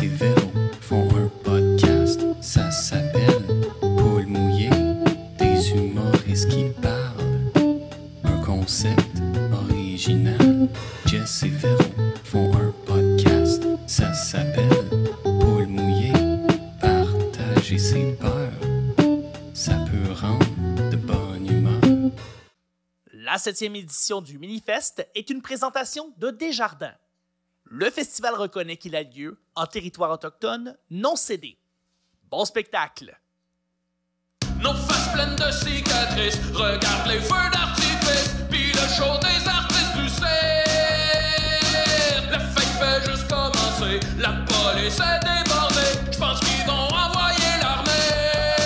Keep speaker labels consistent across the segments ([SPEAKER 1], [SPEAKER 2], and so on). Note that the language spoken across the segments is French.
[SPEAKER 1] et Véro font un podcast. Ça s'appelle Paul Mouillé, des humoristes qui parlent. Un concept original. Jess et Véro font un podcast. Ça s'appelle Paul Mouillé, partager ses peurs. Ça peut rendre de bonne humeur.
[SPEAKER 2] La septième édition du Minifest est une présentation de Desjardins. Le festival reconnaît qu'il a lieu en territoire autochtone non cédé. Bon spectacle!
[SPEAKER 3] Nos faces pleines de cicatrices, regarde les feux d'artifice, puis le show des artistes du cirque. La fête fait juste commencer, la police est débordée, je pense qu'ils vont envoyer l'armée.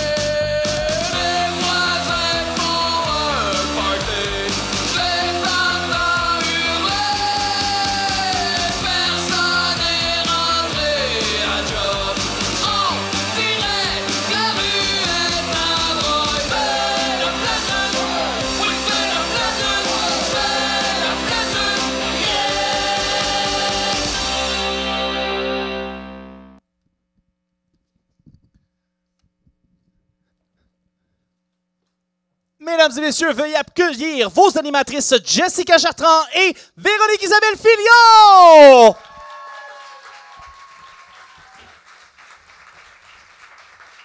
[SPEAKER 3] Les voisins font un party, je les entends hurler. Personne n'est rentré à job, on dirait que la rue est embroyée. C'est la pleine lune, oui c'est la pleine lune, c'est la pleine lune, yeah!
[SPEAKER 2] Mesdames et messieurs, veuillez accueillir vos animatrices Jessica Chartrand et Véronique Isabelle Filion!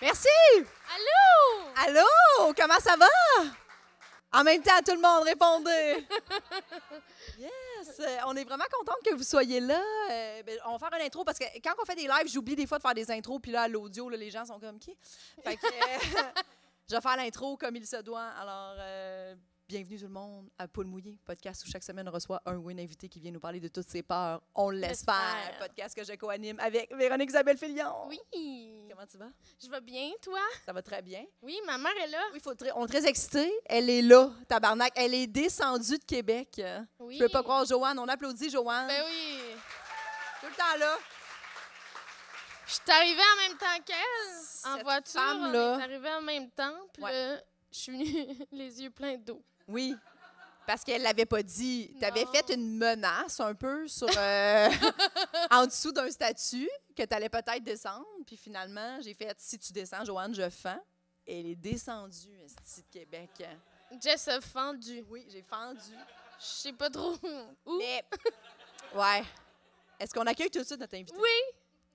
[SPEAKER 4] Merci!
[SPEAKER 5] Allô?
[SPEAKER 4] Allô? Comment ça va? En même temps, tout le monde répondait. Yes! Euh, On est vraiment contente que vous soyez là. Euh, ben, on va faire une intro parce que quand on fait des lives, j'oublie des fois de faire des intros. Puis là, à l'audio, là, les gens sont comme qui? Fait que, euh, je vais faire l'intro comme il se doit. Alors, euh, bienvenue tout le monde à Poule Mouillée, podcast où chaque semaine on reçoit un ou une invité qui vient nous parler de toutes ses peurs. On l'espère.
[SPEAKER 5] L'espère.
[SPEAKER 4] Podcast que je co-anime avec Véronique Isabelle Fillon.
[SPEAKER 5] Oui.
[SPEAKER 4] Comment tu vas?
[SPEAKER 5] Je vais bien, toi?
[SPEAKER 4] Ça va très bien.
[SPEAKER 5] Oui, ma mère est là.
[SPEAKER 4] Oui, faut très- on est très excités. Elle est là, tabarnak. Elle est descendue de Québec.
[SPEAKER 5] Oui.
[SPEAKER 4] Je peux pas croire Joanne. On applaudit Joanne.
[SPEAKER 5] Ben oui.
[SPEAKER 4] Tout le temps là.
[SPEAKER 5] Je suis arrivée en même temps qu'elle, en
[SPEAKER 4] Cette
[SPEAKER 5] voiture.
[SPEAKER 4] femme-là.
[SPEAKER 5] On est arrivée en même temps, puis
[SPEAKER 4] Ouais.
[SPEAKER 5] là, je suis venue les yeux pleins d'eau.
[SPEAKER 4] Oui. Parce qu'elle l'avait pas dit. Tu avais
[SPEAKER 5] Non.
[SPEAKER 4] fait une menace un peu sur euh, en dessous d'un statut que tu allais peut-être descendre. Puis finalement, j'ai fait si tu descends, Joanne, je fends. Et elle est descendue, esti de Québec.
[SPEAKER 5] Jess a fendu.
[SPEAKER 4] Oui, j'ai fendu.
[SPEAKER 5] Je sais pas trop où.
[SPEAKER 4] Mais, ouais. Est-ce qu'on accueille tout de suite notre invité?
[SPEAKER 5] Oui.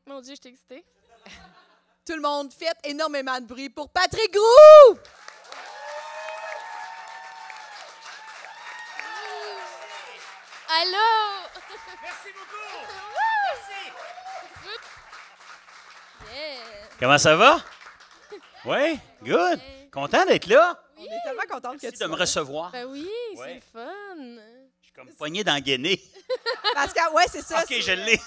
[SPEAKER 5] Mon Dieu, je t'ai excitée.
[SPEAKER 4] Tout le monde fait énormément de bruit pour Patrick Grou!
[SPEAKER 5] Allô?
[SPEAKER 6] Merci beaucoup!
[SPEAKER 5] Yeah.
[SPEAKER 6] Comment ça va? Oui, good. Content d'être là.
[SPEAKER 4] On est tellement contente que tu
[SPEAKER 6] Merci de me recevoir.
[SPEAKER 5] Ben oui, c'est
[SPEAKER 6] Ouais.
[SPEAKER 5] le fun.
[SPEAKER 6] Je suis comme poigné dans le Guinée.
[SPEAKER 4] Parce que, ouais, c'est ça.
[SPEAKER 6] OK,
[SPEAKER 4] c'est-
[SPEAKER 6] je l'ai.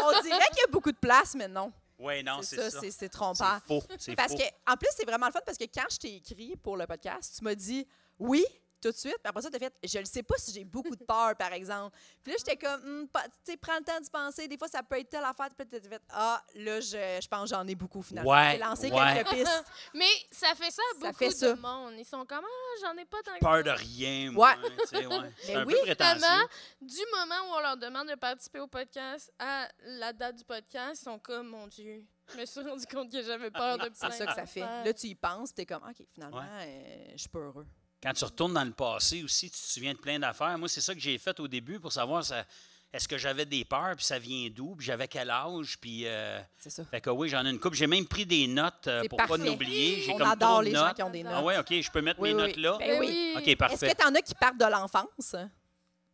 [SPEAKER 4] On dirait qu'il y a beaucoup de place, mais non.
[SPEAKER 6] Oui, non,
[SPEAKER 4] c'est
[SPEAKER 6] c'est
[SPEAKER 4] ça,
[SPEAKER 6] ça.
[SPEAKER 4] c'est- c'est
[SPEAKER 6] C'est
[SPEAKER 4] trompeur.
[SPEAKER 6] faux. C'est
[SPEAKER 4] Parce
[SPEAKER 6] faux.
[SPEAKER 4] que, en plus, c'est vraiment le fun parce que quand je t'ai écrit pour le podcast, tu m'as dit oui tout de suite. Puis après ça, tu as fait je ne sais pas si j'ai beaucoup de peur, par exemple. Puis là, j'étais comme, Hum, pas- tu sais, prends le temps d'y penser. Des fois, ça peut être telle affaire. Puis tu as fait ah, là, je, je pense que j'en ai beaucoup finalement.
[SPEAKER 6] Ouais,
[SPEAKER 4] J'ai lancé
[SPEAKER 6] ouais.
[SPEAKER 4] quelques pistes.
[SPEAKER 5] Mais ça fait ça
[SPEAKER 4] Ça
[SPEAKER 5] à beaucoup
[SPEAKER 4] fait ça.
[SPEAKER 5] de monde. Ils sont comme, ah, j'en ai pas tant que ça.
[SPEAKER 6] Peur de rien, moi.
[SPEAKER 4] Ouais.
[SPEAKER 6] tu sais, ouais. C'est
[SPEAKER 4] Mais
[SPEAKER 6] un
[SPEAKER 4] oui,
[SPEAKER 6] peu prétentieux.
[SPEAKER 5] Justement, du moment où on leur demande de participer au podcast à la date du podcast, ils sont comme, mon Dieu, je me suis rendu compte que j'avais peur de
[SPEAKER 4] C'est ça que ça fait. Là, tu y penses, puis tu es comme, OK, finalement, euh, je suis pas heureux.
[SPEAKER 6] Quand tu retournes dans le passé aussi, tu te souviens de plein d'affaires. Moi, c'est ça que j'ai fait au début pour savoir ça- est-ce que j'avais des peurs, puis ça vient d'où, puis j'avais quel âge, puis... euh,
[SPEAKER 4] C'est ça.
[SPEAKER 6] Fait que oui, j'en ai une coupe. J'ai même pris des notes euh,
[SPEAKER 4] C'est
[SPEAKER 6] pour
[SPEAKER 4] parfait.
[SPEAKER 6] pas n'oublier. J'ai
[SPEAKER 4] On
[SPEAKER 6] comme
[SPEAKER 4] adore
[SPEAKER 6] trop de
[SPEAKER 4] les gens
[SPEAKER 6] notes.
[SPEAKER 4] qui ont des notes.
[SPEAKER 6] Ah ouais, OK, je peux mettre
[SPEAKER 4] Oui,
[SPEAKER 6] mes
[SPEAKER 4] oui.
[SPEAKER 6] notes là.
[SPEAKER 4] Ben oui.
[SPEAKER 6] OK,
[SPEAKER 4] Est-ce
[SPEAKER 6] parfait.
[SPEAKER 4] que tu en as qui partent de l'enfance?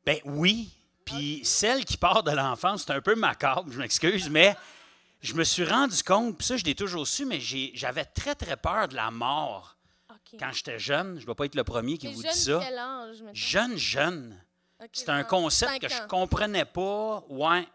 [SPEAKER 6] Ben oui. Puis celle qui part de l'enfance, c'est un peu macabre, je m'excuse, mais je me suis rendu compte, puis ça, je l'ai toujours su, mais j'ai- j'avais très, très peur de la mort quand j'étais jeune. Je ne dois pas être le premier qui vous dit ça.
[SPEAKER 5] Quel âge, mettons?
[SPEAKER 6] Jeune, jeune.
[SPEAKER 5] Ok,
[SPEAKER 6] C'est un
[SPEAKER 5] dans
[SPEAKER 6] concept
[SPEAKER 5] cinq
[SPEAKER 6] que je
[SPEAKER 5] ans.
[SPEAKER 6] comprenais pas. Ouais.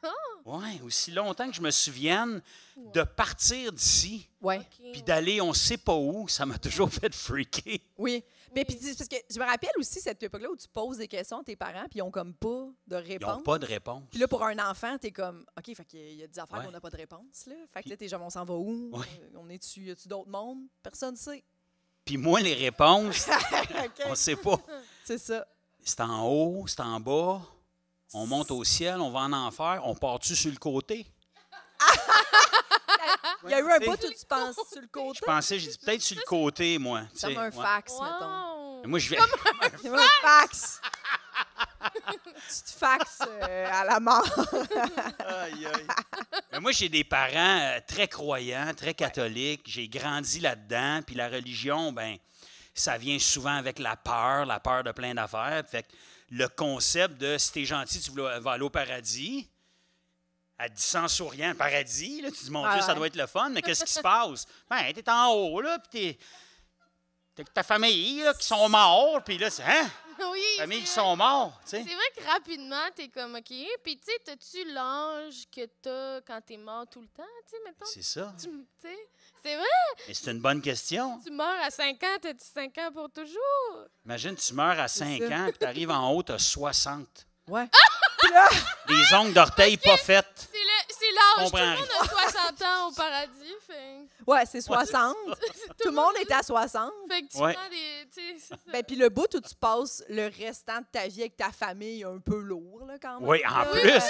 [SPEAKER 4] Ah!
[SPEAKER 6] Ouais, aussi longtemps que je me souvienne de partir d'ici
[SPEAKER 4] Ouais.
[SPEAKER 5] Ok.
[SPEAKER 6] puis d'aller on sait pas où, ça m'a toujours fait freaker.
[SPEAKER 4] Oui. Mais puis dis- parce que je me rappelle aussi cette époque-là où tu poses des questions à tes parents puis ils ont comme pas de
[SPEAKER 6] Ils n'ont
[SPEAKER 4] réponse.
[SPEAKER 6] pas de réponse.
[SPEAKER 4] Puis là pour un enfant, t'es comme OK, fait qu'il y a des affaires
[SPEAKER 6] Ouais.
[SPEAKER 4] qu'on n'a pas de réponse là. Fait que
[SPEAKER 6] Puis-
[SPEAKER 4] là t'es genre on s'en va où
[SPEAKER 6] Ouais.
[SPEAKER 4] Euh, On est tu y a-tu d'autres mondes Personne sait.
[SPEAKER 6] Puis moi, les réponses,
[SPEAKER 4] OK.
[SPEAKER 6] on sait pas.
[SPEAKER 4] C'est ça.
[SPEAKER 6] C'est en haut, c'est en bas. On monte au ciel, on va en enfer, on part-tu sur le côté?
[SPEAKER 4] Il y a eu un
[SPEAKER 6] tu sais.
[SPEAKER 4] bout où tu penses sur le côté.
[SPEAKER 6] Je pensais, j'ai dit peut-être sur le côté, moi. tu sais,
[SPEAKER 4] Comme un
[SPEAKER 6] ouais.
[SPEAKER 4] fax, mettons.
[SPEAKER 5] Wow!
[SPEAKER 6] Mais Moi, je vais.
[SPEAKER 4] Comme un fax. tu te faxes euh, à la mort.
[SPEAKER 6] Aïe, aïe. Mais moi, j'ai des parents euh, très croyants, très catholiques. J'ai grandi là-dedans. Puis la religion, ben, ça vient souvent avec la peur, la peur de plein d'affaires. Fait que le concept de si t'es gentil, tu vas vas aller au paradis. À 10 ans souriant, paradis, là, tu te dis, mon
[SPEAKER 4] Ah
[SPEAKER 6] Dieu, ça
[SPEAKER 4] ouais.
[SPEAKER 6] doit être le fun, mais qu'est-ce qui se passe? Ben, t'es en haut, là, puis t'es. T'es avec ta famille, là, qui sont morts, puis là, c'est. Hein?
[SPEAKER 5] Oui,
[SPEAKER 6] Famille qui
[SPEAKER 5] c'est vrai.
[SPEAKER 6] sont morts, tu sais.
[SPEAKER 5] C'est vrai que rapidement, t'es comme OK. Puis, tu sais, t'as-tu l'âge que t'as quand t'es mort tout le temps, tu sais, mettons?
[SPEAKER 6] C'est ça.
[SPEAKER 5] Tu m- tu sais, C'est vrai,
[SPEAKER 6] Mais c'est une bonne question.
[SPEAKER 5] tu meurs à 5 ans, t'as-tu 5 ans pour toujours?
[SPEAKER 6] Imagine, tu meurs à 5
[SPEAKER 4] ça.
[SPEAKER 6] ans, puis t'arrives en haut, t'as 60.
[SPEAKER 4] Ouais. Ah,
[SPEAKER 6] Des ongles d'orteils pas faites.
[SPEAKER 5] C'est le- c'est l'âge, tout
[SPEAKER 6] Comprends
[SPEAKER 5] le monde a 60 ans au paradis. Fait,
[SPEAKER 4] Ouais, c'est 60. Tout le monde est à 60.
[SPEAKER 5] fait que tu
[SPEAKER 6] Ouais.
[SPEAKER 5] prends des. tu sais, c'est ça.
[SPEAKER 4] Ben, puis le bout où tu passes le restant de ta vie avec ta famille un peu lourd, là, quand même.
[SPEAKER 6] Oui, en
[SPEAKER 4] là. euh,
[SPEAKER 6] plus.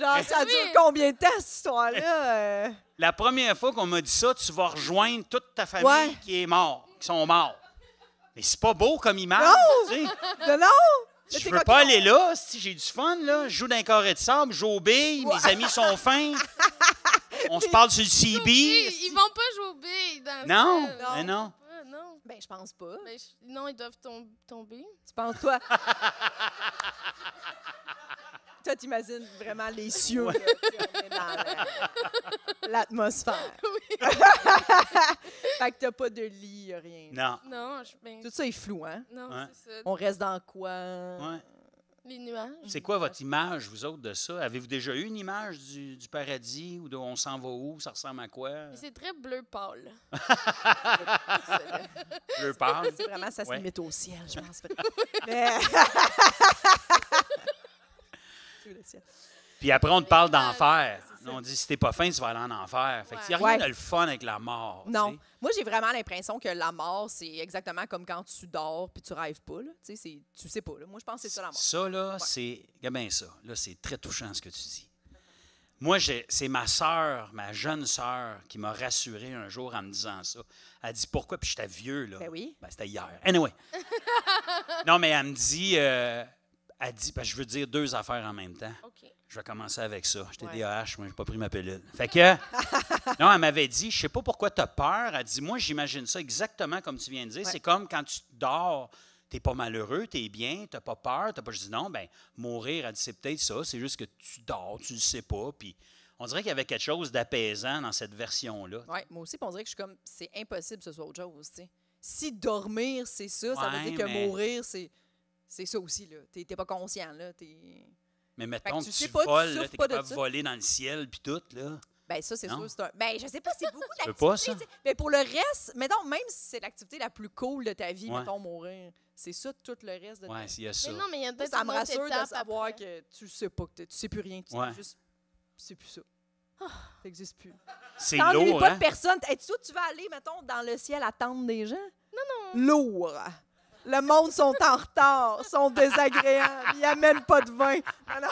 [SPEAKER 4] Genre, ça dure
[SPEAKER 5] Oui.
[SPEAKER 4] combien de temps, cette histoire-là? Euh,
[SPEAKER 6] La première fois qu'on m'a dit ça, tu vas rejoindre toute ta famille
[SPEAKER 4] Ouais.
[SPEAKER 6] qui est mort, qui sont morts. Mais c'est pas beau comme image,
[SPEAKER 4] Non!
[SPEAKER 6] tu sais.
[SPEAKER 4] Non, non! Là,
[SPEAKER 6] Je
[SPEAKER 4] t'es
[SPEAKER 6] veux
[SPEAKER 4] comme-
[SPEAKER 6] pas aller là, si j'ai du fun, là. Je joue dans un carré de sable, j'obéis, mes amis sont fins. On se parle sur le
[SPEAKER 5] Ils,
[SPEAKER 6] CB.
[SPEAKER 5] ils vont pas jouer aux billes dans
[SPEAKER 6] Non,
[SPEAKER 5] le
[SPEAKER 6] mais non.
[SPEAKER 5] Non. non.
[SPEAKER 4] Ben, je pense pas.
[SPEAKER 5] Ben, je- non, ils doivent tom- tomber.
[SPEAKER 4] Tu penses, toi? toi, t'imagines vraiment les cieux, là, tu sais, on est dans la- l'atmosphère. fait que t'as pas de lit, y a rien.
[SPEAKER 6] Non.
[SPEAKER 5] Non, je. Ben,
[SPEAKER 4] Tout ça est flou, hein?
[SPEAKER 5] non,
[SPEAKER 6] Ouais.
[SPEAKER 5] c'est ça.
[SPEAKER 4] On reste dans quoi?
[SPEAKER 6] Ouais.
[SPEAKER 5] Les nuages.
[SPEAKER 6] C'est quoi votre image, vous autres, de ça? Avez-vous déjà eu une image du, du paradis ou de on s'en va où? Ça ressemble à quoi?
[SPEAKER 5] Mais C'est très bleu pâle.
[SPEAKER 6] Je parle.
[SPEAKER 4] C'est Vraiment, ça se
[SPEAKER 6] Ouais.
[SPEAKER 4] limite au ciel, je pense. Mais... C'est le ciel.
[SPEAKER 6] Puis après, on te parle d'enfer. On dit, si t'es pas fin, tu vas aller en enfer. Fait que y a
[SPEAKER 4] Ouais.
[SPEAKER 6] rien
[SPEAKER 4] Ouais.
[SPEAKER 6] de le fun avec la mort. tu
[SPEAKER 4] Non.
[SPEAKER 6] sais.
[SPEAKER 4] Moi, j'ai vraiment l'impression que la mort, c'est exactement comme quand tu dors puis tu rêves pas. Là. Tu, sais, c'est- tu sais pas. là. Moi, je pense que c'est ça la mort.
[SPEAKER 6] Ça, là, c'est. Regarde bien ça. Là, c'est très touchant ce que tu dis. Moi, j'ai- c'est ma sœur, ma jeune sœur, qui m'a rassuré un jour en me disant ça. Elle dit pourquoi? Puis j'étais vieux, là.
[SPEAKER 4] Ben oui.
[SPEAKER 6] c'était hier. Anyway. non, mais elle me dit. euh, elle dit, parce que je veux dire deux affaires en même temps.
[SPEAKER 5] OK.
[SPEAKER 6] Je vais commencer avec ça. J'étais
[SPEAKER 4] Ouais.
[SPEAKER 6] DAH, moi, j'ai pas pris ma pilule. Fait que, non, elle m'avait dit, je sais pas pourquoi tu as peur. Elle dit, moi, j'imagine ça exactement comme tu viens de dire.
[SPEAKER 4] Ouais.
[SPEAKER 6] C'est comme quand tu dors, t'es pas malheureux, t'es bien, t'as pas peur, t'as pas. Je dis, non, ben, mourir, elle dit, c'est peut-être ça. C'est juste que tu dors, tu le sais pas. Puis, on dirait qu'il y avait quelque chose d'apaisant dans cette version-là.
[SPEAKER 4] Ouais, moi aussi, puis on dirait que je suis comme, c'est impossible que ce soit autre chose. tu sais. Si dormir, c'est ça, ça veut
[SPEAKER 6] Ouais,
[SPEAKER 4] dire que
[SPEAKER 6] mais-
[SPEAKER 4] mourir, c'est c'est ça aussi. là. T'es t'es pas conscient. Là. T'es-
[SPEAKER 6] Mais mettons
[SPEAKER 4] tu
[SPEAKER 6] que
[SPEAKER 4] sais
[SPEAKER 6] tu
[SPEAKER 4] pas, tu
[SPEAKER 6] voles, là,
[SPEAKER 4] souffres
[SPEAKER 6] t'es
[SPEAKER 4] pas de
[SPEAKER 6] capable de
[SPEAKER 4] ça.
[SPEAKER 6] voler dans le ciel, puis tout, là.
[SPEAKER 4] Ben ça, c'est
[SPEAKER 6] Non.
[SPEAKER 4] sûr, c'est un... Ben, je sais pas, c'est beaucoup
[SPEAKER 6] veux pas,
[SPEAKER 4] d'activités. tu sais. Mais pour le reste, mettons, même si c'est l'activité la plus cool de ta vie,
[SPEAKER 6] Ouais.
[SPEAKER 4] mettons, mourir, c'est ça tout le reste de ta
[SPEAKER 6] Ouais,
[SPEAKER 4] vie.
[SPEAKER 6] il y a ça.
[SPEAKER 5] Mais non, mais il y a
[SPEAKER 4] Moi,
[SPEAKER 5] peut-être
[SPEAKER 4] Ça
[SPEAKER 5] une
[SPEAKER 4] me
[SPEAKER 5] autre
[SPEAKER 4] rassure de
[SPEAKER 5] étape
[SPEAKER 4] savoir
[SPEAKER 5] après.
[SPEAKER 4] que tu sais pas, que t'es- tu sais plus rien, tu
[SPEAKER 6] Ouais.
[SPEAKER 4] sais juste... C'est plus ça.
[SPEAKER 5] Ah.
[SPEAKER 4] Ça n'existe plus.
[SPEAKER 6] C'est
[SPEAKER 4] T'ennuies
[SPEAKER 6] lourd,
[SPEAKER 4] pas
[SPEAKER 6] hein?
[SPEAKER 4] de personne. Hey, tu sais où tu vas aller, mettons, dans le ciel attendre des gens? Non, non. Lourd. Le monde sont en retard, sont désagréables, ils amènent pas de vin. Non, non.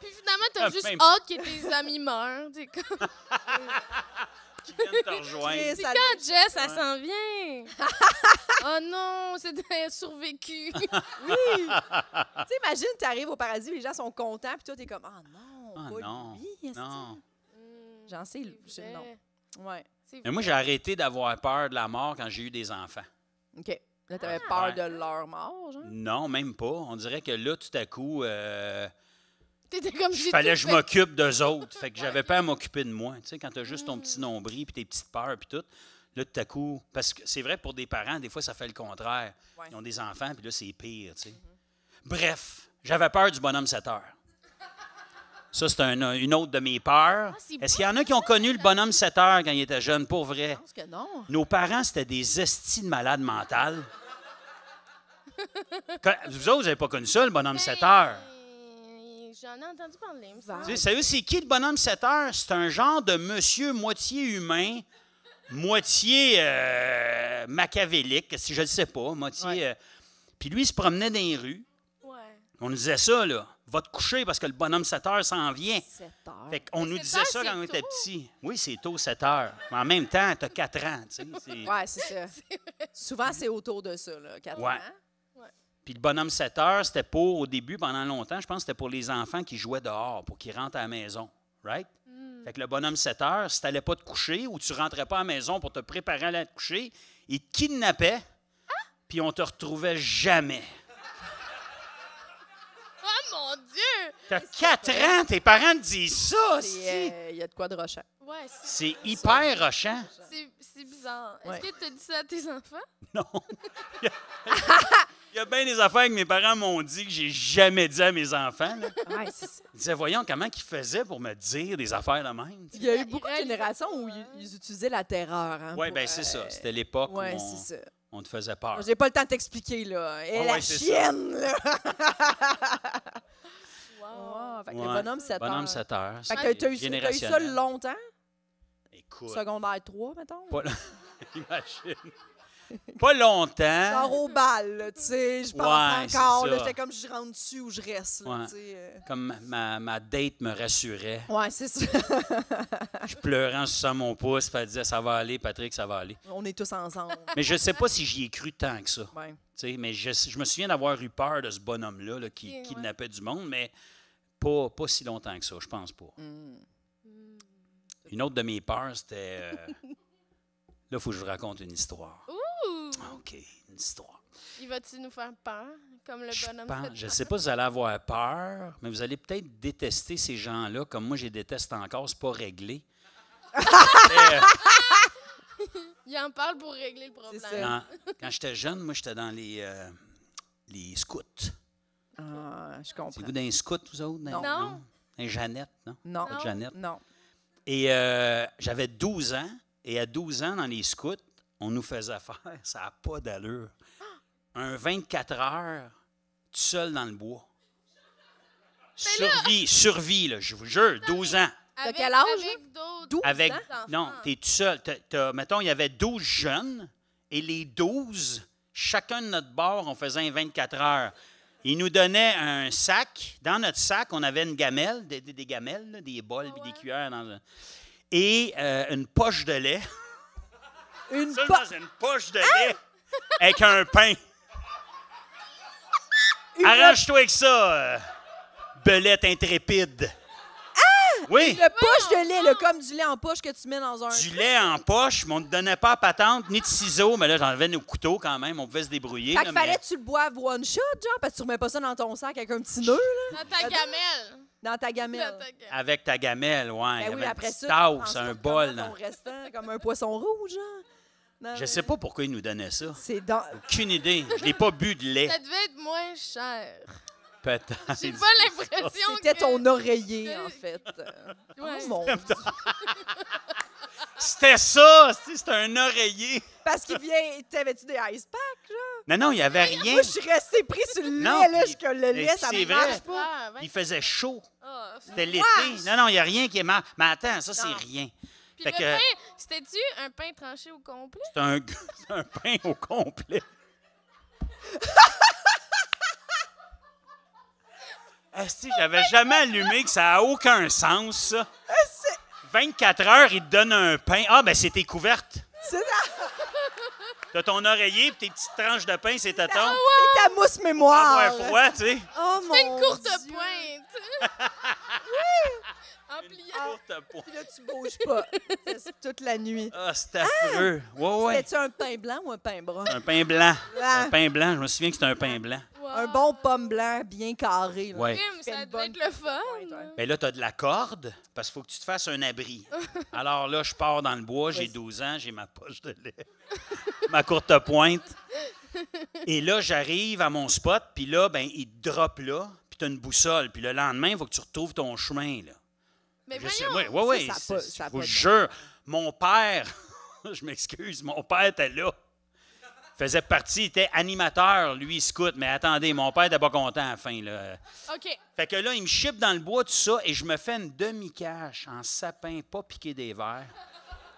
[SPEAKER 5] Puis finalement, t'as
[SPEAKER 6] Ah,
[SPEAKER 5] juste
[SPEAKER 6] même.
[SPEAKER 5] hâte que tes amis meurent. T'es comme,
[SPEAKER 6] Qui viennent te rejoindre.
[SPEAKER 4] Chris, allez.
[SPEAKER 5] quand Jess, ça s'en vient. oh non, c'est elle a survécu.
[SPEAKER 4] Oui. tu sais, imagine, tu arrives au paradis, les gens sont contents, puis toi, t'es comme, ah non,
[SPEAKER 6] Ah,
[SPEAKER 4] pas
[SPEAKER 6] non.
[SPEAKER 4] lui, est-ce que-
[SPEAKER 6] Non.
[SPEAKER 5] Hmm,
[SPEAKER 4] J'en sais, le-
[SPEAKER 5] c'est
[SPEAKER 4] je- non.
[SPEAKER 5] vrai,
[SPEAKER 4] Ouais.
[SPEAKER 5] c'est
[SPEAKER 6] Mais moi, j'ai arrêté d'avoir peur de la mort quand j'ai eu des enfants.
[SPEAKER 4] OK. Là, t'avais peur
[SPEAKER 6] Ah, Ouais.
[SPEAKER 4] de leur mort, genre.
[SPEAKER 6] Non, même pas. On dirait que là, tout à coup, euh,
[SPEAKER 5] T'étais comme j'ai
[SPEAKER 6] fallait
[SPEAKER 5] tout
[SPEAKER 6] que je
[SPEAKER 5] fait.
[SPEAKER 6] m'occupe d'eux autres. Fait que j'avais pas à m'occuper de moi. Tu sais, quand t'as juste ton petit nombril puis tes petites peurs puis tout, là, tout à coup... Parce que c'est vrai, pour des parents, des fois, ça fait le contraire.
[SPEAKER 4] Ouais.
[SPEAKER 6] Ils ont des enfants, puis là, c'est pire, tu sais. Bref, j'avais peur du bonhomme 7 heures. Ça, c'est un- une autre de mes peurs.
[SPEAKER 5] c'est
[SPEAKER 6] Est-ce qu'il y en a qui ont connu le bonhomme 7 heures quand ils étaient jeunes, pour vrai?
[SPEAKER 4] Je pense que non.
[SPEAKER 6] Nos parents, c'était des estis de malades mentales. Quand- vous autres, vous n'avez pas connu ça, le bonhomme 7 heures.
[SPEAKER 5] Euh, J'en ai entendu parler.
[SPEAKER 4] Vague.
[SPEAKER 5] me
[SPEAKER 6] Tu
[SPEAKER 5] semble.
[SPEAKER 6] sais, savez, c'est qui le bonhomme 7 heures? C'est un genre de monsieur moitié humain, moitié euh, machiavélique, si je ne sais pas, moitié.
[SPEAKER 4] Ouais.
[SPEAKER 6] euh, puis lui, il se promenait dans les rues.
[SPEAKER 5] Ouais.
[SPEAKER 6] On nous disait ça, là. va te coucher parce que le bonhomme 7 heures s'en vient.
[SPEAKER 4] 7 heures.
[SPEAKER 6] Fait qu'on nous
[SPEAKER 5] 7
[SPEAKER 6] disait
[SPEAKER 5] heures,
[SPEAKER 6] ça quand
[SPEAKER 5] c'est
[SPEAKER 6] on était
[SPEAKER 5] tôt.
[SPEAKER 6] petit. Oui, c'est tôt, 7 heures. Mais en même temps, t'as 4 ans. tu sais, c'est-
[SPEAKER 4] Ouais, c'est ça. Souvent, c'est autour de ça, là, 4
[SPEAKER 6] Ouais.
[SPEAKER 4] ans.
[SPEAKER 6] Puis le bonhomme 7 heures, c'était pour, au début, pendant longtemps, je pense que c'était pour les enfants qui jouaient dehors, pour qu'ils rentrent à la maison. Right?
[SPEAKER 4] Hmm.
[SPEAKER 6] Fait que le bonhomme 7 heures, si t'allais pas te coucher ou tu rentrais pas à la maison pour te préparer à aller te coucher, il te kidnappait,
[SPEAKER 4] Hein?
[SPEAKER 6] puis on te retrouvait jamais.
[SPEAKER 5] Oh mon Dieu!
[SPEAKER 6] T'as 4 ans, tes parents te disent ça,
[SPEAKER 4] Puis,
[SPEAKER 6] si.
[SPEAKER 4] euh, Il y a de quoi de rochant.
[SPEAKER 5] Ouais, c'est-
[SPEAKER 6] C'est hyper rochant.
[SPEAKER 5] c'est c'est bizarre.
[SPEAKER 4] Ouais.
[SPEAKER 5] Est-ce que tu as dit ça à tes enfants?
[SPEAKER 6] Non. Il y a bien des affaires que mes parents m'ont dit que j'ai jamais dit à mes enfants. là.
[SPEAKER 4] Ouais, c'est ça.
[SPEAKER 6] Ils disaient, voyons comment ils faisaient pour me dire des affaires de même.
[SPEAKER 4] Il y a eu
[SPEAKER 5] Ils
[SPEAKER 4] beaucoup de
[SPEAKER 5] réalisent
[SPEAKER 4] générations
[SPEAKER 5] pas,
[SPEAKER 4] où ils,
[SPEAKER 5] hein.
[SPEAKER 4] ils utilisaient la terreur. Hein,
[SPEAKER 6] Oui,
[SPEAKER 4] pour,
[SPEAKER 6] ben c'est ça.
[SPEAKER 4] euh,
[SPEAKER 6] C'était l'époque où
[SPEAKER 4] Ouais,
[SPEAKER 6] on,
[SPEAKER 4] c'est ça.
[SPEAKER 6] on te faisait peur.
[SPEAKER 4] J'ai pas le temps de t'expliquer, là. Et
[SPEAKER 6] Ouais,
[SPEAKER 4] la
[SPEAKER 6] ouais, c'est ça.
[SPEAKER 4] chienne, là!
[SPEAKER 5] Wow!
[SPEAKER 4] Wow, Ah, fait que
[SPEAKER 6] Ouais.
[SPEAKER 4] le bonhomme, 7
[SPEAKER 6] Bonhomme
[SPEAKER 4] heures.
[SPEAKER 6] 7 heures.
[SPEAKER 4] Fait que
[SPEAKER 6] c'est
[SPEAKER 4] t'as eu, t'as eu ça
[SPEAKER 6] générationnel.
[SPEAKER 4] longtemps,
[SPEAKER 6] Écoute,
[SPEAKER 4] secondaire 3, mettons.
[SPEAKER 6] pas... Imagine. Pas longtemps.
[SPEAKER 4] Genre au bal, là, tu sais, je
[SPEAKER 6] Hein? Ouais,
[SPEAKER 4] pense
[SPEAKER 6] c'est
[SPEAKER 4] encore,
[SPEAKER 6] ça.
[SPEAKER 4] là, j'étais comme je rentre dessus ou je reste, là,
[SPEAKER 6] Ouais.
[SPEAKER 4] tu sais. euh.
[SPEAKER 6] Comme ma, ma date me rassurait,
[SPEAKER 4] Ouais, c'est ça.
[SPEAKER 6] je pleurais en suçant mon pouce, puis elle disait ça va aller, Patrick, ça va aller.
[SPEAKER 4] On est tous ensemble.
[SPEAKER 6] Mais je sais pas si j'y ai cru tant que ça.
[SPEAKER 4] Ouais.
[SPEAKER 6] Tu sais, mais je, je me souviens d'avoir eu peur de ce bonhomme-là là, qui
[SPEAKER 5] Ok, ouais.
[SPEAKER 6] kidnappait du monde, mais pas, pas si longtemps que ça, je pense pas.
[SPEAKER 4] Hmm.
[SPEAKER 6] Hmm. Une autre de mes peurs, c'était. euh, là, il faut que je vous raconte une histoire. Ah,
[SPEAKER 5] Ouh!
[SPEAKER 6] OK, une histoire.
[SPEAKER 5] Il va-tu nous faire peur, comme le
[SPEAKER 6] Je
[SPEAKER 5] bonhomme?
[SPEAKER 6] pense,
[SPEAKER 5] fait?
[SPEAKER 6] je sais pas si vous allez avoir peur, mais vous allez peut-être détester ces gens-là, comme moi, je les déteste encore, c'est pas réglé. Mais, euh,
[SPEAKER 5] Il en parle pour régler le problème.
[SPEAKER 4] ça.
[SPEAKER 6] quand quand j'étais jeune, moi, j'étais dans les, euh, les scouts.
[SPEAKER 4] Ah, je
[SPEAKER 6] C'est
[SPEAKER 4] comprends.
[SPEAKER 6] vous dans les scouts, vous autres? dans-
[SPEAKER 4] Non.
[SPEAKER 5] Non.
[SPEAKER 6] Dans Jeannette, non?
[SPEAKER 4] Non,
[SPEAKER 6] Pas de Jeannette.
[SPEAKER 4] non.
[SPEAKER 6] Et euh, j'avais 12 ans. Et à 12 ans, dans les scouts, on nous faisait faire, ça n'a pas d'allure, un 24 heures tout seul dans le bois. Survie, survie, là, je vous jure, 12 ans.
[SPEAKER 5] Avec-
[SPEAKER 4] quel âge,
[SPEAKER 5] Avec d'autres.
[SPEAKER 4] 12
[SPEAKER 6] Avec,
[SPEAKER 4] ans?
[SPEAKER 5] enfants.
[SPEAKER 6] non, tu es tout seul. T'as- t'as- mettons, il y avait 12 jeunes et les 12, chacun de notre bord, on faisait un 24 heures. Ils nous donnaient un sac. Dans notre sac, on avait une gamelle, des, des- des gamelles, là, des
[SPEAKER 4] Ah
[SPEAKER 6] bols et des cuillères. Dans le- Et euh, une poche de lait.
[SPEAKER 4] Une
[SPEAKER 6] Ça, je
[SPEAKER 4] po- Ah!
[SPEAKER 6] pense, c'est une poche de lait avec un pain. Arrange-toi avec ça, euh, belette intrépide.
[SPEAKER 4] Ah!
[SPEAKER 6] Oui,
[SPEAKER 4] Le poche de lait, le comme du lait en poche que tu mets dans un...
[SPEAKER 6] du lait en poche, mais on ne te donnait pas à patente ni de ciseaux, mais là, j'enlevais nos couteaux quand même, on pouvait se débrouiller.
[SPEAKER 4] Fait
[SPEAKER 6] là,
[SPEAKER 4] qu'il
[SPEAKER 6] mais-
[SPEAKER 4] fallait que tu le boives one shot, genre, parce que tu remets pas ça dans ton sac avec un petit nœud, là,
[SPEAKER 5] Dans ta gamelle.
[SPEAKER 4] dans ta gamelle.
[SPEAKER 5] Dans ta gamelle.
[SPEAKER 6] Avec ta gamelle, ouais. Ah, il y
[SPEAKER 4] Ben
[SPEAKER 6] avait
[SPEAKER 4] oui,
[SPEAKER 6] une
[SPEAKER 4] après
[SPEAKER 6] petite
[SPEAKER 4] ça,
[SPEAKER 6] tasse,
[SPEAKER 4] c'est
[SPEAKER 6] un bol. dans-
[SPEAKER 4] Ton restant, comme un poisson rouge, genre. Non,
[SPEAKER 6] Je
[SPEAKER 4] mais-
[SPEAKER 6] sais pas pourquoi ils nous donnaient ça.
[SPEAKER 4] C'est dans...
[SPEAKER 6] Aucune idée. Je n'ai pas bu de lait.
[SPEAKER 5] Ça devait être moins cher.
[SPEAKER 6] Peut-être.
[SPEAKER 5] J'ai pas l'impression
[SPEAKER 4] C'était
[SPEAKER 5] que...
[SPEAKER 4] ton oreiller,
[SPEAKER 5] que-
[SPEAKER 4] en fait. Euh,
[SPEAKER 5] Ouais.
[SPEAKER 4] Oh mon Dieu.
[SPEAKER 6] C'était ça! c'est- C'était un oreiller.
[SPEAKER 4] Parce qu'il vient... T'avais-tu des ice packs, genre?
[SPEAKER 6] Non, non, il n'y avait rien.
[SPEAKER 4] Moi, je suis restée prise sur le lait,
[SPEAKER 6] Non,
[SPEAKER 4] là,
[SPEAKER 6] puis-
[SPEAKER 4] jusqu'à le lait,
[SPEAKER 6] mais
[SPEAKER 4] ça
[SPEAKER 6] c'est
[SPEAKER 4] me
[SPEAKER 6] vrai.
[SPEAKER 4] marche pas.
[SPEAKER 5] Ah, ouais.
[SPEAKER 6] Il faisait chaud.
[SPEAKER 5] Ah,
[SPEAKER 6] C'était l'été. Non, non, il n'y a rien qui est marre. Mais attends, ça, c'est
[SPEAKER 4] Non.
[SPEAKER 6] rien.
[SPEAKER 5] Puis
[SPEAKER 6] Fait
[SPEAKER 5] le
[SPEAKER 6] que-
[SPEAKER 5] pain, c'était-tu un pain tranché au complet?
[SPEAKER 6] C'est un, c'est un pain au complet. Asti, j'avais jamais allumé que ça a aucun sens, ça.
[SPEAKER 4] Ah,
[SPEAKER 6] 24 heures, il te donne un pain. Ah, ben, c'est tes couvertes.
[SPEAKER 4] C'est ta,
[SPEAKER 6] T'as ton oreiller pis tes petites tranches de pain, c'est ta
[SPEAKER 4] Ah,
[SPEAKER 6] tombe.
[SPEAKER 4] c'est ta
[SPEAKER 6] Ah,
[SPEAKER 4] mousse mémoire.
[SPEAKER 6] Avoir froid, tu sais.
[SPEAKER 4] Oh mon
[SPEAKER 5] Fais une courte
[SPEAKER 4] Dieu.
[SPEAKER 5] pointe. En pliant.
[SPEAKER 4] Ah,
[SPEAKER 6] Courte pointe.
[SPEAKER 4] Puis là, tu bouges pas. C'est toute la nuit.
[SPEAKER 6] Ah, c'est affreux. Ouais, ouais.
[SPEAKER 4] Ah! C'était-tu un pain blanc ou un pain brun?
[SPEAKER 6] Un pain blanc.
[SPEAKER 4] Blanc.
[SPEAKER 6] Un pain blanc, je me souviens que c'était un pain blanc.
[SPEAKER 5] Wow.
[SPEAKER 4] Un bon pomme blanc bien carré. Là.
[SPEAKER 6] Ouais.
[SPEAKER 5] Crime,
[SPEAKER 4] Fais
[SPEAKER 5] Ça
[SPEAKER 4] une
[SPEAKER 5] doit
[SPEAKER 4] bonne
[SPEAKER 5] être le fun.
[SPEAKER 4] pointe, ouais.
[SPEAKER 6] Mais Ben là, tu as de la corde parce qu'il faut que tu te fasses un abri. Alors là, je pars dans le bois, j'ai
[SPEAKER 4] Vas-y.
[SPEAKER 6] 12 ans, j'ai ma poche de lait, ma courte pointe. Et là, j'arrive à mon spot, puis là, ben, il te drop là, puis tu as une boussole. Puis le lendemain, il faut que tu retrouves ton chemin. Là.
[SPEAKER 5] Mais
[SPEAKER 6] Je sais,
[SPEAKER 5] voyons,
[SPEAKER 6] ouais, ouais, ouais,
[SPEAKER 4] ça a
[SPEAKER 6] c'est-
[SPEAKER 4] pas-
[SPEAKER 6] c'est-
[SPEAKER 4] ça a
[SPEAKER 6] je vous
[SPEAKER 4] pas de
[SPEAKER 6] jure, mon père, je m'excuse, mon père était là. Faisait partie, il était animateur, lui, scout. Mais attendez, mon père n'était pas content à la fin. Là.
[SPEAKER 5] OK.
[SPEAKER 6] Fait que là, il me chippe dans le bois, tout ça, et je me fais une demi-cache en sapin, pas piqué des verres.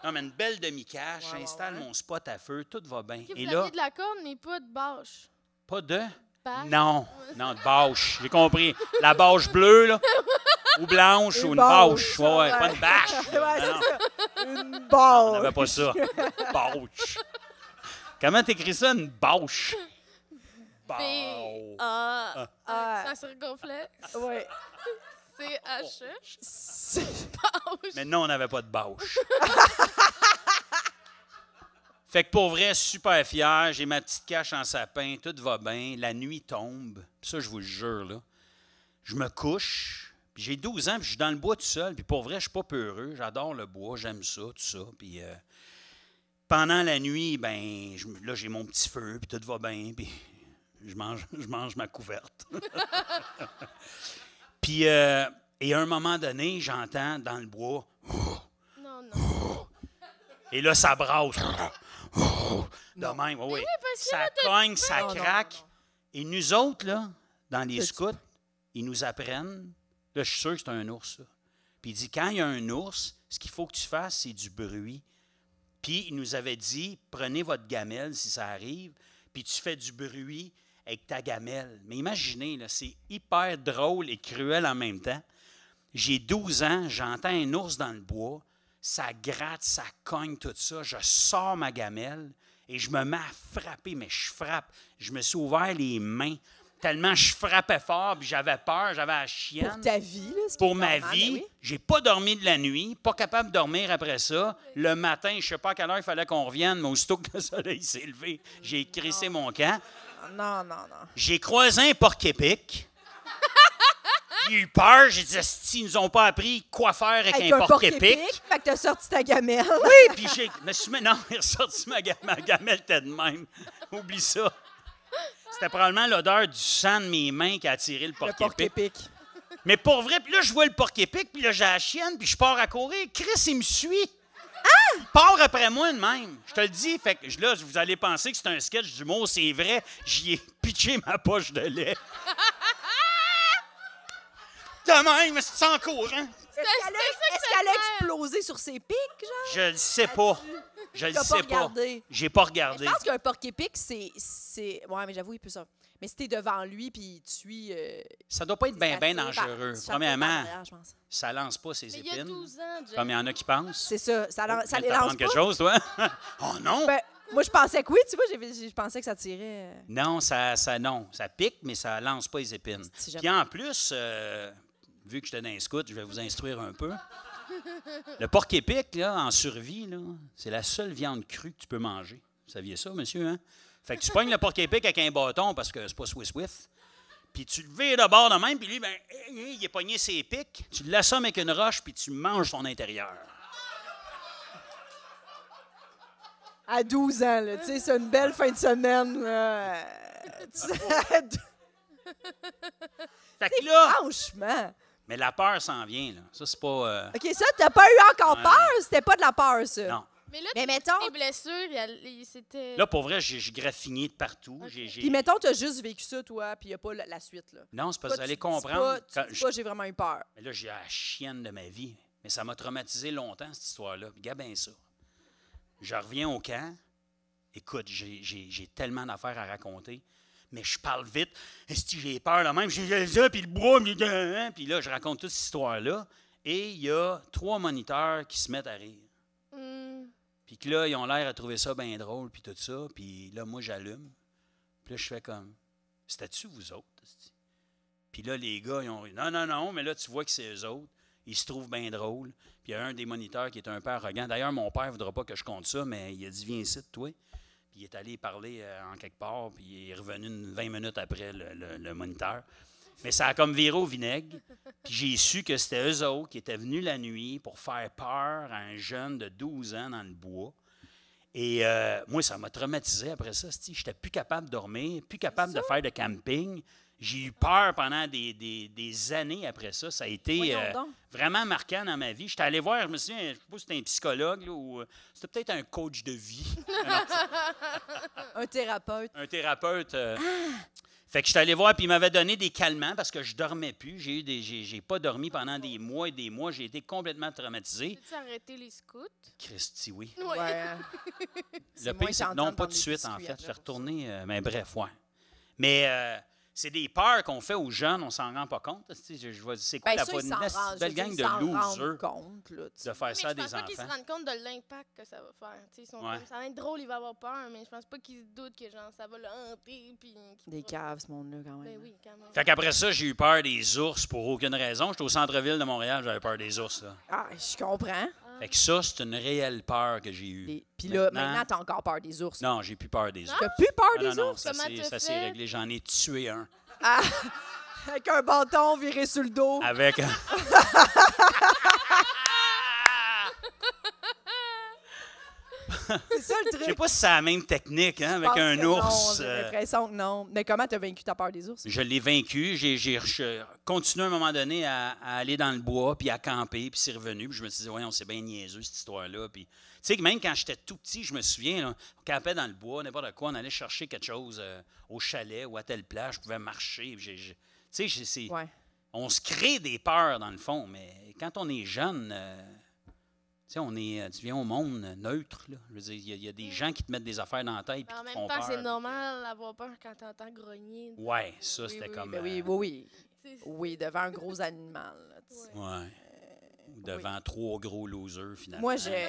[SPEAKER 6] Non, mais une belle demi-cache, j'installe mon spot à feu, tout va bien.
[SPEAKER 5] Ok,
[SPEAKER 6] et
[SPEAKER 5] vous
[SPEAKER 6] là,
[SPEAKER 5] aviez de la corne, mais pas de bâche.
[SPEAKER 6] pas de.
[SPEAKER 5] bâche.
[SPEAKER 6] Non, non, de bâche. J'ai compris. La bâche bleue, là, ou blanche, ou une bâche.
[SPEAKER 4] bâches,
[SPEAKER 6] Ouais, ouais,
[SPEAKER 4] ouais.
[SPEAKER 6] pas une bâche.
[SPEAKER 4] Ouais,
[SPEAKER 6] Non, non,
[SPEAKER 4] c'est ça. Une
[SPEAKER 6] on
[SPEAKER 4] barre.
[SPEAKER 6] n'avait pas ça. Bâche. Comment t'écris ça, une bâche?
[SPEAKER 5] B.
[SPEAKER 6] Bâche.
[SPEAKER 5] A.
[SPEAKER 4] Ah.
[SPEAKER 5] Accent circonflexe.
[SPEAKER 4] Ouais.
[SPEAKER 5] C.
[SPEAKER 6] Oh,
[SPEAKER 5] H. E.
[SPEAKER 6] Mais non, on n'avait pas de bâche. fait que pour vrai, super fier. J'ai ma petite cache en sapin. Tout va bien. La nuit tombe. Ça, je vous le jure, là. Je me couche. puis J'ai 12 ans, puis je suis dans le bois tout seul. Puis pour vrai, je suis pas peureux. J'adore le bois, j'aime ça, tout ça. Puis euh, pendant la nuit, ben je me- là, j'ai mon petit feu, puis tout va bien. Puis je mange, je mange ma couverte. puis, euh, et à un moment donné, j'entends dans le bois...
[SPEAKER 5] Non, non.
[SPEAKER 6] Et là, ça brasse. De même, oui.
[SPEAKER 5] parce que
[SPEAKER 6] ça
[SPEAKER 5] là, t'as-
[SPEAKER 6] cogne, ça
[SPEAKER 4] non, non,
[SPEAKER 6] craque. Et nous autres, là, dans les
[SPEAKER 4] Petit
[SPEAKER 6] scouts, ils nous apprennent. Là, je suis sûr que c'est un ours, ça. Puis il dit quand il y a un ours, ce qu'il faut que tu fasses, c'est du bruit. Puis il nous avait dit prenez votre gamelle si ça arrive, puis tu fais du bruit avec ta gamelle. Mais imaginez, là, c'est hyper drôle et cruel en même temps. J'ai 12 ans, j'entends un ours dans le bois, ça gratte, ça cogne, tout ça. Je sors ma gamelle et je me mets à frapper, mais je frappe. Je me suis ouvert les mains tellement je frappais fort, puis j'avais peur, j'avais la chienne
[SPEAKER 4] Pour ta vie, là. ce qui
[SPEAKER 6] pour
[SPEAKER 4] est
[SPEAKER 6] ma
[SPEAKER 4] normal,
[SPEAKER 6] vie.
[SPEAKER 4] ben oui.
[SPEAKER 6] J'ai pas dormi de la nuit, pas capable de dormir après ça. Le matin, je sais pas à quelle heure il fallait qu'on revienne, mais aussitôt que le soleil s'est levé, j'ai crissé mon camp.
[SPEAKER 4] Non, non, non.
[SPEAKER 6] J'ai croisé un porc-épic. J'ai eu peur, j'ai dit, Asti, ils nous ont pas appris quoi faire avec,
[SPEAKER 4] Avec
[SPEAKER 6] un,
[SPEAKER 4] un
[SPEAKER 6] porc-épic.
[SPEAKER 4] porc-épic, fait que t'as sorti ta gamelle.
[SPEAKER 6] Oui, puis j'ai. me suis mis- non, il est ressorti ma, ga- ma gamelle était de même. Oublie ça. C'était probablement l'odeur du sang de mes mains qui a attiré le
[SPEAKER 4] Le
[SPEAKER 6] porc-épic.
[SPEAKER 4] porc-épic.
[SPEAKER 6] Mais pour vrai, puis là, je vois le porc-épic, puis là, j'ai la chienne, puis je pars à courir. Chris, il me suit.
[SPEAKER 4] Ah!
[SPEAKER 6] Il part après moi de même. Je te le dis. Fait que je- là, vous allez penser que c'est un sketch d'humour. C'est vrai, j'y ai pitché ma poche de lait. de même, c'est en courant.
[SPEAKER 4] Est-ce qu'elle a- est-ce qu'elle a explosé sur ses pics, genre?
[SPEAKER 6] Je le sais pas. Je le
[SPEAKER 4] T'as pas
[SPEAKER 6] sais pas.
[SPEAKER 4] regardé.
[SPEAKER 6] J'ai pas
[SPEAKER 4] Je
[SPEAKER 6] regardé.
[SPEAKER 4] pense qu'un porc-épic, c'est. c'est- Ouais, mais j'avoue, il peut ça. Mais si t'es devant lui puis tu suis. euh,
[SPEAKER 6] Ça doit pas être bien,
[SPEAKER 4] ça
[SPEAKER 6] bien
[SPEAKER 4] tire par-
[SPEAKER 6] Ben, dangereux.
[SPEAKER 4] ça tire par
[SPEAKER 6] Premièrement,
[SPEAKER 4] derrière, je pense.
[SPEAKER 6] ça lance pas ses
[SPEAKER 5] Mais il y a
[SPEAKER 6] épines.
[SPEAKER 5] 12 ans, Jeff.
[SPEAKER 6] Comme il y en a qui pensent.
[SPEAKER 4] C'est ça. Ça, lan- ça
[SPEAKER 6] Tu
[SPEAKER 4] les
[SPEAKER 6] viens de t'apprendre
[SPEAKER 4] lance pas.
[SPEAKER 6] quelque chose, toi? oh non!
[SPEAKER 4] Ben, moi, je pensais que oui, tu vois, j'ai- j'ai- je pensais que ça tirait. euh,
[SPEAKER 6] Non, ça, ça, non, ça pique, mais ça lance pas les épines.
[SPEAKER 4] Si jamais-
[SPEAKER 6] Puis en plus, euh, vu que j'étais dans un scout, je vais vous instruire un peu. Le porc épic, là, en survie, là, c'est la seule viande crue que tu peux manger. Vous saviez ça, monsieur, hein? Fait que tu pognes le porc épic avec un bâton parce que c'est pas Swiss Swift. Puis tu le vires de bord de même, puis lui, ben, il est pogné ses pics. Tu l'assommes avec une roche, puis tu manges son intérieur.
[SPEAKER 4] À 12 ans, là. Tu sais, c'est une belle fin de semaine, là. euh, tu sais, à dou-
[SPEAKER 6] Fait que là,
[SPEAKER 4] Franchement.
[SPEAKER 6] mais la peur s'en vient, là. Ça, c'est pas. euh,
[SPEAKER 4] OK, ça, t'as pas eu encore
[SPEAKER 6] Ouais.
[SPEAKER 4] peur? C'était pas de la peur, ça.
[SPEAKER 6] Non.
[SPEAKER 5] Mais là,
[SPEAKER 4] Mais
[SPEAKER 5] toutes
[SPEAKER 4] mettons-
[SPEAKER 5] les blessures, il y a- il- c'était.
[SPEAKER 6] Là, pour vrai, j'ai j'ai graffiné de partout. J'ai- j'ai-
[SPEAKER 4] Puis mettons, t'as juste vécu ça, toi, puis y a pas la, la suite, là.
[SPEAKER 6] Non, c'est parce
[SPEAKER 4] Toi,
[SPEAKER 6] que vous allez
[SPEAKER 4] tu te dis
[SPEAKER 6] comprendre.
[SPEAKER 4] pas- tu
[SPEAKER 6] quand
[SPEAKER 4] te dis
[SPEAKER 6] je-
[SPEAKER 4] pas, j'ai vraiment eu peur.
[SPEAKER 6] Mais là, j'ai la chienne de ma vie. Mais ça m'a traumatisé longtemps, cette histoire-là. Puis, Regarde bien ça. Je reviens au camp. Écoute, j'ai- j'ai j'ai tellement d'affaires à raconter. Mais je parle vite. Est-ce que j'ai peur là même? J'ai ça, puis le bois, puis hein? Puis là, je raconte toute cette histoire-là. Et il y a trois moniteurs qui se mettent à rire.
[SPEAKER 5] Hmm.
[SPEAKER 6] Puis que là, ils ont l'air à trouver ça bien drôle, puis tout ça. Puis là, moi, j'allume. Puis là, je fais comme, c'était-tu vous autres? esti? Puis là, les gars, ils ont ri. Non, non, non, mais là, tu vois que c'est eux autres. Ils se trouvent bien drôles. Puis il y a un des moniteurs qui est un peu arrogant. D'ailleurs, mon père ne voudra pas que je compte ça, mais il a dit, viens ici, toi. Puis il est allé parler euh, en quelque part, puis il est revenu une 20 minutes après le, le- le moniteur. Mais ça a comme viré au vinaigre. Puis j'ai su que c'était eux autres qui étaient venus la nuit pour faire peur à un jeune de 12 ans dans le bois. Et euh, moi, ça m'a traumatisé après ça. Je n'étais plus capable de dormir, plus capable de faire de camping. J'ai eu peur pendant des, des- des années après ça. Ça a été
[SPEAKER 4] Voyons
[SPEAKER 6] euh,
[SPEAKER 4] donc.
[SPEAKER 6] vraiment marquant dans ma vie. J'étais allé voir, je me souviens, je ne sais pas si c'était un psychologue là, ou euh, c'était peut-être un coach de vie.
[SPEAKER 4] Un thérapeute.
[SPEAKER 6] un thérapeute. euh,
[SPEAKER 4] Ah!
[SPEAKER 6] Fait que je suis allé voir, puis il m'avait donné des calmants parce que je dormais plus. J'ai eu des, j'ai, j'ai pas dormi pendant des mois et des mois. J'ai été complètement traumatisé.
[SPEAKER 5] Peux-tu arrêter les scouts?
[SPEAKER 6] Christy, oui.
[SPEAKER 5] Ouais.
[SPEAKER 4] C'est
[SPEAKER 6] Le pire,
[SPEAKER 4] moins
[SPEAKER 6] c'est-
[SPEAKER 4] tentant
[SPEAKER 6] non,
[SPEAKER 4] de
[SPEAKER 6] pas
[SPEAKER 4] prendre
[SPEAKER 6] de
[SPEAKER 4] des
[SPEAKER 6] suite, en
[SPEAKER 4] biscuits
[SPEAKER 6] fait. Je
[SPEAKER 4] après
[SPEAKER 6] suis
[SPEAKER 4] pour ça.
[SPEAKER 6] retourné, euh, mais bref, ouais. Mais euh, C'est des peurs qu'on fait aux jeunes, on s'en rend pas compte. Tu sais, Je, je vois, c'est quoi
[SPEAKER 4] Ben,
[SPEAKER 6] la
[SPEAKER 4] ça,
[SPEAKER 6] bonne-
[SPEAKER 4] ils s'en
[SPEAKER 6] la
[SPEAKER 4] rendent- je veux
[SPEAKER 6] belle
[SPEAKER 4] dire,
[SPEAKER 6] gang
[SPEAKER 4] ils
[SPEAKER 6] de
[SPEAKER 4] s'en rendent
[SPEAKER 6] losers
[SPEAKER 4] compte, là, tu sais.
[SPEAKER 6] de faire
[SPEAKER 5] Mais
[SPEAKER 6] ça à
[SPEAKER 5] je pense
[SPEAKER 6] des
[SPEAKER 5] pas qu'ils se
[SPEAKER 6] enfants.
[SPEAKER 5] rendent compte de l'impact que ça va faire. Tu sais, ils sont
[SPEAKER 6] Ouais.
[SPEAKER 5] comme, ça va être drôle, il va avoir peur, mais je pense pas qu'ils se doutent que genre, ça va le hanter. Puis, qu'il
[SPEAKER 6] Ben
[SPEAKER 4] Des
[SPEAKER 5] va-
[SPEAKER 4] caves, ce monde-là, quand
[SPEAKER 5] Ben
[SPEAKER 4] même.
[SPEAKER 5] oui, quand même.
[SPEAKER 6] Fait qu'après ça, j'ai eu peur des ours pour aucune raison. J'étais au centre-ville de Montréal, j'avais peur des ours. Là.
[SPEAKER 4] Ah, je comprends.
[SPEAKER 6] Fait que ça, c'est une réelle peur que j'ai eue.
[SPEAKER 4] Les- Ah. Puis là, maintenant, t'as encore peur des ours.
[SPEAKER 6] Non, j'ai plus peur des ours.
[SPEAKER 4] T'as plus peur
[SPEAKER 6] Ah, non,
[SPEAKER 4] des
[SPEAKER 6] non,
[SPEAKER 4] ours?
[SPEAKER 6] ça
[SPEAKER 5] Comment
[SPEAKER 6] s'est-
[SPEAKER 5] t'as
[SPEAKER 6] ça s'est
[SPEAKER 5] fait?
[SPEAKER 6] réglé. J'en ai tué un.
[SPEAKER 4] Avec un bâton viré sur le dos.
[SPEAKER 6] Avec.
[SPEAKER 4] C'est ça le
[SPEAKER 6] Je sais
[SPEAKER 4] truc.
[SPEAKER 6] pas si c'est la même technique, hein, avec
[SPEAKER 4] Parce
[SPEAKER 6] un
[SPEAKER 4] que non,
[SPEAKER 6] ours.
[SPEAKER 4] J'ai
[SPEAKER 6] euh,
[SPEAKER 4] l'impression que non. Mais comment t'as vaincu ta peur des ours?
[SPEAKER 6] Je l'ai vaincu. J'ai, j'ai- je continué à un moment donné à, à aller dans le bois, puis à camper, puis c'est revenu. Puis je me suis dit, voyons, c'est bien niaiseux, cette histoire-là. Puis, tu sais, que même quand j'étais tout petit, je me souviens, là, on campait dans le bois, n'importe quoi, on allait chercher quelque chose euh, au chalet ou à telle plage, je pouvais marcher. puis j'ai- j'ai- tu sais, j'ai- c'est-
[SPEAKER 4] Ouais.
[SPEAKER 6] on se crée des peurs, dans le fond, mais quand on est jeune, euh, tu sais, on est, euh, tu viens au monde euh, neutre, là. Je veux dire, il y a- il y, a
[SPEAKER 4] Mm.
[SPEAKER 6] des gens qui te mettent des affaires dans la tête, puis
[SPEAKER 5] Mais en
[SPEAKER 6] qui te font
[SPEAKER 5] même temps,
[SPEAKER 6] peur.
[SPEAKER 5] c'est normal d'avoir peur quand t'entends grogner.
[SPEAKER 6] Ouais, ça,
[SPEAKER 5] Oui,
[SPEAKER 6] c'était
[SPEAKER 5] oui,
[SPEAKER 6] comme...
[SPEAKER 4] Ben oui,
[SPEAKER 6] euh,
[SPEAKER 4] oui, oui.
[SPEAKER 5] Tu sais,
[SPEAKER 4] Oui, devant un gros animal. là, tu sais.
[SPEAKER 5] Ouais.
[SPEAKER 6] Ouais. Ou Devant trois gros losers, finalement.
[SPEAKER 4] Euh, Moi, j'ai-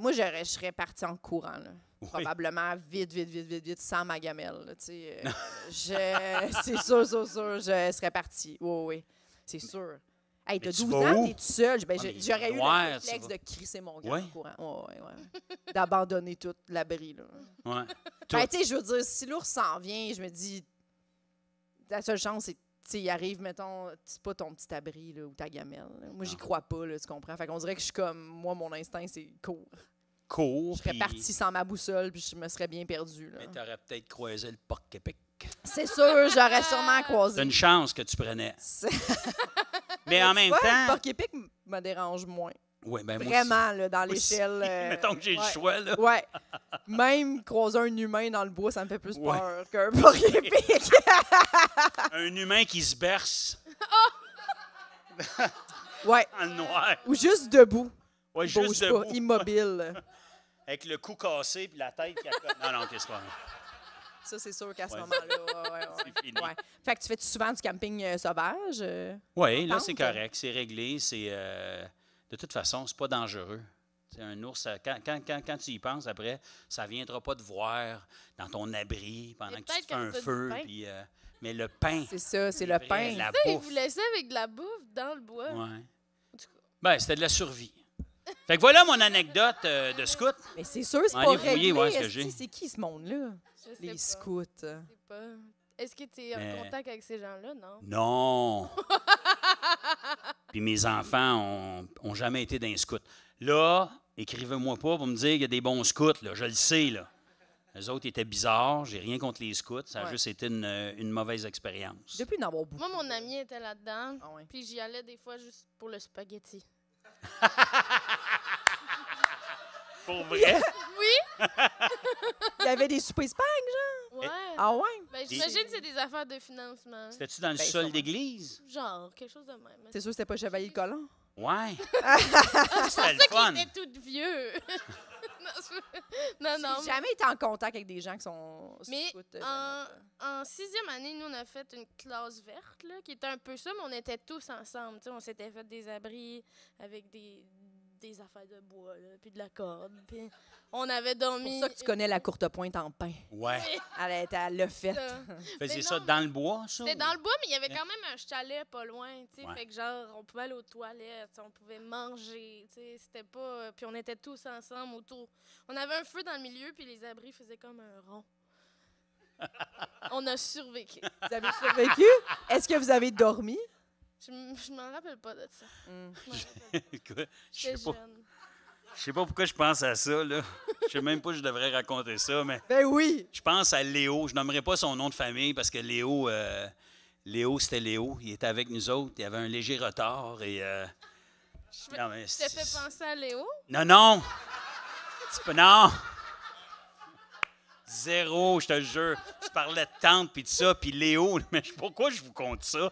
[SPEAKER 4] Moi, j'aurais- je serais partie en courant. là.
[SPEAKER 6] Oui.
[SPEAKER 4] Probablement vite, vite, vite, vite, vite, sans ma gamelle. là, tu sais. Euh, je- C'est sûr, sûr, sûr, je serais partie. Oui, oui, oui. C'est sûr. Hey, t'as
[SPEAKER 6] tu
[SPEAKER 4] 12
[SPEAKER 6] vas
[SPEAKER 4] ans,
[SPEAKER 6] où?
[SPEAKER 4] t'es tout seul. Ben,
[SPEAKER 6] Ah,
[SPEAKER 4] je-
[SPEAKER 6] mais
[SPEAKER 4] J'aurais eu
[SPEAKER 6] ouais,
[SPEAKER 4] le
[SPEAKER 6] tu
[SPEAKER 4] réflexe
[SPEAKER 6] vas.
[SPEAKER 4] de crisser mon gars
[SPEAKER 6] Ouais.
[SPEAKER 4] en courant. Ouais, ouais, ouais. D'abandonner tout l'abri. là.
[SPEAKER 6] Ouais. Toi-
[SPEAKER 4] Ben, tu sais, je veux dire, si l'ours s'en vient, je me dis, la seule chance, c'est tu sais, il arrive, mettons, c'est pas ton petit abri là, ou ta gamelle. là. Moi, j'y
[SPEAKER 6] Ah.
[SPEAKER 4] crois pas, là, tu comprends? Fait qu'on dirait que je suis comme, moi, mon instinct, c'est court.
[SPEAKER 6] Cours,
[SPEAKER 4] Je serais
[SPEAKER 6] puis-
[SPEAKER 4] partie sans ma boussole, puis je me serais bien perdue. là.
[SPEAKER 6] Mais t'aurais peut-être croisé le port Québec.
[SPEAKER 4] C'est sûr, j'aurais sûrement
[SPEAKER 6] C'est
[SPEAKER 4] croisé.
[SPEAKER 6] une chance que tu prenais.
[SPEAKER 4] C'est-
[SPEAKER 6] Mais en même
[SPEAKER 4] Ouais, le
[SPEAKER 6] temps...
[SPEAKER 4] porc épic m- me dérange moins.
[SPEAKER 6] Ouais, ben moi aussi.
[SPEAKER 4] Vraiment, là, dans
[SPEAKER 6] Moi aussi.
[SPEAKER 4] l'échelle. euh,
[SPEAKER 6] Mettons que j'ai le
[SPEAKER 4] ouais.
[SPEAKER 6] choix, là.
[SPEAKER 4] Ouais. Même croiser un humain dans le bois, ça me fait plus
[SPEAKER 6] Ouais.
[SPEAKER 4] peur qu'un porc épic.
[SPEAKER 6] Un humain qui se berce
[SPEAKER 4] ouais.
[SPEAKER 6] dans le noir.
[SPEAKER 4] Ou juste debout.
[SPEAKER 6] Ouais,
[SPEAKER 4] Bouge
[SPEAKER 6] juste
[SPEAKER 4] pas,
[SPEAKER 6] debout.
[SPEAKER 4] immobile.
[SPEAKER 6] Avec le cou cassé puis la tête qui a... Non, non, qu'est-ce pas. vrai.
[SPEAKER 4] Ça, c'est sûr qu'à ce
[SPEAKER 6] Ouais.
[SPEAKER 4] moment-là. ouais, ouais, ouais.
[SPEAKER 6] C'est fini.
[SPEAKER 4] Ouais. Fait que tu fais souvent du camping euh, sauvage? euh?
[SPEAKER 6] Oui, là,
[SPEAKER 4] Tente.
[SPEAKER 6] c'est correct. C'est réglé. C'est euh, De toute façon, c'est pas dangereux. C'est un ours, ça- quand, quand, quand, quand tu y penses après, ça viendra pas te voir dans ton abri pendant
[SPEAKER 5] Mais
[SPEAKER 6] que tu te
[SPEAKER 5] peut-être
[SPEAKER 6] fais
[SPEAKER 5] quand
[SPEAKER 6] un
[SPEAKER 5] t'as du
[SPEAKER 6] feu.
[SPEAKER 5] pain.
[SPEAKER 6] puis, euh, mais le pain,
[SPEAKER 4] C'est ça, c'est le
[SPEAKER 6] vrai,
[SPEAKER 4] pain.
[SPEAKER 6] la
[SPEAKER 5] Ils
[SPEAKER 6] bouffe.
[SPEAKER 5] vous laissaient avec de la bouffe dans le bois.
[SPEAKER 6] Ouais.
[SPEAKER 5] En tout cas,
[SPEAKER 6] Ben, c'était de la survie. Fait que voilà mon anecdote euh, de scout.
[SPEAKER 4] Mais c'est sûr, c'est
[SPEAKER 6] Allez
[SPEAKER 4] pas
[SPEAKER 6] fouiller,
[SPEAKER 4] réglé.
[SPEAKER 6] voir ce que
[SPEAKER 4] esti,
[SPEAKER 6] j'ai.
[SPEAKER 4] C'est qui ce monde-là?
[SPEAKER 5] je sais
[SPEAKER 4] Les
[SPEAKER 5] pas,
[SPEAKER 4] scouts.
[SPEAKER 5] je sais pas. Est-ce que tu es en
[SPEAKER 6] Mais-
[SPEAKER 5] contact avec ces gens-là? Non.
[SPEAKER 6] Non. Puis mes enfants ont, ont jamais été d'un scout. Là, écrivez-moi pas pour me dire qu'il y a des bons scouts. Là. Je le sais. Là. Les autres étaient bizarres. J'ai rien contre les scouts. Ça a
[SPEAKER 4] Ouais.
[SPEAKER 6] juste été une, une mauvaise expérience.
[SPEAKER 4] Depuis d'en avoir beaucoup.
[SPEAKER 5] Moi, mon ami était là-dedans.
[SPEAKER 4] Ah ouais.
[SPEAKER 5] Puis j'y allais des fois juste pour le spaghetti.
[SPEAKER 6] Pour vrai?
[SPEAKER 5] Oui?
[SPEAKER 4] Il y avait des soupers spag, genre?
[SPEAKER 5] Ouais.
[SPEAKER 4] Ah ouais?
[SPEAKER 5] Ben,
[SPEAKER 6] Des-
[SPEAKER 5] J'imagine que c'est des affaires de financement.
[SPEAKER 6] C'était-tu dans le
[SPEAKER 4] Ben,
[SPEAKER 6] sol
[SPEAKER 4] sûrement.
[SPEAKER 6] d'église?
[SPEAKER 5] Genre, quelque chose de même.
[SPEAKER 4] C'est sûr que c'était pas Chevalier le Colon.
[SPEAKER 6] Ouais.
[SPEAKER 5] C'est
[SPEAKER 6] C'était le
[SPEAKER 5] pour ça
[SPEAKER 6] fun.
[SPEAKER 5] qu'il était tout vieux. non, c'est- Ah, non, non.
[SPEAKER 4] J'ai jamais été en contact avec des gens qui sont
[SPEAKER 5] Mais
[SPEAKER 4] scouts. euh,
[SPEAKER 5] en,
[SPEAKER 4] jamais.
[SPEAKER 5] en sixième année, nous, on a fait une classe verte, là, qui était un peu ça, mais on était tous ensemble. tu sais, On s'était fait des abris avec des, des affaires de bois, là, puis de la corde. puis on avait
[SPEAKER 4] C'est
[SPEAKER 5] dormi.
[SPEAKER 4] pour ça que tu connais la courte pointe en pain.
[SPEAKER 6] Ouais.
[SPEAKER 4] Elle était à le fait.
[SPEAKER 5] Ça.
[SPEAKER 6] Faisiez
[SPEAKER 5] Mais
[SPEAKER 6] ça
[SPEAKER 5] non.
[SPEAKER 6] dans le bois, ça?
[SPEAKER 5] C'était
[SPEAKER 6] ou-
[SPEAKER 5] dans le bois, mais il y avait
[SPEAKER 6] Ouais.
[SPEAKER 5] quand même un chalet pas loin, tu sais.
[SPEAKER 6] Ouais.
[SPEAKER 5] Fait que genre, on pouvait aller aux toilettes, on pouvait manger, tu sais. C'était pas... euh, Puis on était tous ensemble autour. On avait un feu dans le milieu, puis les abris faisaient comme un rond. on a survécu.
[SPEAKER 4] Vous avez survécu? Est-ce que vous avez dormi?
[SPEAKER 5] Je, m- je m'en rappelle pas de ça.
[SPEAKER 4] Mm.
[SPEAKER 5] Je m'en rappelle pas.
[SPEAKER 6] Écoute, Je
[SPEAKER 5] J'étais
[SPEAKER 6] sais pas,
[SPEAKER 5] jeune.
[SPEAKER 6] je sais pas pourquoi je pense à ça, là. Je sais même pas si je devrais raconter ça, mais
[SPEAKER 4] Ben oui!
[SPEAKER 6] Je pense à Léo. Je nommerai pas son nom de famille parce que Léo, euh, Léo, c'était Léo. Il était avec nous autres. Il avait un léger retard et. euh,
[SPEAKER 5] Je me-
[SPEAKER 6] non, mais
[SPEAKER 5] Je t'ai
[SPEAKER 6] c'est-
[SPEAKER 5] fait penser à Léo.
[SPEAKER 6] Non, non! Tu peux- non! Zéro, je te le jure. Tu parlais de tante puis de ça, puis Léo. Mais je- pourquoi je vous compte ça?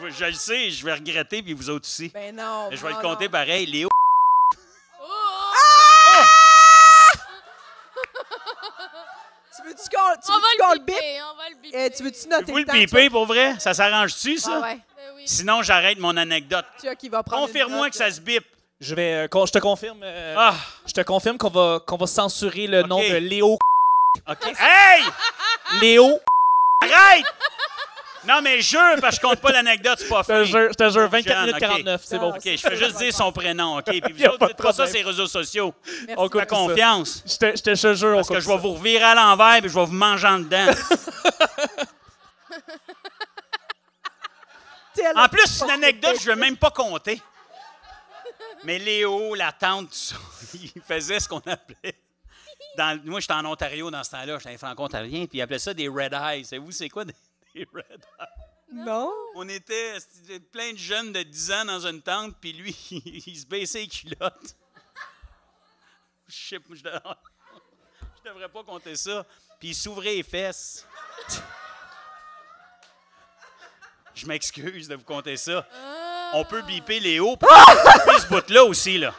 [SPEAKER 6] Je, je le sais, je vais regretter, puis vous autres aussi.
[SPEAKER 4] Ben non!
[SPEAKER 6] Mais je vais
[SPEAKER 4] non,
[SPEAKER 6] le compter
[SPEAKER 4] non.
[SPEAKER 6] pareil. Léo.
[SPEAKER 4] Ah!
[SPEAKER 5] Oh, oh!
[SPEAKER 4] Tu veux-tu qu'on tu
[SPEAKER 5] on
[SPEAKER 4] veux-tu qu'on
[SPEAKER 5] va
[SPEAKER 4] le
[SPEAKER 5] le
[SPEAKER 4] bip?
[SPEAKER 5] biper, on va le biper.
[SPEAKER 4] Eh, tu veux-tu noter
[SPEAKER 6] Vous le
[SPEAKER 4] temps que tu vas-
[SPEAKER 6] piper pour vrai? Ça s'arrange-tu,
[SPEAKER 4] Ah
[SPEAKER 6] ça?
[SPEAKER 4] ouais,
[SPEAKER 5] Ben oui.
[SPEAKER 6] Sinon, j'arrête mon anecdote.
[SPEAKER 4] tu as qui va prendre. une
[SPEAKER 6] Confirme-moi
[SPEAKER 4] note.
[SPEAKER 6] que ça se bip.
[SPEAKER 7] Je vais, euh, con- je te confirme, euh,
[SPEAKER 6] Ah,
[SPEAKER 7] je te confirme qu'on va, qu'on va censurer le nom
[SPEAKER 6] Ok.
[SPEAKER 7] de Léo.
[SPEAKER 6] OK. Hey!
[SPEAKER 7] Léo,
[SPEAKER 6] Arrête! Non, mais jure, parce que je compte pas l'anecdote, c'est pas
[SPEAKER 7] je te
[SPEAKER 6] fait.
[SPEAKER 7] jure, je te jure, 24
[SPEAKER 6] Jeanne,
[SPEAKER 7] minutes
[SPEAKER 6] ok.
[SPEAKER 7] 49, c'est
[SPEAKER 4] Ah,
[SPEAKER 7] bon.
[SPEAKER 6] OK, je veux juste dire son prénom, OK? Puis vous
[SPEAKER 7] Y a
[SPEAKER 6] autres,
[SPEAKER 7] pas de
[SPEAKER 6] dites pas ça
[SPEAKER 7] problème.
[SPEAKER 6] sur les réseaux sociaux.
[SPEAKER 4] Merci.
[SPEAKER 7] On coupe
[SPEAKER 6] Fais
[SPEAKER 7] ça.
[SPEAKER 6] confiance.
[SPEAKER 7] Je te, je te- je te jure, on
[SPEAKER 6] Parce que
[SPEAKER 7] coupe
[SPEAKER 6] je vais
[SPEAKER 7] ça.
[SPEAKER 6] vous revirer à l'envers et je vais vous manger en dedans.
[SPEAKER 4] Tellement-
[SPEAKER 6] En plus, c'est une anecdote, je ne vais même pas compter. Mais Léo, la tante, tout ça, il faisait ce qu'on appelait. dans- moi, j'étais en Ontario dans ce temps-là, j'étais un franco-ontarien, puis ils appelaient ça des red eyes. Savez-vous, c'est quoi des, des red eyes?
[SPEAKER 4] Non.
[SPEAKER 6] On était c'était plein de jeunes de 10 ans dans une tente, puis lui, il se baissait les culottes. Je sais pas, je devrais, je devrais pas compter ça. Puis il s'ouvrait les fesses. Je m'excuse de vous compter ça. On peut biper Léo pour couper ce bout-là aussi, là.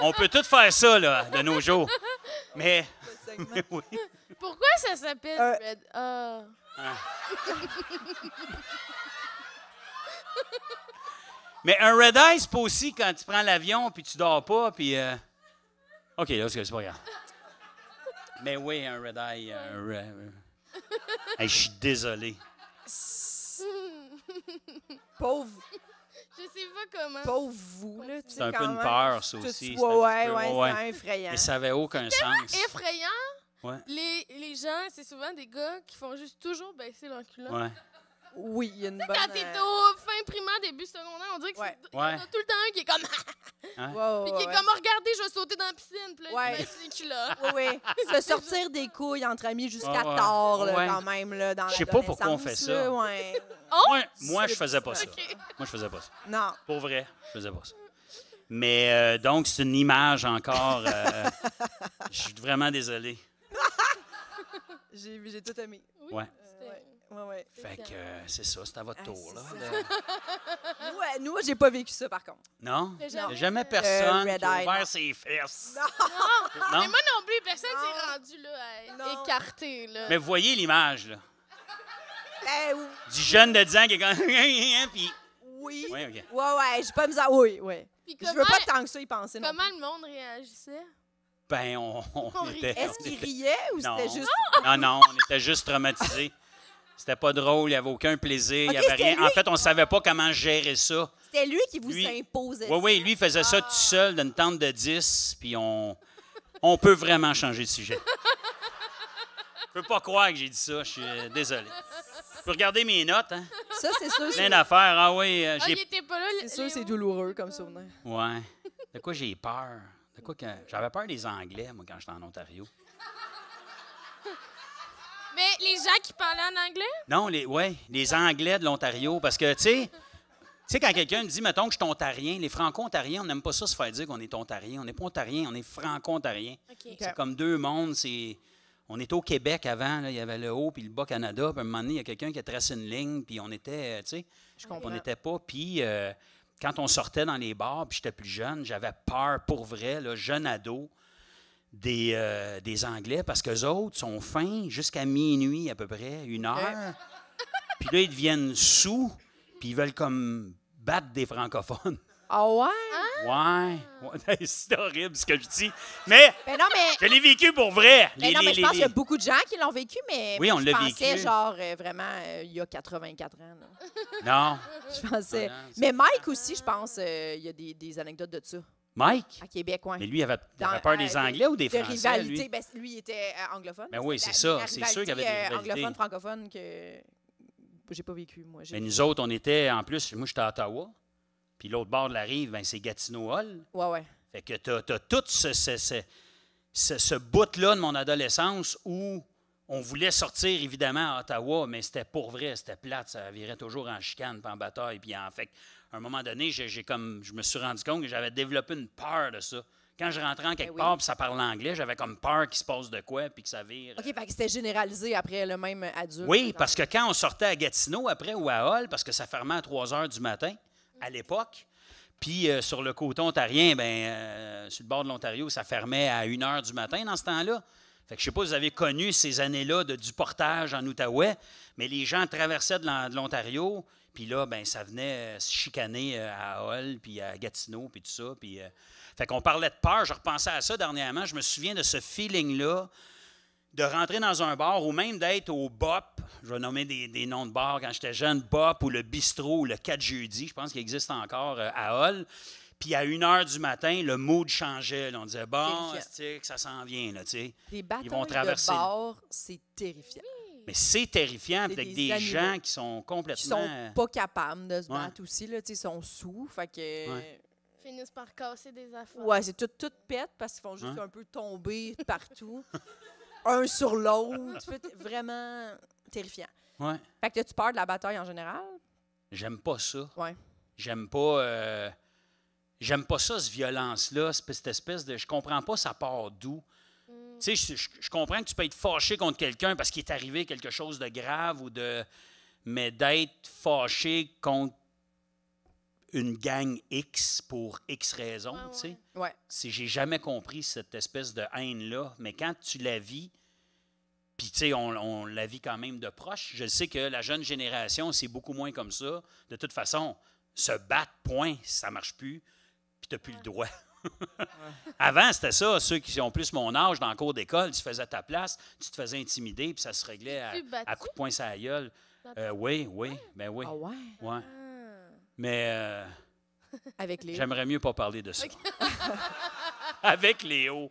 [SPEAKER 6] On peut tout faire ça, là, de nos jours. Mais, mais oui.
[SPEAKER 5] Pourquoi ça s'appelle
[SPEAKER 4] Euh,
[SPEAKER 5] Red? Ah.
[SPEAKER 6] Mais un red eye, c'est pas aussi quand tu prends l'avion puis tu dors pas, puis... euh, OK, là, c'est c'est pas grave. Mais oui, un red eye... un re- euh. Hey, je suis désolé.
[SPEAKER 4] Pauvre,
[SPEAKER 5] Je sais pas comment.
[SPEAKER 4] pauvre vous, là. tu sais,
[SPEAKER 6] C'est un peu
[SPEAKER 4] quand
[SPEAKER 6] une
[SPEAKER 4] même.
[SPEAKER 6] peur, ça
[SPEAKER 4] Tout-
[SPEAKER 6] aussi.
[SPEAKER 4] Ouais,
[SPEAKER 6] C'est un petit
[SPEAKER 4] ouais,
[SPEAKER 6] peu-
[SPEAKER 4] ouais,
[SPEAKER 6] ouais.
[SPEAKER 4] c'est effrayant.
[SPEAKER 6] Mais ça avait aucun sens.
[SPEAKER 5] Effrayant.
[SPEAKER 6] Ouais.
[SPEAKER 5] Les, les gens, c'est souvent des gars qui font juste toujours baisser leur culotte.
[SPEAKER 6] Ouais.
[SPEAKER 4] Oui, il y a une bonne... euh,
[SPEAKER 5] Quand t'es au fin primaire, début secondaire, on dirait que
[SPEAKER 4] Ouais.
[SPEAKER 5] c'est- il y en a
[SPEAKER 6] Ouais.
[SPEAKER 5] tout le temps un qui est comme...
[SPEAKER 4] Ouais,
[SPEAKER 5] Puis
[SPEAKER 4] ouais,
[SPEAKER 5] qui est
[SPEAKER 4] ouais.
[SPEAKER 5] comme, regardez, je vais sauter dans la piscine. Puis là,
[SPEAKER 4] Ouais.
[SPEAKER 5] il baisse les culottes.
[SPEAKER 4] Oui, oui. Se sortir des couilles entre amis jusqu'à
[SPEAKER 6] Ouais, ouais.
[SPEAKER 4] tard, là,
[SPEAKER 6] Ouais.
[SPEAKER 4] quand même, là, dans
[SPEAKER 6] Je sais pas pourquoi on fait
[SPEAKER 4] l'adolescence,
[SPEAKER 6] ça.
[SPEAKER 4] là, ouais.
[SPEAKER 6] Moi, moi, je faisais pas ça.
[SPEAKER 5] OK.
[SPEAKER 6] Moi, je faisais pas ça.
[SPEAKER 4] Non.
[SPEAKER 6] Pour vrai, je faisais pas ça. Mais euh, donc, c'est une image encore. euh, je suis vraiment désolé.
[SPEAKER 4] J'ai j'ai tout aimé.
[SPEAKER 5] Oui,
[SPEAKER 6] Ouais.
[SPEAKER 5] c'était-
[SPEAKER 4] Ouais, ouais.
[SPEAKER 6] Fait que euh, c'est ça, c'est à votre
[SPEAKER 4] Ah,
[SPEAKER 6] tour. Là.
[SPEAKER 4] c'est Ouais, nous, j'ai pas vécu ça, par contre.
[SPEAKER 6] Non?
[SPEAKER 5] J'ai
[SPEAKER 6] Il n'y a
[SPEAKER 5] jamais-
[SPEAKER 6] jamais personne
[SPEAKER 4] Euh, red
[SPEAKER 6] qui a
[SPEAKER 4] eye,
[SPEAKER 6] ouvert
[SPEAKER 4] non.
[SPEAKER 6] ses fesses.
[SPEAKER 5] Non,
[SPEAKER 6] Non?
[SPEAKER 5] mais moi non plus, personne
[SPEAKER 4] Non.
[SPEAKER 5] s'est rendu là, à
[SPEAKER 4] Non.
[SPEAKER 5] écarter. Là.
[SPEAKER 6] Mais vous voyez l'image, là.
[SPEAKER 4] Ben ou-
[SPEAKER 6] Du jeune de 10 ans qui est comme. Puis.
[SPEAKER 4] oui.
[SPEAKER 6] Oui, OK.
[SPEAKER 4] Ouais, ouais, j'ai pas mis à... Oui, oui.
[SPEAKER 5] Puis
[SPEAKER 4] Je
[SPEAKER 5] comment,
[SPEAKER 4] veux pas tant que ça y penser, non.
[SPEAKER 5] comment le monde réagissait?
[SPEAKER 6] Ben, on, on
[SPEAKER 5] On
[SPEAKER 6] était.
[SPEAKER 5] riait.
[SPEAKER 4] Est-ce
[SPEAKER 6] on
[SPEAKER 4] qu'il
[SPEAKER 6] était-
[SPEAKER 4] riait ou
[SPEAKER 6] Non.
[SPEAKER 4] c'était juste...
[SPEAKER 6] Non, non, on était juste traumatisés. C'était pas drôle, il n'y avait aucun plaisir, il
[SPEAKER 4] Ok,
[SPEAKER 6] n'y avait
[SPEAKER 4] c'était
[SPEAKER 6] rien. En fait, on ne savait pas comment gérer ça.
[SPEAKER 4] C'était lui qui vous
[SPEAKER 6] Lui-
[SPEAKER 4] imposait
[SPEAKER 6] Oui, oui, lui il faisait ça tout seul d'une tente de 10, puis on, on peut vraiment changer de sujet. Je peux pas croire que j'ai dit ça, je suis euh, désolé. Je peux regarder mes notes, hein?
[SPEAKER 4] ça. Ça, c'est sûr,
[SPEAKER 6] Plein
[SPEAKER 4] c'est-
[SPEAKER 6] d'affaires. Ah oui, euh,
[SPEAKER 5] Ah, il
[SPEAKER 6] j'ai.
[SPEAKER 5] était pas là,
[SPEAKER 4] c'est sûr, c'est
[SPEAKER 5] Léo?
[SPEAKER 4] douloureux comme souvenir.
[SPEAKER 6] Ouais. De quoi j'ai peur? De quoi que. J'avais peur des Anglais, moi, quand j'étais en Ontario.
[SPEAKER 5] Mais les gens qui parlaient en anglais?
[SPEAKER 6] Non, les, ouais, les Anglais de l'Ontario, parce que, tu sais, tu sais, quand quelqu'un me dit, mettons que je suis ontarien, les franco-ontariens, on n'aime pas ça se faire dire qu'on est ontarien. On n'est pas ontarien, on est franco-ontarien.
[SPEAKER 5] OK.
[SPEAKER 6] C'est comme deux mondes. C'est... On était au Québec avant, là, il y avait le haut puis le bas Canada. Puis à un moment donné, il y a quelqu'un qui a tracé une ligne, puis on était, euh, tu sais, on n'était pas. Puis euh, quand on sortait dans les bars, puis j'étais plus jeune, j'avais peur pour vrai, là, jeune ado, des, euh, des Anglais, parce qu'eux autres sont fins jusqu'à minuit à peu près, une heure. Puis là, ils deviennent sous, puis ils veulent comme battre des francophones.
[SPEAKER 4] Ah ouais?
[SPEAKER 5] Hein?
[SPEAKER 4] Ah!
[SPEAKER 6] Ouais, ouais, c'est horrible ce que je dis. Mais
[SPEAKER 4] Ben non, mais...
[SPEAKER 6] je l'ai vécu pour vrai.
[SPEAKER 4] Ben
[SPEAKER 6] Les-
[SPEAKER 4] non,
[SPEAKER 6] les-
[SPEAKER 4] mais je pense
[SPEAKER 6] les-
[SPEAKER 4] qu'il y a beaucoup de gens qui l'ont vécu, mais
[SPEAKER 6] Oui,
[SPEAKER 4] moi,
[SPEAKER 6] on
[SPEAKER 4] je
[SPEAKER 6] l'a
[SPEAKER 4] pensais
[SPEAKER 6] vécu.
[SPEAKER 4] genre euh, vraiment euh, il y a 84 ans. là.
[SPEAKER 6] Non.
[SPEAKER 4] Je pensais.
[SPEAKER 6] Ah non, c'est-
[SPEAKER 4] mais Mike aussi, je pense, euh, il y a des, des anecdotes de ça
[SPEAKER 6] Mike?
[SPEAKER 4] à Québec. Ouais.
[SPEAKER 6] Mais lui, il avait, il avait
[SPEAKER 4] Ah, Dans-
[SPEAKER 6] peur
[SPEAKER 4] euh,
[SPEAKER 6] des Anglais ou des
[SPEAKER 4] de
[SPEAKER 6] Français,
[SPEAKER 4] rivalité.
[SPEAKER 6] lui?
[SPEAKER 4] Ben, lui, il était euh, anglophone.
[SPEAKER 6] Ben oui,
[SPEAKER 4] La-
[SPEAKER 6] c'est ça,
[SPEAKER 4] la
[SPEAKER 6] c'est sûr qu'il y avait des
[SPEAKER 4] rivalité, euh,
[SPEAKER 6] rivalités.
[SPEAKER 4] anglophone-francophone que j'ai pas vécu, moi. J'ai-
[SPEAKER 6] Mais nous autres, on était, en plus, moi, j'étais à Ottawa. Puis l'autre bord de la rive, ben, c'est gatineau hall
[SPEAKER 4] Ouais, ouais.
[SPEAKER 6] Fait que t'as as tout ce, ce, ce, ce- ce bout-là de mon adolescence où on voulait sortir, évidemment, à Ottawa, mais c'était pour vrai, c'était plate. Ça virait toujours en chicane, puis en bataille. Puis en fait, à un moment donné, j'ai j'ai comme, je me suis rendu compte que j'avais développé une peur de ça. Quand je rentrais en quelque
[SPEAKER 4] Ben oui.
[SPEAKER 6] part, puis ça parle anglais, j'avais comme peur qu'il se passe de quoi, puis que ça vire.
[SPEAKER 4] OK, fait que c'était généralisé après le même adulte.
[SPEAKER 6] Oui, parce que quand on sortait à Gatineau après ou à Hall, parce que ça fermait à 3 heures du matin à l'époque, puis euh, sur le côté ontarien, ben, euh, sur le bord de l'Ontario, ça fermait à 1 heure du matin dans ce temps-là. Fait que je sais pas, vous avez connu ces années-là de du portage en Outaouais, mais les gens traversaient de l'An- de l'Ontario, puis là, ben ça venait euh, se chicaner euh, à Hall, puis à Gatineau, puis tout ça. Puis, euh, fait qu'on parlait de peur, je repensais à ça dernièrement, je me souviens de ce feeling-là, de rentrer dans un bar ou même d'être au BOP, je vais nommer des, des noms de bars quand j'étais jeune, BOP ou le Bistrot ou le 4 jeudi, je pense qu'il existe encore euh, à Hall. Puis à 1 h du matin, le mood changeait. là. on disait, bon,
[SPEAKER 4] Délicieux.
[SPEAKER 6] c'est-tu que ça s'en vient, là, tu sais.
[SPEAKER 4] Des batailles
[SPEAKER 6] vont traverser
[SPEAKER 4] de
[SPEAKER 6] le-
[SPEAKER 4] bord, c'est terrifiant.
[SPEAKER 6] Mais c'est terrifiant,
[SPEAKER 4] C'est
[SPEAKER 6] puis avec
[SPEAKER 4] des
[SPEAKER 6] des,
[SPEAKER 4] animaux
[SPEAKER 6] gens qui sont
[SPEAKER 4] Ils
[SPEAKER 6] complètement.
[SPEAKER 4] sont pas capables de se
[SPEAKER 6] Ouais.
[SPEAKER 4] battre aussi, là, tu sais, ils sont sous, fait que...
[SPEAKER 6] Ouais.
[SPEAKER 5] Finissent par casser des affaires.
[SPEAKER 4] Ouais, c'est tout, tout pète parce qu'ils font juste
[SPEAKER 6] Hein?
[SPEAKER 4] un peu tomber partout, un sur l'autre. Fait- Vraiment terrifiant.
[SPEAKER 6] Ouais.
[SPEAKER 4] Fait que tu peur de la bataille en général?
[SPEAKER 6] J'aime pas ça.
[SPEAKER 4] Ouais.
[SPEAKER 6] J'aime pas. euh, J'aime pas ça, cette violence-là, cette cette espèce de. Je comprends pas, ça part d'où.
[SPEAKER 5] Mm.
[SPEAKER 6] Tu sais, je, je- je comprends que tu peux être fâché contre quelqu'un parce qu'il est arrivé quelque chose de grave ou de. Mais d'être fâché contre une gang X pour X raisons,
[SPEAKER 5] Ouais,
[SPEAKER 6] tu sais.
[SPEAKER 5] ouais.
[SPEAKER 4] Ouais.
[SPEAKER 6] c'est j'ai jamais compris cette espèce de haine-là, mais quand tu la vis, puis tu sais, on, on la vit quand même de proche, je sais que la jeune génération, c'est beaucoup moins comme ça. De toute façon, se battre, point, ça marche plus, puis t'as plus le droit. Avant, c'était ça, ceux qui ont plus mon âge dans le cours d'école, tu faisais ta place, tu te faisais intimider, puis ça se réglait à,
[SPEAKER 5] T'es-tu battu?
[SPEAKER 6] à coups de poing sur la gueule.
[SPEAKER 5] Dans ta-
[SPEAKER 6] Euh, oui, oui, ben oui.
[SPEAKER 4] Ah ouais?
[SPEAKER 6] ouais.
[SPEAKER 5] Ah.
[SPEAKER 6] Mais euh,
[SPEAKER 4] Avec les.
[SPEAKER 6] J'aimerais mieux pas parler de ça. Avec Léo.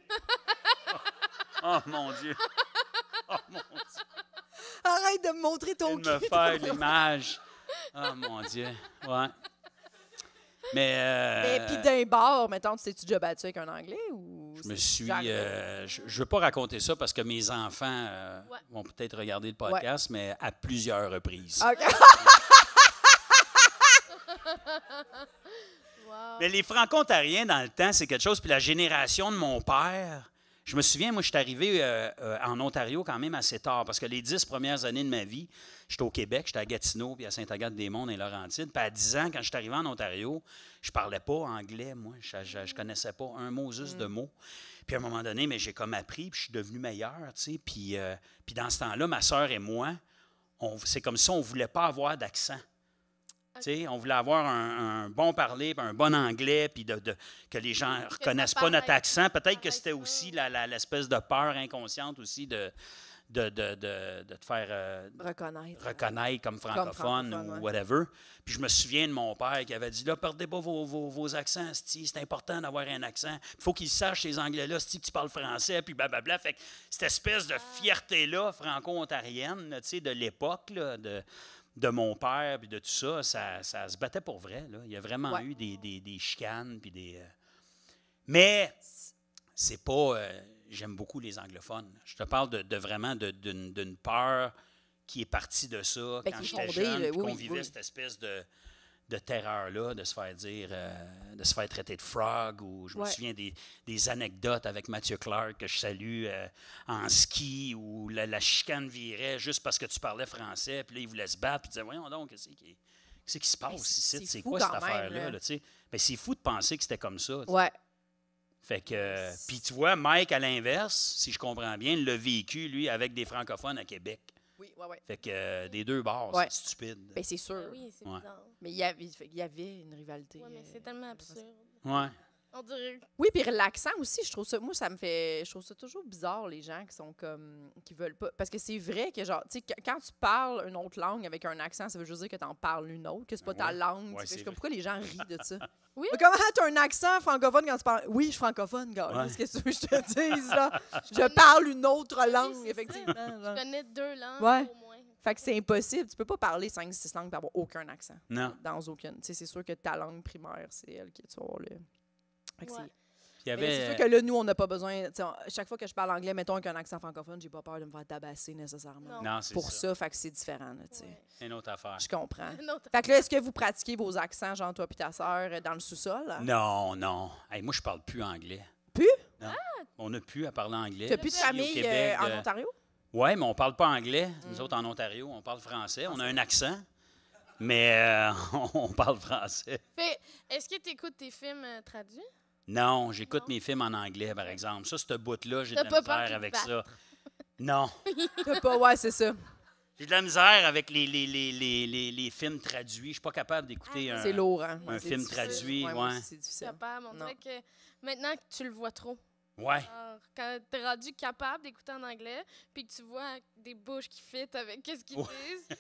[SPEAKER 6] Oh mon Dieu. Oh mon Dieu.
[SPEAKER 4] Arrête de me montrer
[SPEAKER 6] Il
[SPEAKER 4] ton
[SPEAKER 6] me
[SPEAKER 4] cul.
[SPEAKER 6] faire l'image. Oh mon Dieu. Ouais. Mais. euh,
[SPEAKER 4] Mais puis d'un bar, mettons, tu t'es-tu déjà battu avec un Anglais ou.
[SPEAKER 6] je me
[SPEAKER 4] c'est
[SPEAKER 6] suis.
[SPEAKER 4] déjà arrivé?
[SPEAKER 6] euh, je ne veux pas raconter ça parce que mes enfants euh,
[SPEAKER 5] Ouais.
[SPEAKER 6] vont peut-être regarder le podcast, mais à plusieurs reprises.
[SPEAKER 4] Ok.
[SPEAKER 5] Wow.
[SPEAKER 6] Mais les Franco-Ontariens, dans le temps, c'est quelque chose. Puis la génération de mon père, je me souviens, moi, je suis arrivé euh, euh, en Ontario quand même assez tard, parce que les dix premières années de ma vie, j'étais au Québec, j'étais à Gatineau, puis à Sainte-Agathe-des-Monts, et Laurentides. Puis à 10 ans, quand je suis arrivé en Ontario, je parlais pas anglais, moi. Je, je, je connaissais pas un mot, juste de mots. Puis à un moment donné, mais j'ai comme appris, puis je suis devenu meilleur, tu sais. Puis, euh, puis dans ce temps-là, ma sœur et moi, on- c'est comme si on voulait pas avoir d'accent. Tu sais, on voulait avoir un, un bon parler, puis un bon anglais, puis de, de- que les gens ne reconnaissent
[SPEAKER 5] ça
[SPEAKER 6] pas notre
[SPEAKER 5] paraisse-
[SPEAKER 6] accent. Peut-être que
[SPEAKER 5] paraisse
[SPEAKER 6] c'était
[SPEAKER 5] pas.
[SPEAKER 6] aussi la- la- l'espèce de peur inconsciente aussi de, de, de- de- de te faire euh,
[SPEAKER 4] Reconnaître.
[SPEAKER 6] reconnaître comme francophone,
[SPEAKER 4] francophone,
[SPEAKER 6] ou
[SPEAKER 4] ouais.
[SPEAKER 6] whatever. Puis je me souviens de mon père qui avait dit là, perdez pas vos, vos- vos accents, c'ti. c'est important d'avoir un accent. Il faut qu'ils sachent, ces Anglais-là, c'ti, que tu parles français, puis blablabla. Fait que cette espèce de fierté-là franco-ontarienne, là, tu sais, de l'époque, là, de, de mon père, puis de tout ça, ça, ça se battait pour vrai. là. Il y a vraiment
[SPEAKER 4] Ouais.
[SPEAKER 6] eu des, des- des chicanes, puis des. euh, Mais c'est pas. euh, J'aime beaucoup les anglophones. Je te parle de, de vraiment de- d'une d'une peur qui est partie de ça
[SPEAKER 4] Ben,
[SPEAKER 6] quand
[SPEAKER 4] qui est
[SPEAKER 6] j'étais
[SPEAKER 4] fondée,
[SPEAKER 6] jeune,
[SPEAKER 4] là.
[SPEAKER 6] puis
[SPEAKER 4] Oui,
[SPEAKER 6] qu'on
[SPEAKER 4] oui,
[SPEAKER 6] vivait
[SPEAKER 4] oui.
[SPEAKER 6] cette espèce de, de terreur-là, de se faire dire, euh, de se faire traiter de frog, ou je me
[SPEAKER 4] Ouais.
[SPEAKER 6] souviens des, des anecdotes avec Mathieu Clark que je salue euh, en ski, où la, la chicane virait juste parce que tu parlais français, puis là, il voulait se battre, puis il disait, voyons donc, qu'est-ce qui, qu'est-ce qui se passe
[SPEAKER 4] Ben, c'est-
[SPEAKER 6] ici?
[SPEAKER 4] c'est
[SPEAKER 6] C'est
[SPEAKER 4] fou
[SPEAKER 6] quoi cette
[SPEAKER 4] quand même, hein.
[SPEAKER 6] affaire-là?
[SPEAKER 4] là.
[SPEAKER 6] là, tu sais? Ben, c'est fou de penser que c'était comme ça. tu sais.
[SPEAKER 4] Ouais.
[SPEAKER 6] Fait que, euh, puis tu vois, Mike, à l'inverse, si je comprends bien, l'a vécu, lui, avec des francophones à Québec.
[SPEAKER 4] Oui, ouais, ouais.
[SPEAKER 6] Fait que euh, des deux bords,
[SPEAKER 4] Ouais.
[SPEAKER 6] c'est stupide.
[SPEAKER 4] Ben, c'est
[SPEAKER 5] Ben
[SPEAKER 4] sûr.
[SPEAKER 5] oui, c'est
[SPEAKER 6] Ouais.
[SPEAKER 5] bizarre.
[SPEAKER 4] Mais il y avait, il y avait une rivalité.
[SPEAKER 5] Ouais, mais c'est
[SPEAKER 4] euh,
[SPEAKER 5] tellement absurde.
[SPEAKER 6] Ouais.
[SPEAKER 5] On dirait
[SPEAKER 4] Oui, puis relaxant aussi, je trouve ça. Moi, ça me fait. Je trouve ça toujours bizarre, les gens qui sont comme. qui veulent pas. Parce que c'est vrai que, genre, tu sais, qu- quand tu parles une autre langue avec un accent, ça veut juste dire que t'en parles une autre, que c'est pas ta
[SPEAKER 6] Ouais.
[SPEAKER 4] langue.
[SPEAKER 6] Ouais,
[SPEAKER 4] tu sais,
[SPEAKER 6] c'est
[SPEAKER 4] je suis comme,
[SPEAKER 6] vrai.
[SPEAKER 4] pourquoi les gens rient de ça?
[SPEAKER 5] Oui.
[SPEAKER 4] Mais comment t'as un accent francophone quand tu parles. Oui, je suis francophone, gars.
[SPEAKER 6] Ouais.
[SPEAKER 4] Qu'est-ce que tu veux que je te dise, là? Je parle une autre
[SPEAKER 5] c'est
[SPEAKER 4] langue,
[SPEAKER 5] ça.
[SPEAKER 4] effectivement. genre.
[SPEAKER 5] Je connais deux langues
[SPEAKER 4] Ouais.
[SPEAKER 5] au moins.
[SPEAKER 4] Fait que c'est impossible. Tu peux pas parler 5-6 langues et avoir aucun accent.
[SPEAKER 6] Non.
[SPEAKER 4] Dans aucune. Tu sais, c'est sûr que ta langue primaire, c'est elle qui tu vas avoir le. Fait que
[SPEAKER 5] Ouais.
[SPEAKER 4] c'est-
[SPEAKER 6] Il y
[SPEAKER 4] mais
[SPEAKER 6] avait.
[SPEAKER 4] ben,
[SPEAKER 6] euh,
[SPEAKER 4] C'est sûr que là, nous, on n'a pas besoin. tu sais, on- chaque fois que je parle anglais, mettons avec un accent francophone, j'ai pas peur de me faire tabasser nécessairement.
[SPEAKER 5] Non.
[SPEAKER 6] Non, c'est
[SPEAKER 4] Pour
[SPEAKER 6] ça.
[SPEAKER 4] ça, fait que c'est différent. là, tu sais.
[SPEAKER 5] Ouais.
[SPEAKER 6] Une autre affaire.
[SPEAKER 4] Je comprends.
[SPEAKER 5] Un autre-
[SPEAKER 4] Fait que là, est-ce que vous pratiquez vos accents, genre toi puis ta sœur, euh, dans le sous-sol? là?
[SPEAKER 6] Non, non. Hey, moi, je parle plus anglais.
[SPEAKER 4] Plus?
[SPEAKER 6] Non. On a plus à parler anglais.
[SPEAKER 4] T'as plus de
[SPEAKER 6] Ici, au
[SPEAKER 4] famille
[SPEAKER 6] Québec,
[SPEAKER 4] euh, en
[SPEAKER 6] euh,
[SPEAKER 4] Ontario?
[SPEAKER 6] Oui, mais on parle pas anglais. Nous autres, en Ontario, on parle français. On a un accent, mais euh, on parle français.
[SPEAKER 5] Fait, est-ce que tu écoutes tes films euh, traduits?
[SPEAKER 6] Non, j'écoute mes films en anglais, par exemple. Ça, ce bout-là, j'ai de
[SPEAKER 5] T'as
[SPEAKER 6] la
[SPEAKER 5] pas peur
[SPEAKER 6] misère
[SPEAKER 5] de te
[SPEAKER 6] avec
[SPEAKER 5] battre.
[SPEAKER 6] ça. Non.
[SPEAKER 4] T'as pas, ouais, c'est ça.
[SPEAKER 6] J'ai de la misère avec les, les, les, les, les, les films traduits. Je suis pas capable d'écouter
[SPEAKER 5] Ah,
[SPEAKER 6] un.
[SPEAKER 4] C'est lourd, hein?
[SPEAKER 6] un
[SPEAKER 4] C'est
[SPEAKER 6] film
[SPEAKER 4] difficile.
[SPEAKER 6] traduit,
[SPEAKER 4] moi
[SPEAKER 6] ouais.
[SPEAKER 4] aussi, C'est difficile.
[SPEAKER 5] capable. On
[SPEAKER 4] Non.
[SPEAKER 5] dirait que maintenant que tu le vois trop,
[SPEAKER 6] Ouais.
[SPEAKER 5] alors, quand t'es rendu capable d'écouter en anglais, puis que tu vois des bouches qui fit avec qu'est-ce qu'ils
[SPEAKER 6] Ouais.
[SPEAKER 5] disent,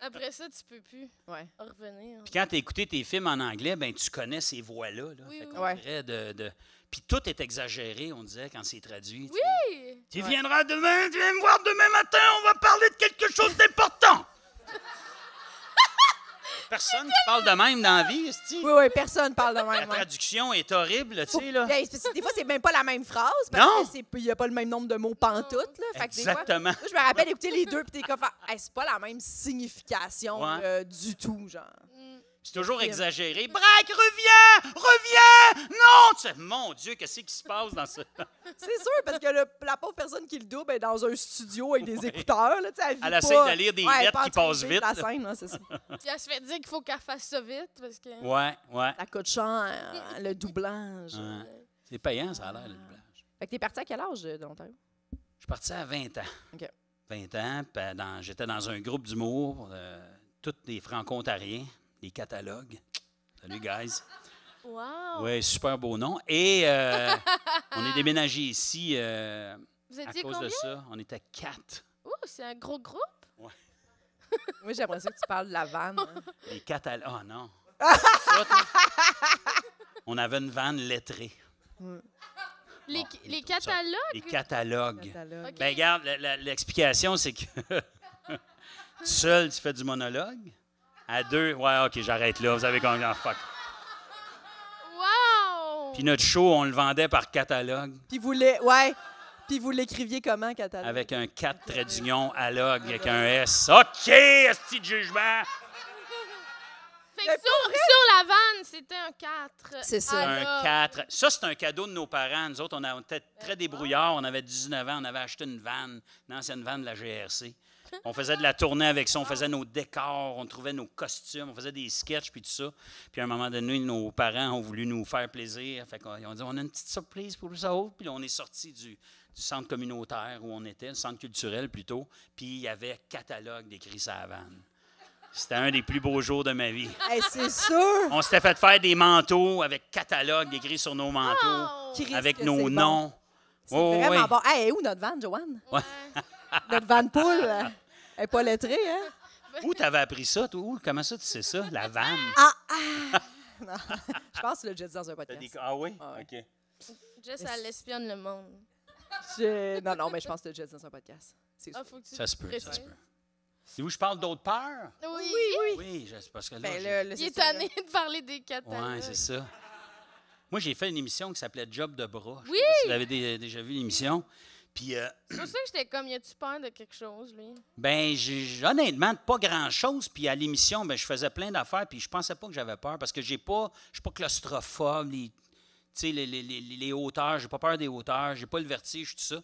[SPEAKER 5] après ça, tu peux plus
[SPEAKER 4] Ouais.
[SPEAKER 5] revenir.
[SPEAKER 6] Puis quand tu écouté tes films en anglais, ben tu connais ces voix-là. Là.
[SPEAKER 5] Oui,
[SPEAKER 6] Fait
[SPEAKER 5] oui.
[SPEAKER 6] qu'on
[SPEAKER 4] Ouais.
[SPEAKER 6] dirait de, de- Puis tout est exagéré, on disait, quand c'est traduit. tu
[SPEAKER 5] Oui!
[SPEAKER 6] sais.
[SPEAKER 5] Hey!
[SPEAKER 6] Tu viendras demain, tu viens me voir demain matin, on va parler de quelque chose d'important. Personne qui parle de même dans la vie, esti.
[SPEAKER 4] Oui, oui, personne parle de
[SPEAKER 6] La
[SPEAKER 4] même. hein. ouais.
[SPEAKER 6] traduction est horrible, tu
[SPEAKER 4] Faut-
[SPEAKER 6] sais, là.
[SPEAKER 4] Ben, c'est- c'est- des fois, c'est même pas la même phrase parce
[SPEAKER 6] Non.
[SPEAKER 4] que c'est- il n'y a pas le même nombre de mots pantoute. Là. Fait que des fois-
[SPEAKER 6] Exactement.
[SPEAKER 4] moi, je me rappelle écouter les deux, puis t'es comme, ah, Hey, c'est pas la même signification
[SPEAKER 6] Ouais.
[SPEAKER 4] euh, du tout, genre.
[SPEAKER 6] C'est toujours exagéré. Braque, reviens! Reviens! Non! Tu sais, mon Dieu, qu'est-ce qui se passe dans ce...
[SPEAKER 4] C'est sûr, parce que le- la pauvre personne qui le double est dans un studio avec des écouteurs. Là, tu sais, elle vit
[SPEAKER 6] Elle
[SPEAKER 4] pas-
[SPEAKER 6] essaie de lire des
[SPEAKER 4] elle est
[SPEAKER 6] lettres
[SPEAKER 4] pas
[SPEAKER 6] qui
[SPEAKER 4] en train de
[SPEAKER 6] passent
[SPEAKER 4] vivre
[SPEAKER 6] vite,
[SPEAKER 4] La
[SPEAKER 6] là.
[SPEAKER 4] scène, là, c'est ça.
[SPEAKER 5] Puis elle se fait dire qu'il faut qu'elle fasse ça vite parce que.
[SPEAKER 6] Ouais, ouais.
[SPEAKER 4] La coûte cher, le doublage.
[SPEAKER 6] Ouais. C'est payant, ça a l'air, le doublage.
[SPEAKER 4] Fait que t'es parti à quel âge euh, de l'Ontario?
[SPEAKER 6] Je suis parti à 20 ans.
[SPEAKER 4] OK.
[SPEAKER 6] 20 ans, puis dans- j'étais dans un groupe d'humour, euh, tous des franco-ontariens, des catalogues. Salut, guys.
[SPEAKER 4] Oh.
[SPEAKER 5] Wow!
[SPEAKER 6] Oui, super beau nom. Et euh, on est déménagé ici euh,
[SPEAKER 5] Vous
[SPEAKER 6] à
[SPEAKER 5] étiez
[SPEAKER 6] cause de
[SPEAKER 5] combien?
[SPEAKER 6] ça. On était quatre.
[SPEAKER 5] Ouh, c'est un gros groupe!
[SPEAKER 4] Moi, j'aimerais ça que tu parles de la vanne. hein.
[SPEAKER 6] Les Catalans. Ah non! Ça, toi? on avait une vanne lettrée. Bon,
[SPEAKER 5] Les,
[SPEAKER 6] on
[SPEAKER 5] les
[SPEAKER 6] trouve ça.
[SPEAKER 4] Ah,
[SPEAKER 5] catalogues?
[SPEAKER 6] Les catalogues.
[SPEAKER 4] Catalogue.
[SPEAKER 5] Ok.
[SPEAKER 6] Ben, regarde, la- la- l'explication, c'est que tout seul, tu fais du monologue. À deux, ouais, OK, j'arrête là. Vous avez compris. Ah, fuck.
[SPEAKER 5] Wow!
[SPEAKER 6] Puis notre show, on le vendait par catalogue
[SPEAKER 4] Puis vous l'é- ouais. Puis vous l'écriviez comment, Catalogue?
[SPEAKER 6] avec un 4 trait d'union à log avec un S. OK, esti de jugement!
[SPEAKER 5] Fait que sur, sur la vanne, c'était un 4.
[SPEAKER 4] C'est ça.
[SPEAKER 5] Ah,
[SPEAKER 6] un 4. Ça, c'est un cadeau de nos parents. Nous autres, on a- on était très débrouillards. On avait 19 ans. On avait acheté une vanne, une ancienne vanne de la GRC. On faisait de la tournée avec ça. On faisait nos décors. On trouvait nos costumes. On faisait des sketchs, puis tout ça. Puis à un moment donné, nos parents ont voulu nous faire plaisir. Fait qu'on ils ont dit, on a une petite surprise pour vous autres. Puis là, on est sorti du, du centre communautaire où on était, le centre culturel plutôt. Puis il y avait catalogue d'écrits sur la vanne. C'était un des plus beaux jours de ma vie.
[SPEAKER 4] Hey, c'est sûr!
[SPEAKER 6] On s'était fait faire des manteaux avec catalogue écrit sur nos manteaux,
[SPEAKER 4] Christ
[SPEAKER 6] avec
[SPEAKER 4] Oh, que
[SPEAKER 6] nos
[SPEAKER 4] c'est bon.
[SPEAKER 6] noms.
[SPEAKER 4] C'est
[SPEAKER 6] Oh,
[SPEAKER 4] vraiment
[SPEAKER 6] oui.
[SPEAKER 4] bon. Hey, elle est où notre vanne, Joanne?
[SPEAKER 6] Ouais.
[SPEAKER 4] Notre vanne poule? euh, Elle est pas lettrée, hein?
[SPEAKER 6] Où t'avais appris ça, toi? Où? Comment ça, tu sais ça? La vanne.
[SPEAKER 4] Ah! ah. Non. Je pense que tu l'as déjà dit dans un
[SPEAKER 6] T'as des-
[SPEAKER 4] podcast.
[SPEAKER 6] Ah oui?
[SPEAKER 4] Ah ouais.
[SPEAKER 6] OK.
[SPEAKER 5] Juste, elle espionne le monde.
[SPEAKER 4] Je- Non, non, mais je pense que tu l'as déjà dit dans un podcast. C'est
[SPEAKER 5] Ah,
[SPEAKER 4] sûr.
[SPEAKER 5] faut que tu
[SPEAKER 6] Ça se peut, ça
[SPEAKER 5] précises.
[SPEAKER 6] se peut. C'est où je parle d'autres peurs?
[SPEAKER 5] Oui,
[SPEAKER 6] Oui, je- c'est parce que là,
[SPEAKER 4] Ben,
[SPEAKER 6] j'ai-
[SPEAKER 4] le- le-
[SPEAKER 5] Il est
[SPEAKER 4] c'est ça,
[SPEAKER 5] tanné de parler des catalogues.
[SPEAKER 6] Ouais, c'est ça. Moi, j'ai fait une émission qui s'appelait Job de bras. Je sais
[SPEAKER 5] Oui!
[SPEAKER 6] pas si vous avez dé- déjà vu l'émission. Puis, euh,
[SPEAKER 5] C'est pour ça que j'étais comme, y a-tu peur de quelque chose, lui?
[SPEAKER 6] Ben, j'ai j'ai honnêtement pas grand-chose. Puis à l'émission, ben, je faisais plein d'affaires. Puis je pensais pas que j'avais peur parce que j'ai pas, je suis pas claustrophobe. Les, tu sais, les, les, les, les hauteurs, j'ai pas peur des hauteurs. J'ai pas le vertige, tout ça.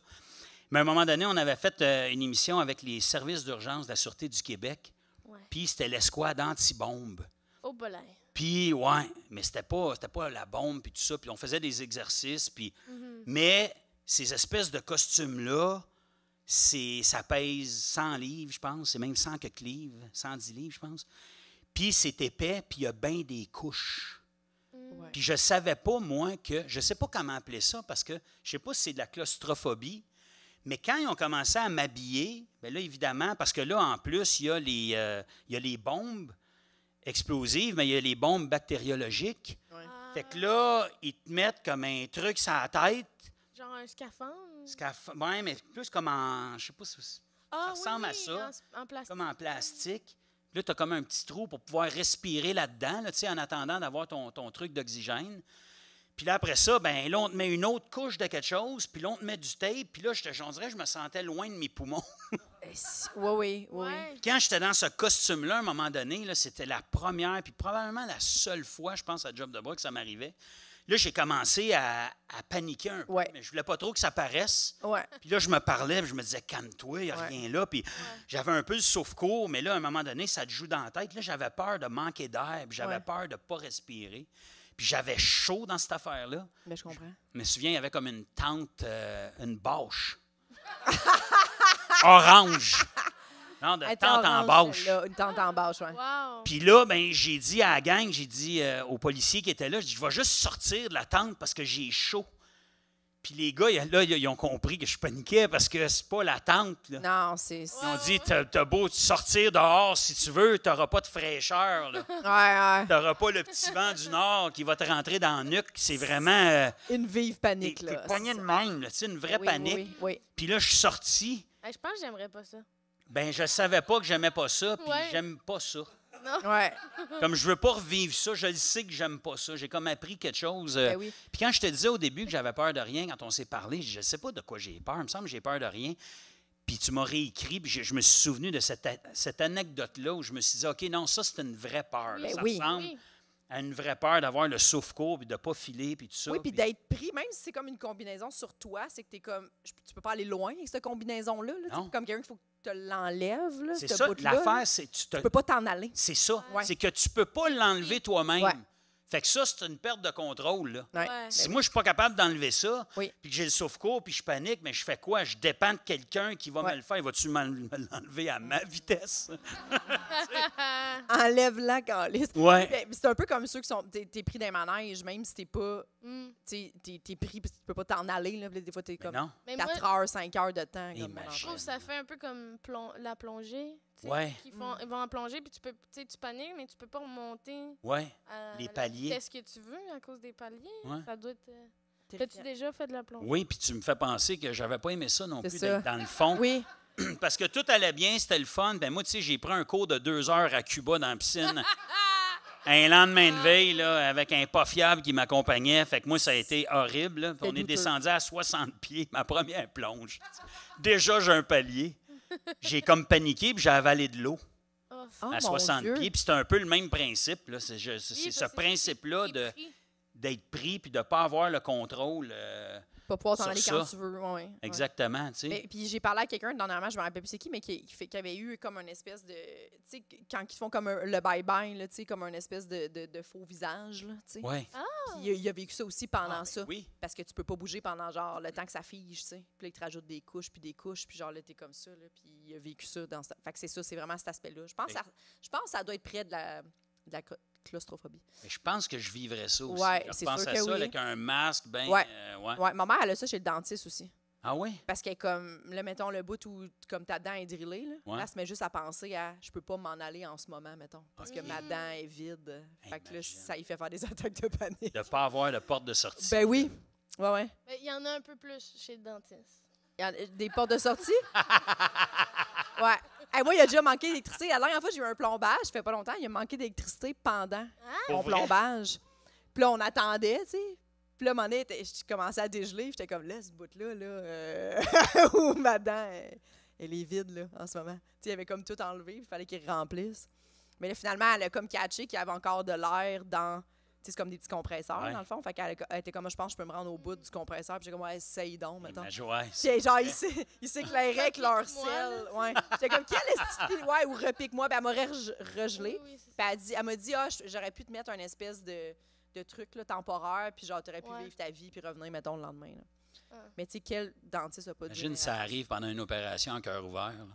[SPEAKER 6] Mais à un moment donné, on avait fait euh, une émission avec les services d'urgence de la Sûreté du Québec.
[SPEAKER 5] Ouais.
[SPEAKER 6] Puis c'était l'escouade anti-bombe.
[SPEAKER 5] Au bolin.
[SPEAKER 6] Puis, ouais, mais c'était pas, c'était pas la bombe, puis tout ça. Puis on faisait des exercices, puis... Mais ces espèces de costumes-là, c'est, ça pèse 100 livres, je pense. C'est même 100 que livres, 110 livres, je pense. Puis c'est épais, puis il y a bien des couches.
[SPEAKER 4] Ouais.
[SPEAKER 6] Puis je savais pas, moi, que... Je sais pas comment appeler ça, parce que je sais pas si c'est de la claustrophobie, mais quand ils ont commencé à m'habiller, bien là, évidemment, parce que là, en plus, il y a les, euh, il y a les bombes explosives, mais il y a les bombes bactériologiques.
[SPEAKER 5] Ah.
[SPEAKER 6] Fait que là, ils te mettent comme un truc sur la tête.
[SPEAKER 5] Genre un scaphandre.
[SPEAKER 6] ce qu'à f- Ouais, mais plus comme en. Je sais pas si.
[SPEAKER 5] Ah,
[SPEAKER 6] ressemble à ça.
[SPEAKER 5] en s- En, plastique.
[SPEAKER 6] Comme en plastique. Puis Là, tu as comme un petit trou pour pouvoir respirer là-dedans, là, tu sais, en attendant d'avoir ton, ton truc d'oxygène. Puis là, après ça, ben là, on te met une autre couche de quelque chose, puis là, on te met du tape, puis là, je te j'en dirais, je me sentais loin de mes poumons.
[SPEAKER 4] Eh, si- Oui, oui, oui. oui.
[SPEAKER 5] Ouais.
[SPEAKER 6] Quand j'étais dans ce costume-là, à un moment donné, là, c'était la première, puis probablement la seule fois, je pense, à Job de Bras que ça m'arrivait. Là, j'ai commencé à, à paniquer un peu,
[SPEAKER 4] Ouais.
[SPEAKER 6] mais je voulais pas trop que ça paraisse.
[SPEAKER 4] Ouais.
[SPEAKER 6] Puis là, je me parlais, puis je me disais, calme-toi, il n'y a
[SPEAKER 4] Ouais.
[SPEAKER 6] rien là. Puis j'avais un peu le sauve-cours, mais là, à un moment donné, ça te joue dans la tête. Là, j'avais peur de manquer d'air, puis j'avais
[SPEAKER 4] Ouais.
[SPEAKER 6] peur de ne pas respirer. Puis j'avais chaud dans cette affaire-là.
[SPEAKER 4] Mais je comprends.
[SPEAKER 6] Je me souviens, il y avait comme une tente, euh, une bâche. orange. Non, de
[SPEAKER 4] Elle était
[SPEAKER 6] tente en
[SPEAKER 4] orange,
[SPEAKER 6] bâche.
[SPEAKER 4] celle-là. Une tente en bâche, ouais.
[SPEAKER 5] Wow!
[SPEAKER 6] Puis là, ben, j'ai dit à la gang, j'ai dit euh, aux policiers qui étaient là, j'ai dit, je vais juste sortir de la tente parce que j'ai chaud. Puis les gars, y- là, ils ont compris que je paniquais parce que c'est pas la tente. là.
[SPEAKER 4] Non, c'est.
[SPEAKER 6] Ils ont dit, t'as t'as beau sortir dehors si tu veux, t'auras pas de fraîcheur. là.
[SPEAKER 4] Ouais,
[SPEAKER 6] T'auras pas le petit vent du nord qui va te rentrer dans le nuque. C'est vraiment... euh,
[SPEAKER 4] ouais. Une vive
[SPEAKER 6] t'es
[SPEAKER 4] panique,
[SPEAKER 6] t'es
[SPEAKER 4] là.
[SPEAKER 6] pogné de même, là, tu sais, une vraie
[SPEAKER 4] Oui,
[SPEAKER 6] panique.
[SPEAKER 4] Oui, oui.
[SPEAKER 6] Puis là, je suis sorti.
[SPEAKER 5] Hey, je pense que j'aimerais pas ça.
[SPEAKER 6] Ben, je savais pas que j'aimais pas ça, puis
[SPEAKER 5] Ouais.
[SPEAKER 6] j'aime pas ça.
[SPEAKER 4] oui. Ouais.
[SPEAKER 6] Comme je veux pas revivre ça, je le sais que j'aime pas ça. J'ai comme appris quelque chose. euh,
[SPEAKER 4] Ben oui.
[SPEAKER 6] Puis quand je te disais au début que j'avais peur de rien, quand on s'est parlé, je sais pas de quoi j'ai peur. Il me semble que j'ai peur de rien. Puis tu m'as réécrit, puis je, je me suis souvenu de cette, a- cette anecdote-là où je me suis dit, OK, non, ça, c'est une vraie peur.
[SPEAKER 5] Oui.
[SPEAKER 6] là.
[SPEAKER 5] Ben
[SPEAKER 6] ça
[SPEAKER 4] oui.
[SPEAKER 6] ressemble
[SPEAKER 5] Oui.
[SPEAKER 6] à une vraie peur d'avoir le souffle court, puis de pas filer, puis tout ça.
[SPEAKER 4] Oui, puis
[SPEAKER 6] puis-
[SPEAKER 4] d'être pris, même si c'est comme une combinaison sur toi, c'est que t'es comme. je- Tu peux pas aller loin avec cette combinaison-là. là.
[SPEAKER 6] Non.
[SPEAKER 4] C'est comme quelqu'un qu'il faut que tu l'enlèves, là.
[SPEAKER 6] C'est
[SPEAKER 4] ce
[SPEAKER 6] ça,
[SPEAKER 4] bout-là, là.
[SPEAKER 6] l'affaire, c'est tu te-
[SPEAKER 4] Tu peux pas t'en aller.
[SPEAKER 6] c'est ça.
[SPEAKER 4] Ouais.
[SPEAKER 6] C'est que tu peux pas l'enlever toi-même.
[SPEAKER 4] Ouais.
[SPEAKER 6] Fait que ça, c'est une perte de contrôle, là.
[SPEAKER 4] Ouais.
[SPEAKER 5] Ouais.
[SPEAKER 6] Si moi, je suis pas capable d'enlever ça,
[SPEAKER 4] Oui.
[SPEAKER 6] puis que j'ai le sauve-cours, puis je panique, mais je fais quoi? Je dépends de quelqu'un qui va
[SPEAKER 4] Ouais.
[SPEAKER 6] me le faire. Il Va-tu m'en- me l'enlever à ma vitesse?
[SPEAKER 5] Euh,
[SPEAKER 4] Enlève-la, calice.
[SPEAKER 6] Ouais.
[SPEAKER 4] Ben, C'est un peu comme ceux qui sont. T'es t'es pris dans les manèges, même si t'es pas.
[SPEAKER 5] Mm.
[SPEAKER 4] T'es es, pris, puis tu peux pas t'en aller, là. Puis Des fois, t'es
[SPEAKER 6] Mais
[SPEAKER 4] comme.
[SPEAKER 6] non.
[SPEAKER 5] Mais moi,
[SPEAKER 4] 4 heures, 5 heures de temps. Comme
[SPEAKER 6] Imagine.
[SPEAKER 5] je trouve que ça fait un peu comme plon- la plongée. tu sais,
[SPEAKER 6] Ouais.
[SPEAKER 5] Ils, font, ils vont en plongée, puis tu, peux, tu sais, tu paniques, mais tu peux pas remonter
[SPEAKER 6] Ouais.
[SPEAKER 5] à
[SPEAKER 6] Les
[SPEAKER 5] la
[SPEAKER 6] paliers.
[SPEAKER 5] vitesse que tu veux à cause des paliers.
[SPEAKER 6] Ouais.
[SPEAKER 5] Ça doit être... euh, T'as-tu
[SPEAKER 4] Terrifiant.
[SPEAKER 5] déjà fait de la plongée?
[SPEAKER 6] Oui, puis tu me fais penser que j'avais pas aimé ça non
[SPEAKER 4] C'est
[SPEAKER 6] plus
[SPEAKER 4] ça.
[SPEAKER 6] d'être dans le fond.
[SPEAKER 4] Oui,
[SPEAKER 6] Parce que tout allait bien, c'était le fun. Ben moi, tu sais, j'ai pris un cours de deux heures à Cuba dans la piscine. Un lendemain
[SPEAKER 4] Ah.
[SPEAKER 6] de veille, là, avec un pas fiable qui m'accompagnait. Fait que moi, ça a été horrible. là. Puis On
[SPEAKER 4] C'était
[SPEAKER 6] est
[SPEAKER 4] douteux.
[SPEAKER 6] descendu à 60 pieds, ma première plonge. Déjà, j'ai un palier. J'ai comme paniqué, puis j'ai avalé de l'eau
[SPEAKER 5] Oh,
[SPEAKER 4] Oh,
[SPEAKER 6] à
[SPEAKER 4] mon
[SPEAKER 6] 60
[SPEAKER 4] Dieu.
[SPEAKER 6] pieds. Puis c'est un peu le même principe. là. C'est je- c'est-
[SPEAKER 5] Oui,
[SPEAKER 6] c'est
[SPEAKER 5] ça,
[SPEAKER 6] ce
[SPEAKER 5] c'est-
[SPEAKER 6] principe-là
[SPEAKER 5] t'es
[SPEAKER 6] de-
[SPEAKER 5] pris.
[SPEAKER 6] d'être pris puis de ne pas avoir le contrôle. euh,
[SPEAKER 4] pas pouvoir t'en
[SPEAKER 6] Sur
[SPEAKER 4] aller quand
[SPEAKER 6] ça.
[SPEAKER 4] tu veux. ouais, ouais.
[SPEAKER 6] exactement, tu sais.
[SPEAKER 4] Mais- Puis j'ai parlé à quelqu'un dernièrement, je me rappelle plus c'est qui, mais qui, qui fait, qui avait eu comme une espèce de. Tu sais, quand ils font comme un- le bye-bye, là, tu sais, comme une espèce de, de- de faux visage, là, tu sais.
[SPEAKER 6] Ouais.
[SPEAKER 4] Puis il, a- il a vécu ça aussi pendant
[SPEAKER 6] Ah, ben
[SPEAKER 4] ça.
[SPEAKER 6] oui.
[SPEAKER 4] Parce que tu peux pas bouger pendant, genre, le temps que ça fige, tu sais. Puis là, ils te rajoutent des couches, puis des couches, puis genre, là, t'es comme ça, là. Puis il a vécu ça dans. ce- Fait que c'est ça, c'est vraiment cet aspect-là. Je pense, que
[SPEAKER 6] Ben-
[SPEAKER 4] ça- je pense que ça doit être près de la, de la cla- claustrophobie.
[SPEAKER 6] Mais je pense que je vivrais ça aussi.
[SPEAKER 4] Ouais,
[SPEAKER 6] je
[SPEAKER 4] c'est
[SPEAKER 6] pense
[SPEAKER 4] sûr
[SPEAKER 6] à
[SPEAKER 4] que
[SPEAKER 6] ça
[SPEAKER 4] oui.
[SPEAKER 6] avec un masque, ben
[SPEAKER 4] Ouais.
[SPEAKER 6] euh, ouais.
[SPEAKER 4] Ouais, ma mère, elle a ça chez le dentiste aussi.
[SPEAKER 6] Ah oui?
[SPEAKER 4] Parce qu'elle est comme, là, mettons, le bout où, comme ta dent est drillée, là,
[SPEAKER 6] Ouais.
[SPEAKER 4] là, elle se met juste à penser à « je peux pas m'en aller en ce moment, mettons, parce
[SPEAKER 6] Ok.
[SPEAKER 4] que ma dent est vide. Fait que là,
[SPEAKER 6] Imagine.
[SPEAKER 4] ça y fait faire des attaques de panique.
[SPEAKER 6] De ne pas avoir de porte de sortie.
[SPEAKER 4] Ben oui, ouais, ouais.
[SPEAKER 5] Ben, Il y en a un peu plus chez le dentiste.
[SPEAKER 4] Il y en a- Des portes de sortie? ouais. Hey, moi, il a déjà manqué d'électricité. La dernière fois, j'ai eu un plombage, ça fait pas longtemps, il a manqué d'électricité pendant
[SPEAKER 6] Pour
[SPEAKER 4] mon
[SPEAKER 6] vrai?
[SPEAKER 4] plombage. Puis là, on attendait, tu sais. Puis là, à un moment donné, t'es- je commençais à dégeler. puis J'étais comme, là, ce bout-là, là, euh, où ma dent, elle, elle est vide, là, en ce moment. Tu sais, il avait comme tout enlevé, puis il fallait qu'il remplisse. Mais là, finalement, elle a comme catché qu'il y avait encore de l'air dans. Tu sais, c'est comme des petits compresseurs,
[SPEAKER 6] Ouais.
[SPEAKER 4] dans le fond. Fait qu'elle a- elle était comme, je pense, que je peux me rendre au bout du compresseur. Puis j'ai comme, ouais, essaye donc, mettons.
[SPEAKER 6] Imagine- ouais,
[SPEAKER 4] Puis elle, genre, ils s'é- ils s'éclairaient avec leur
[SPEAKER 5] Repique-moi, là,
[SPEAKER 4] sel. Ouais. J'étais comme, quelle est Ouais, ou repique-moi. Puis elle m'aurait re- regelé.
[SPEAKER 5] Oui, oui, c'est ça.
[SPEAKER 4] Puis elle, dit- elle m'a dit, ah, je- j'aurais pu te mettre un espèce de, de truc là, temporaire, puis genre, t'aurais pu
[SPEAKER 5] Ouais.
[SPEAKER 4] vivre ta vie, puis revenir, mettons, le lendemain. là.
[SPEAKER 5] Ah.
[SPEAKER 4] Mais tu sais, quel dentiste a pas de
[SPEAKER 6] Imagine ça arrive pendant une opération à cœur ouvert. là.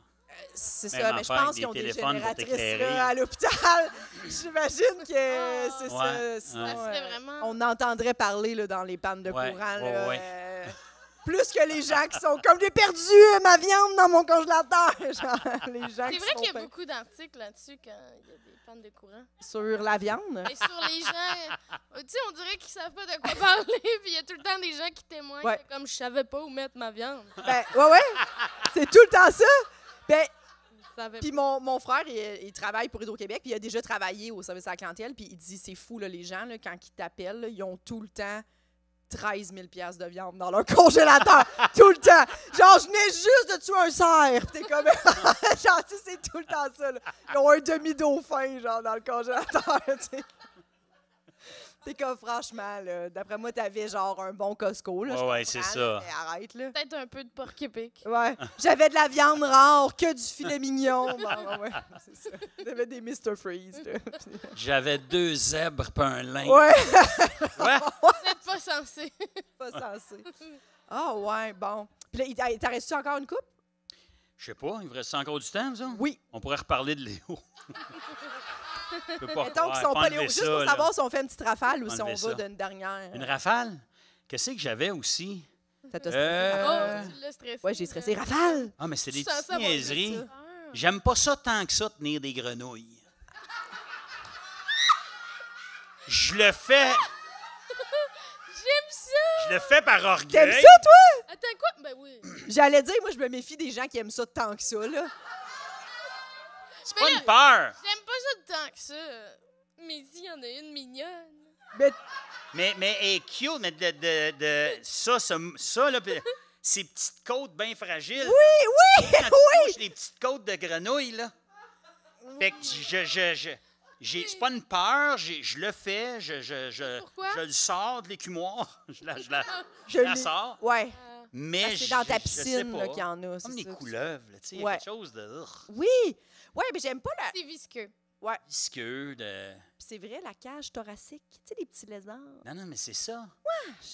[SPEAKER 4] C'est
[SPEAKER 6] Même
[SPEAKER 4] ça, mais je
[SPEAKER 6] affaire avec
[SPEAKER 4] pense
[SPEAKER 6] des
[SPEAKER 4] qu'ils ont des
[SPEAKER 6] téléphones pour
[SPEAKER 4] génératrices
[SPEAKER 6] t'éclairer.
[SPEAKER 4] là, à l'hôpital. J'imagine que euh, c'est
[SPEAKER 6] Ouais,
[SPEAKER 4] ça. sinon,
[SPEAKER 5] Ça Ah. serait
[SPEAKER 4] euh,
[SPEAKER 5] vraiment...
[SPEAKER 4] on entendrait parler là, dans les pannes de
[SPEAKER 6] Ouais,
[SPEAKER 4] courant.
[SPEAKER 6] ouais,
[SPEAKER 4] là,
[SPEAKER 6] ouais.
[SPEAKER 4] euh, plus que les gens qui sont comme j'ai perdu euh, ma viande dans mon congélateur. Genre, les gens
[SPEAKER 5] C'est
[SPEAKER 4] qui
[SPEAKER 5] vrai
[SPEAKER 4] sont
[SPEAKER 5] qu'il y a
[SPEAKER 4] pas-
[SPEAKER 5] beaucoup d'articles là-dessus quand il y a des pannes de courant.
[SPEAKER 4] sur la viande.
[SPEAKER 5] Et sur les gens, euh, tu sais, on dirait qu'ils savent pas de quoi parler, puis il y a tout le temps des gens qui témoignent,
[SPEAKER 4] Ouais.
[SPEAKER 5] de comme je savais pas où mettre ma viande.
[SPEAKER 4] Ben, ouais, ouais. C'est tout le temps ça. Ben,
[SPEAKER 5] Je savais
[SPEAKER 4] Puis mon, mon frère, il, il travaille pour Hydro-Québec, puis il a déjà travaillé au service à la clientèle, puis il dit c'est fou, là, les gens, là, quand ils t'appellent, là, ils ont tout le temps 13 000 piastres de viande dans leur congélateur. tout le temps. Genre, je venais juste de tuer un cerf. Puis t'es comme. genre, tu sais, c'est tout le temps ça. là. Ils ont un demi-dauphin, genre, dans le congélateur. tu sais. T'es comme, franchement, là, d'après moi, t'avais genre un bon Costco. Là, je
[SPEAKER 6] Ouais, ouais, c'est
[SPEAKER 4] comprends,
[SPEAKER 6] ça.
[SPEAKER 4] là, Mais arrête, là.
[SPEAKER 5] Peut-être un peu de porc épic.
[SPEAKER 4] Ouais. J'avais de la viande rare, que du filet mignon. Bon, ouais, ouais, c'est ça. J'avais des Mr. Freeze, là.
[SPEAKER 6] J'avais deux zèbres pas un lynx.
[SPEAKER 4] Ouais,
[SPEAKER 6] Ouais.
[SPEAKER 5] Vous n'êtes pas censé.
[SPEAKER 4] pas censé. Ah, ouais, bon. Puis là, il- hey, t'en restes-tu encore une coupe?
[SPEAKER 6] Je sais pas, il me reste encore du temps, ça?
[SPEAKER 4] Oui.
[SPEAKER 6] On pourrait reparler de Léo. Je peux pas
[SPEAKER 4] Mettons
[SPEAKER 6] croire,
[SPEAKER 4] qu'ils sont
[SPEAKER 6] faut
[SPEAKER 4] pas les
[SPEAKER 6] enlever
[SPEAKER 4] Juste
[SPEAKER 6] ça,
[SPEAKER 4] pour
[SPEAKER 6] là.
[SPEAKER 4] savoir si on fait une petite rafale ou si on
[SPEAKER 6] Enlever
[SPEAKER 4] va
[SPEAKER 6] ça.
[SPEAKER 4] d'une dernière.
[SPEAKER 6] Une rafale? Qu'est-ce que j'avais aussi?
[SPEAKER 4] Ça t'a stressé,
[SPEAKER 6] Euh,
[SPEAKER 4] Rafale?
[SPEAKER 5] Oh, tu l'as stressé.
[SPEAKER 4] Ouais, j'ai stressé.
[SPEAKER 5] là.
[SPEAKER 4] Rafale!
[SPEAKER 6] Ah, mais c'est
[SPEAKER 5] Tu
[SPEAKER 6] des
[SPEAKER 5] sens
[SPEAKER 6] petites
[SPEAKER 5] ça, moi, j'ai
[SPEAKER 6] niaiseries.
[SPEAKER 5] Ah.
[SPEAKER 6] J'aime pas ça tant que ça, tenir des grenouilles. Je le fais,
[SPEAKER 5] J'aime ça!
[SPEAKER 6] je le fais par orgueil.
[SPEAKER 4] T'aimes ça, toi?
[SPEAKER 5] Attends, quoi? Ben oui.
[SPEAKER 4] J'allais dire, moi, je me méfie des gens qui aiment ça tant que ça, là.
[SPEAKER 6] C'est
[SPEAKER 5] Mais
[SPEAKER 6] pas
[SPEAKER 5] là,
[SPEAKER 6] une peur.
[SPEAKER 5] J'aime pas ça tant que ça. Mais il y en a une mignonne.
[SPEAKER 4] Mais
[SPEAKER 6] Mais, mais elle est cute, mais de, de- de- ça, ça, ça, là, pis ces petites côtes bien fragiles.
[SPEAKER 4] oui, oui!
[SPEAKER 6] Quand tu touches les petites côtes de grenouille, là. Fait que je. je, je j'ai- c'est pas une peur, j'ai- je le fais, je, je, je,
[SPEAKER 5] Pourquoi?
[SPEAKER 6] je le sors de l'écumoire, je la, je la, je
[SPEAKER 4] Je
[SPEAKER 6] la
[SPEAKER 4] l'ai-
[SPEAKER 6] sors,
[SPEAKER 4] Ouais.
[SPEAKER 6] mais
[SPEAKER 4] Parce que
[SPEAKER 6] Eh, je-
[SPEAKER 4] c'est dans ta
[SPEAKER 6] je- je sais
[SPEAKER 4] piscine, là,
[SPEAKER 6] pas.
[SPEAKER 4] qu'il y en a, c'est
[SPEAKER 6] Comme des
[SPEAKER 4] ça.
[SPEAKER 6] couleuvres, là, tu sais, il y a
[SPEAKER 4] Ouais.
[SPEAKER 6] quelque chose de urgh,
[SPEAKER 4] Oui! Ouais, mais j'aime pas la.
[SPEAKER 5] C'est visqueux.
[SPEAKER 6] visqueux, de...
[SPEAKER 4] C'est vrai, la cage thoracique. Tu sais, les petits lézards. Oui,
[SPEAKER 6] Non, non, mais c'est ça.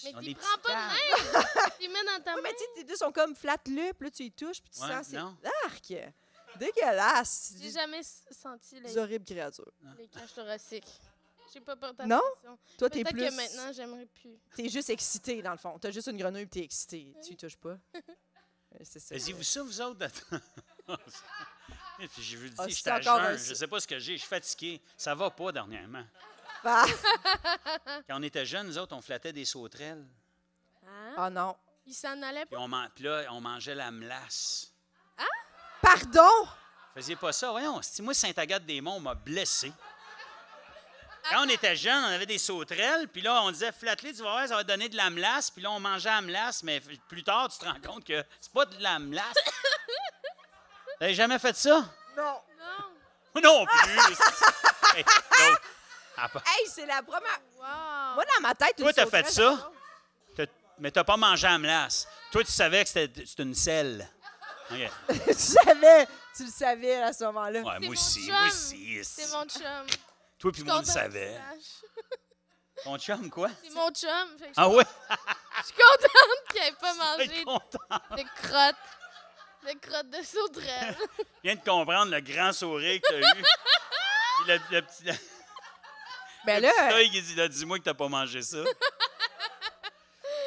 [SPEAKER 5] Mais
[SPEAKER 6] Dans
[SPEAKER 5] t'y
[SPEAKER 6] des
[SPEAKER 5] prends
[SPEAKER 6] petits
[SPEAKER 5] pas
[SPEAKER 6] câbles.
[SPEAKER 5] de même. Tu les mets dans ta main.
[SPEAKER 4] mais tu sais, tes deux sont comme flatte-le, puis là, tu y touches, puis tu
[SPEAKER 6] Ouais,
[SPEAKER 4] sens. C'est...
[SPEAKER 6] non.
[SPEAKER 4] Arc! Dégueulasse!
[SPEAKER 5] J'ai jamais s- senti les,
[SPEAKER 4] Des horribles créatures.
[SPEAKER 5] les cages thoraciques. J'ai pas porté
[SPEAKER 4] Non?
[SPEAKER 5] attention.
[SPEAKER 4] Toi, t'es
[SPEAKER 5] Peut-être
[SPEAKER 4] plus.
[SPEAKER 5] que maintenant, j'aimerais plus.
[SPEAKER 4] T'es juste excité, dans le fond. T'as juste une grenouille, puis t'es excité. Tu y touches pas. Euh, c'est ça.
[SPEAKER 6] Faisiez-vous ça, vous autres? d'attendre? Et puis je vous dis,
[SPEAKER 4] Ah,
[SPEAKER 6] je
[SPEAKER 4] c'est
[SPEAKER 6] suis à
[SPEAKER 4] encore un-
[SPEAKER 6] jeun, je sais pas ce que j'ai, je suis fatigué. Ça va pas dernièrement.
[SPEAKER 4] Ah Hein?
[SPEAKER 6] Quand on était jeunes, nous autres, on flattait des sauterelles.
[SPEAKER 5] Hein?
[SPEAKER 4] oh non.
[SPEAKER 5] Il s'en allait
[SPEAKER 6] Puis,
[SPEAKER 5] pas.
[SPEAKER 6] on man- puis là, on mangeait la melasse.
[SPEAKER 4] Pardon!
[SPEAKER 6] Faisiez pas ça. Voyons, si moi, Sainte-Agathe-des-Monts, on m'a blessé.
[SPEAKER 5] Ah.
[SPEAKER 6] Quand on était jeunes, on avait des sauterelles, puis là, on disait, flatte-les, tu vas voir, ça va donner de la melasse. Puis là, on mangeait la melasse, mais f- plus tard, tu te rends compte que c'est pas de la melasse. T'avais jamais fait ça?
[SPEAKER 4] Non!
[SPEAKER 5] Non.
[SPEAKER 6] Moi non plus! Hey, l'autre. Ah, pas-
[SPEAKER 4] Hey, c'est la première.
[SPEAKER 5] Wow.
[SPEAKER 4] Moi, dans ma tête,
[SPEAKER 6] Toi,
[SPEAKER 4] une
[SPEAKER 6] t'as fait ça?
[SPEAKER 4] sauterelle, j'adore.
[SPEAKER 6] T'as- mais t'as pas mangé la melasse. Toi, tu savais que c'était c'était une selle. OK. Ouais,
[SPEAKER 4] tu savais! Tu le savais à ce moment-là.
[SPEAKER 6] moi
[SPEAKER 5] C'est mon
[SPEAKER 6] aussi,
[SPEAKER 5] chum.
[SPEAKER 6] moi aussi.
[SPEAKER 5] C'est mon chum.
[SPEAKER 6] Toi puis moi, on le
[SPEAKER 5] Contente que tu
[SPEAKER 6] savait.
[SPEAKER 5] saches.
[SPEAKER 6] Ton chum, quoi?
[SPEAKER 5] C'est mon chum. Fait que
[SPEAKER 6] Ah ouais?
[SPEAKER 5] Je suis contente qu'il n'ait pas
[SPEAKER 6] Je
[SPEAKER 5] mangé
[SPEAKER 6] suis content.
[SPEAKER 5] de crottes. De crottes de sauterelles.
[SPEAKER 6] Je viens de comprendre le grand sourire que t'as eu. Puis le, le petit le petit
[SPEAKER 4] Ben là,
[SPEAKER 6] œil qui dit, là, dis-moi que t'as pas mangé ça.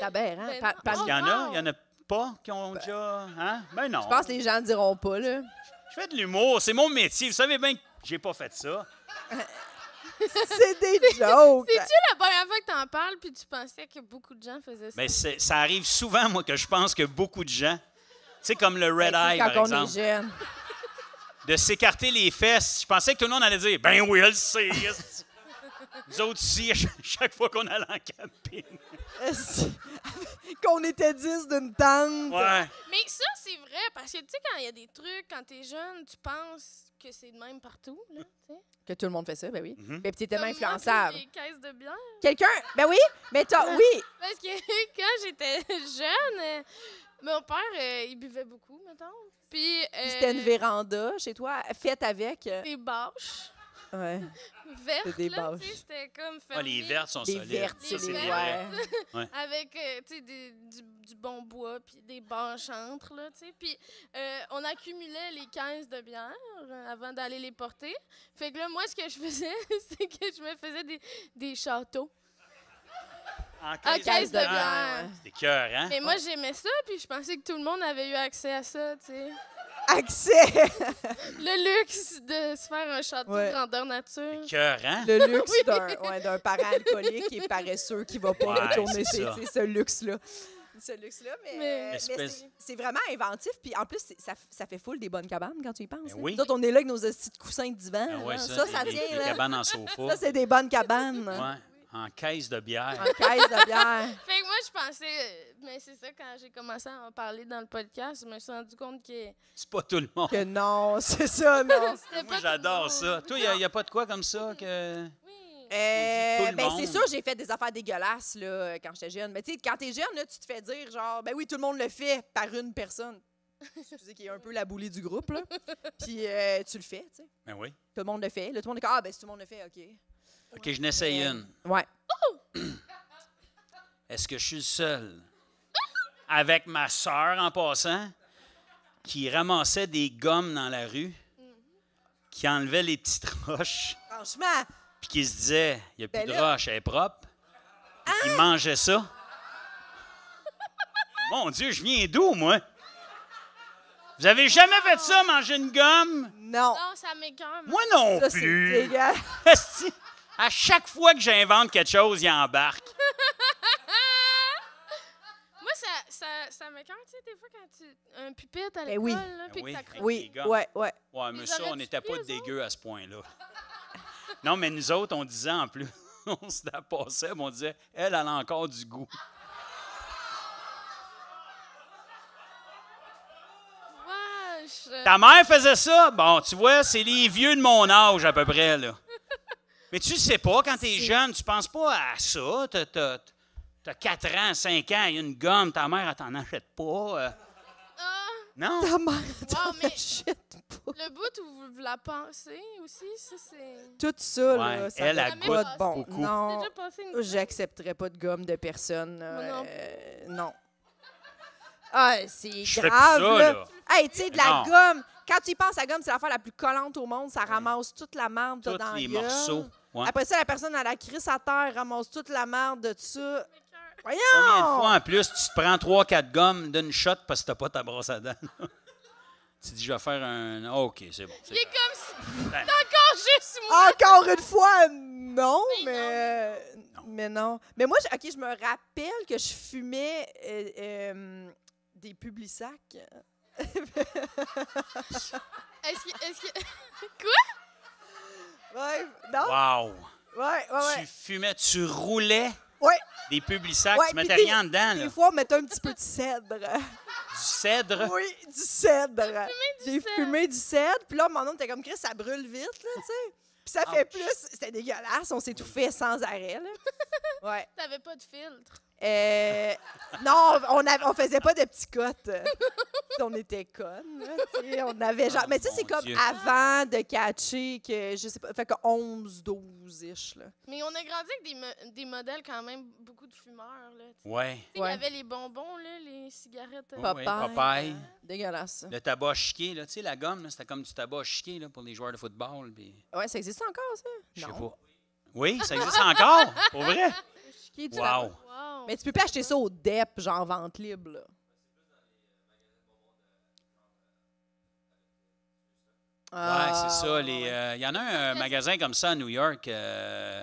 [SPEAKER 4] t'as bien, hein?
[SPEAKER 5] Ben
[SPEAKER 4] Pa-
[SPEAKER 5] non.
[SPEAKER 4] pa-
[SPEAKER 6] Il y en a,
[SPEAKER 5] wow.
[SPEAKER 6] il y en a pas qui ont déjà... Hein? Ben non.
[SPEAKER 4] Je pense que les gens ne diront pas, là.
[SPEAKER 6] Je fais de l'humour, c'est mon métier. Vous savez bien que j'ai pas fait ça.
[SPEAKER 4] C'est des jokes!
[SPEAKER 5] C'est-tu la première fois que t'en parles puis tu pensais que beaucoup de gens faisaient ça?
[SPEAKER 6] Mais c'est- ça arrive souvent, moi, que je pense que beaucoup de gens, tu sais, comme le red
[SPEAKER 4] Ben, tu sais,
[SPEAKER 6] eye, par
[SPEAKER 4] Quand on est
[SPEAKER 6] exemple,
[SPEAKER 4] jeune.
[SPEAKER 6] de s'écarter les fesses. Je pensais que tout le monde allait dire, ben oui, elle sait. esti. Nous autres ici, à chaque- chaque fois qu'on allait en camping.
[SPEAKER 4] qu'on était 10 d'une tente.
[SPEAKER 6] Ouais.
[SPEAKER 5] Mais ça, c'est vrai, parce que tu sais, quand il y a des trucs, quand t'es jeune, tu penses que c'est de même partout, là, tu sais.
[SPEAKER 4] Que tout le monde fait ça, ben oui.
[SPEAKER 6] Mhm.
[SPEAKER 4] Ben, puis t'es tellement
[SPEAKER 5] Comme moi,
[SPEAKER 4] influençable.
[SPEAKER 5] puis Les caisses de bière.
[SPEAKER 4] Quelqu'un, ben oui, mais t'as, oui,
[SPEAKER 5] Parce que quand j'étais jeune, euh, mon père, euh, il buvait beaucoup, mettons. Puis,
[SPEAKER 4] puis
[SPEAKER 5] euh,
[SPEAKER 4] c'était une véranda chez toi, faite avec. euh,
[SPEAKER 5] des bâches
[SPEAKER 4] Ouais.
[SPEAKER 5] vertes,
[SPEAKER 4] des
[SPEAKER 5] là,
[SPEAKER 4] bâches.
[SPEAKER 5] tu sais, c'était comme
[SPEAKER 6] Ah, les
[SPEAKER 5] fermé
[SPEAKER 6] vertes sont
[SPEAKER 4] Des
[SPEAKER 6] solides.
[SPEAKER 4] vertes,
[SPEAKER 6] Ça,
[SPEAKER 5] c'est
[SPEAKER 4] c'est
[SPEAKER 5] des
[SPEAKER 4] des
[SPEAKER 6] vrai.
[SPEAKER 4] ouais.
[SPEAKER 5] avec, euh, tu sais, des- du, du bon bois, puis des bâches entre, là, tu sais. Puis, euh, on accumulait les caisses de bière euh, avant d'aller les porter. Fait que là, moi, ce que je faisais, c'est que je me faisais des, des châteaux.
[SPEAKER 6] En
[SPEAKER 5] Ah,
[SPEAKER 6] caisse,
[SPEAKER 5] caisse de
[SPEAKER 6] bière.
[SPEAKER 5] bière.
[SPEAKER 6] C'est cœur, hein?
[SPEAKER 5] Mais moi, j'aimais ça, puis je pensais que tout le monde avait eu accès à ça, tu sais.
[SPEAKER 4] Accès,
[SPEAKER 5] Le luxe de se faire un château
[SPEAKER 4] Ouais.
[SPEAKER 5] grandeur nature.
[SPEAKER 6] C'est cœur, hein?
[SPEAKER 4] le luxe d'un, ouais, d'un parent alcoolique et paresseux qui va pas
[SPEAKER 6] Ouais,
[SPEAKER 4] retourner
[SPEAKER 6] c'est
[SPEAKER 4] ses-
[SPEAKER 6] ça.
[SPEAKER 4] tu sais, ce luxe-là. Ce luxe-là, mais,
[SPEAKER 5] Mais-
[SPEAKER 4] mais
[SPEAKER 6] Espèce-
[SPEAKER 4] c'est, c'est vraiment inventif. Puis en plus, c'est- ça, f- ça fait full des bonnes cabanes quand tu y penses.
[SPEAKER 6] Ben
[SPEAKER 4] là.
[SPEAKER 6] oui.
[SPEAKER 4] Nous autres, on est là avec nos petits coussins de divan.
[SPEAKER 6] Ah ouais,
[SPEAKER 4] là.
[SPEAKER 6] ça,
[SPEAKER 4] ça,
[SPEAKER 6] les-
[SPEAKER 4] ça
[SPEAKER 6] les-
[SPEAKER 4] tient,
[SPEAKER 6] Les
[SPEAKER 4] là.
[SPEAKER 6] cabanes en sofa.
[SPEAKER 4] Ça, c'est des bonnes cabanes.
[SPEAKER 6] Ouais, en caisse de bière.
[SPEAKER 4] En caisse de bière.
[SPEAKER 5] Fait que moi, je pensais. euh, Mais c'est ça, quand j'ai commencé à en parler dans le podcast, je me suis rendu compte que.
[SPEAKER 6] C'est pas tout le monde.
[SPEAKER 4] Que non, c'est ça, non.
[SPEAKER 5] C'était pas
[SPEAKER 6] Moi,
[SPEAKER 5] tout
[SPEAKER 6] j'adore
[SPEAKER 5] le monde.
[SPEAKER 6] ça. Toi, il n'y a, pas de quoi comme ça que...
[SPEAKER 5] Oui.
[SPEAKER 4] Euh,
[SPEAKER 6] Tout le
[SPEAKER 4] ben,
[SPEAKER 6] monde.
[SPEAKER 4] c'est sûr, j'ai fait des affaires dégueulasses là, euh, quand j'étais jeune. Mais tu sais, quand t'es jeune, là, tu te fais dire genre, ben oui, tout le monde le fait par une personne. Excusez qui est un peu la boulie du groupe, là. Puis euh, tu le fais, tu sais.
[SPEAKER 6] Ben oui.
[SPEAKER 4] Tout le monde le fait. Là, tout le monde est comme, ah, ben si tout le monde le fait, OK.
[SPEAKER 6] OK, je n'essaye une.
[SPEAKER 4] Ouais.
[SPEAKER 6] Est-ce que je suis le seul, avec ma sœur en passant, qui ramassait des gommes dans la rue, qui enlevait les petites roches,
[SPEAKER 4] Franchement,
[SPEAKER 6] puis qui se disait, il n'y a plus
[SPEAKER 4] Ben
[SPEAKER 6] de
[SPEAKER 4] là. Hein?
[SPEAKER 6] roches, elle est propre, puis qui mangeait ça? Mon Dieu, je viens d'où, moi? Vous avez jamais fait ça, manger une gomme?
[SPEAKER 4] non.
[SPEAKER 5] Non, Oh, ça m'écoeure.
[SPEAKER 6] Moi non
[SPEAKER 4] Ça, c'est
[SPEAKER 6] plus.
[SPEAKER 4] dégueulasse.
[SPEAKER 6] Esti, À chaque fois que j'invente quelque chose, il embarque.
[SPEAKER 5] Moi, ça, ça, ça m'écoeure, tu sais, des fois, quand tu. Un pupitre à
[SPEAKER 4] Ben
[SPEAKER 5] l'école,
[SPEAKER 4] oui.
[SPEAKER 5] là,
[SPEAKER 6] Ben
[SPEAKER 5] puis
[SPEAKER 6] oui.
[SPEAKER 5] que t'accroches.
[SPEAKER 4] Oui,
[SPEAKER 6] les gars.
[SPEAKER 4] ouais, ouais.
[SPEAKER 6] Ouais, mais
[SPEAKER 5] Les
[SPEAKER 6] ça, on
[SPEAKER 5] aurais-tu
[SPEAKER 6] n'était pas
[SPEAKER 5] pris, eux
[SPEAKER 6] dégueu à ce point-là. Non, mais nous autres, on disait en plus, on se la passait, mais on disait, elle, elle a encore du goût.
[SPEAKER 5] Wesh!
[SPEAKER 6] Ta mère faisait ça? Bon, tu vois, c'est les vieux de mon âge à peu près, là. Mais tu sais pas, quand t'es jeune, tu penses pas à ça. T'as, t'as, t'as 4 ans, 5 ans, il y a une gomme, ta mère, elle t'en achète pas. euh.
[SPEAKER 5] Ah,
[SPEAKER 6] Non?
[SPEAKER 4] Ta mère, t'en
[SPEAKER 5] mais-
[SPEAKER 4] achètes pas.
[SPEAKER 5] le bout où vous la pensez aussi, ça, c'est.
[SPEAKER 4] Tout ça,
[SPEAKER 6] Ouais,
[SPEAKER 4] là, ça
[SPEAKER 6] elle,
[SPEAKER 4] n'a
[SPEAKER 6] elle
[SPEAKER 4] pas
[SPEAKER 5] goûte
[SPEAKER 4] de bon.
[SPEAKER 6] beaucoup.
[SPEAKER 5] T'as
[SPEAKER 4] Non,
[SPEAKER 5] déjà passé une.
[SPEAKER 4] j'accepterai pas de gomme de personne. là.
[SPEAKER 5] Moi non
[SPEAKER 4] Euh, non. Ah, c'est
[SPEAKER 6] Je fais plus ça,
[SPEAKER 4] grave, là.
[SPEAKER 6] là.
[SPEAKER 4] Hey, tu sais, de la
[SPEAKER 6] Non.
[SPEAKER 4] gomme. Quand tu y penses, la gomme, c'est l'affaire la plus collante au monde. Ça ramasse toute la merde que t'as
[SPEAKER 6] Tous
[SPEAKER 4] dans la
[SPEAKER 6] les
[SPEAKER 4] gueule.
[SPEAKER 6] morceaux. Ouais.
[SPEAKER 4] Après ça, la personne, elle la crisse à terre, ramasse toute la merde de ça. Voyons!
[SPEAKER 6] Combien de fois en plus tu te prends 3-4 gommes d'une shot parce que t'as pas ta brosse à dents? là? tu dis, je vais faire un. OK, c'est bon. c'est
[SPEAKER 5] Il est
[SPEAKER 6] bon.
[SPEAKER 5] comme si. T'es encore juste moi!
[SPEAKER 4] Encore une fois, non,
[SPEAKER 5] Mais
[SPEAKER 4] mais mais non. Mais moi, je- ok, je me rappelle que je fumais euh, euh, des publisacs. Ah.
[SPEAKER 5] Est-ce que. Est-ce que...
[SPEAKER 4] Ouais, non,
[SPEAKER 6] Wow!
[SPEAKER 4] ouais, ouais,
[SPEAKER 6] Tu
[SPEAKER 4] ouais.
[SPEAKER 6] fumais, tu roulais
[SPEAKER 4] Ouais.
[SPEAKER 6] des publics sacs,
[SPEAKER 4] Ouais,
[SPEAKER 6] tu mettais
[SPEAKER 4] puis
[SPEAKER 6] rien dedans, là.
[SPEAKER 4] Des
[SPEAKER 6] Du
[SPEAKER 4] fois, on mettait un petit peu de cèdre.
[SPEAKER 6] cèdre.
[SPEAKER 4] Oui, du cèdre. J'ai
[SPEAKER 5] cèdre.
[SPEAKER 4] fumé du cèdre. Puis là, mon oncle était comme Chris, ça brûle vite, là, tu sais. Puis ça fait
[SPEAKER 6] Ouch.
[SPEAKER 4] plus. C'était dégueulasse. On s'étouffait sans arrêt, là. Ouais.
[SPEAKER 5] T'avais pas de filtre.
[SPEAKER 4] Euh, non, on, av- on faisait pas de petits cotes. on était connes. là, tu sais, on avait genre.
[SPEAKER 6] Oh,
[SPEAKER 4] mais tu sais,
[SPEAKER 6] mon
[SPEAKER 4] c'est comme
[SPEAKER 6] Dieu.
[SPEAKER 4] avant de catcher que je sais pas. Fait que 11, 12 ish. Là.
[SPEAKER 5] Mais on a grandi avec des, mo- des modèles quand même, beaucoup de fumeurs, là. Tu
[SPEAKER 6] Ouais.
[SPEAKER 5] sais, Il
[SPEAKER 4] Ouais.
[SPEAKER 5] y avait les bonbons, là, les cigarettes. euh,
[SPEAKER 6] Ouais, ouais,
[SPEAKER 4] Popeye.
[SPEAKER 6] Popeye.
[SPEAKER 4] Dégueulasse. ça.
[SPEAKER 6] Le tabac chiqué, là. Tu sais, la gomme, là, c'était comme du tabac chiqué, là, pour les joueurs de football. puis
[SPEAKER 4] Ouais, ça existe encore, ça?
[SPEAKER 6] Je sais
[SPEAKER 4] Non.
[SPEAKER 6] pas. Oui, ça existe encore, pour vrai.
[SPEAKER 4] Qui est du là-bas?
[SPEAKER 6] Wow.
[SPEAKER 5] Wow!
[SPEAKER 4] Mais tu peux pas acheter ça au DEP, genre vente libre. là.
[SPEAKER 6] Ouais,
[SPEAKER 4] Ah,
[SPEAKER 6] c'est ça.
[SPEAKER 4] ouais,
[SPEAKER 6] les,
[SPEAKER 4] ouais.
[SPEAKER 6] euh, Il y en a un magasin comme ça à New York. euh,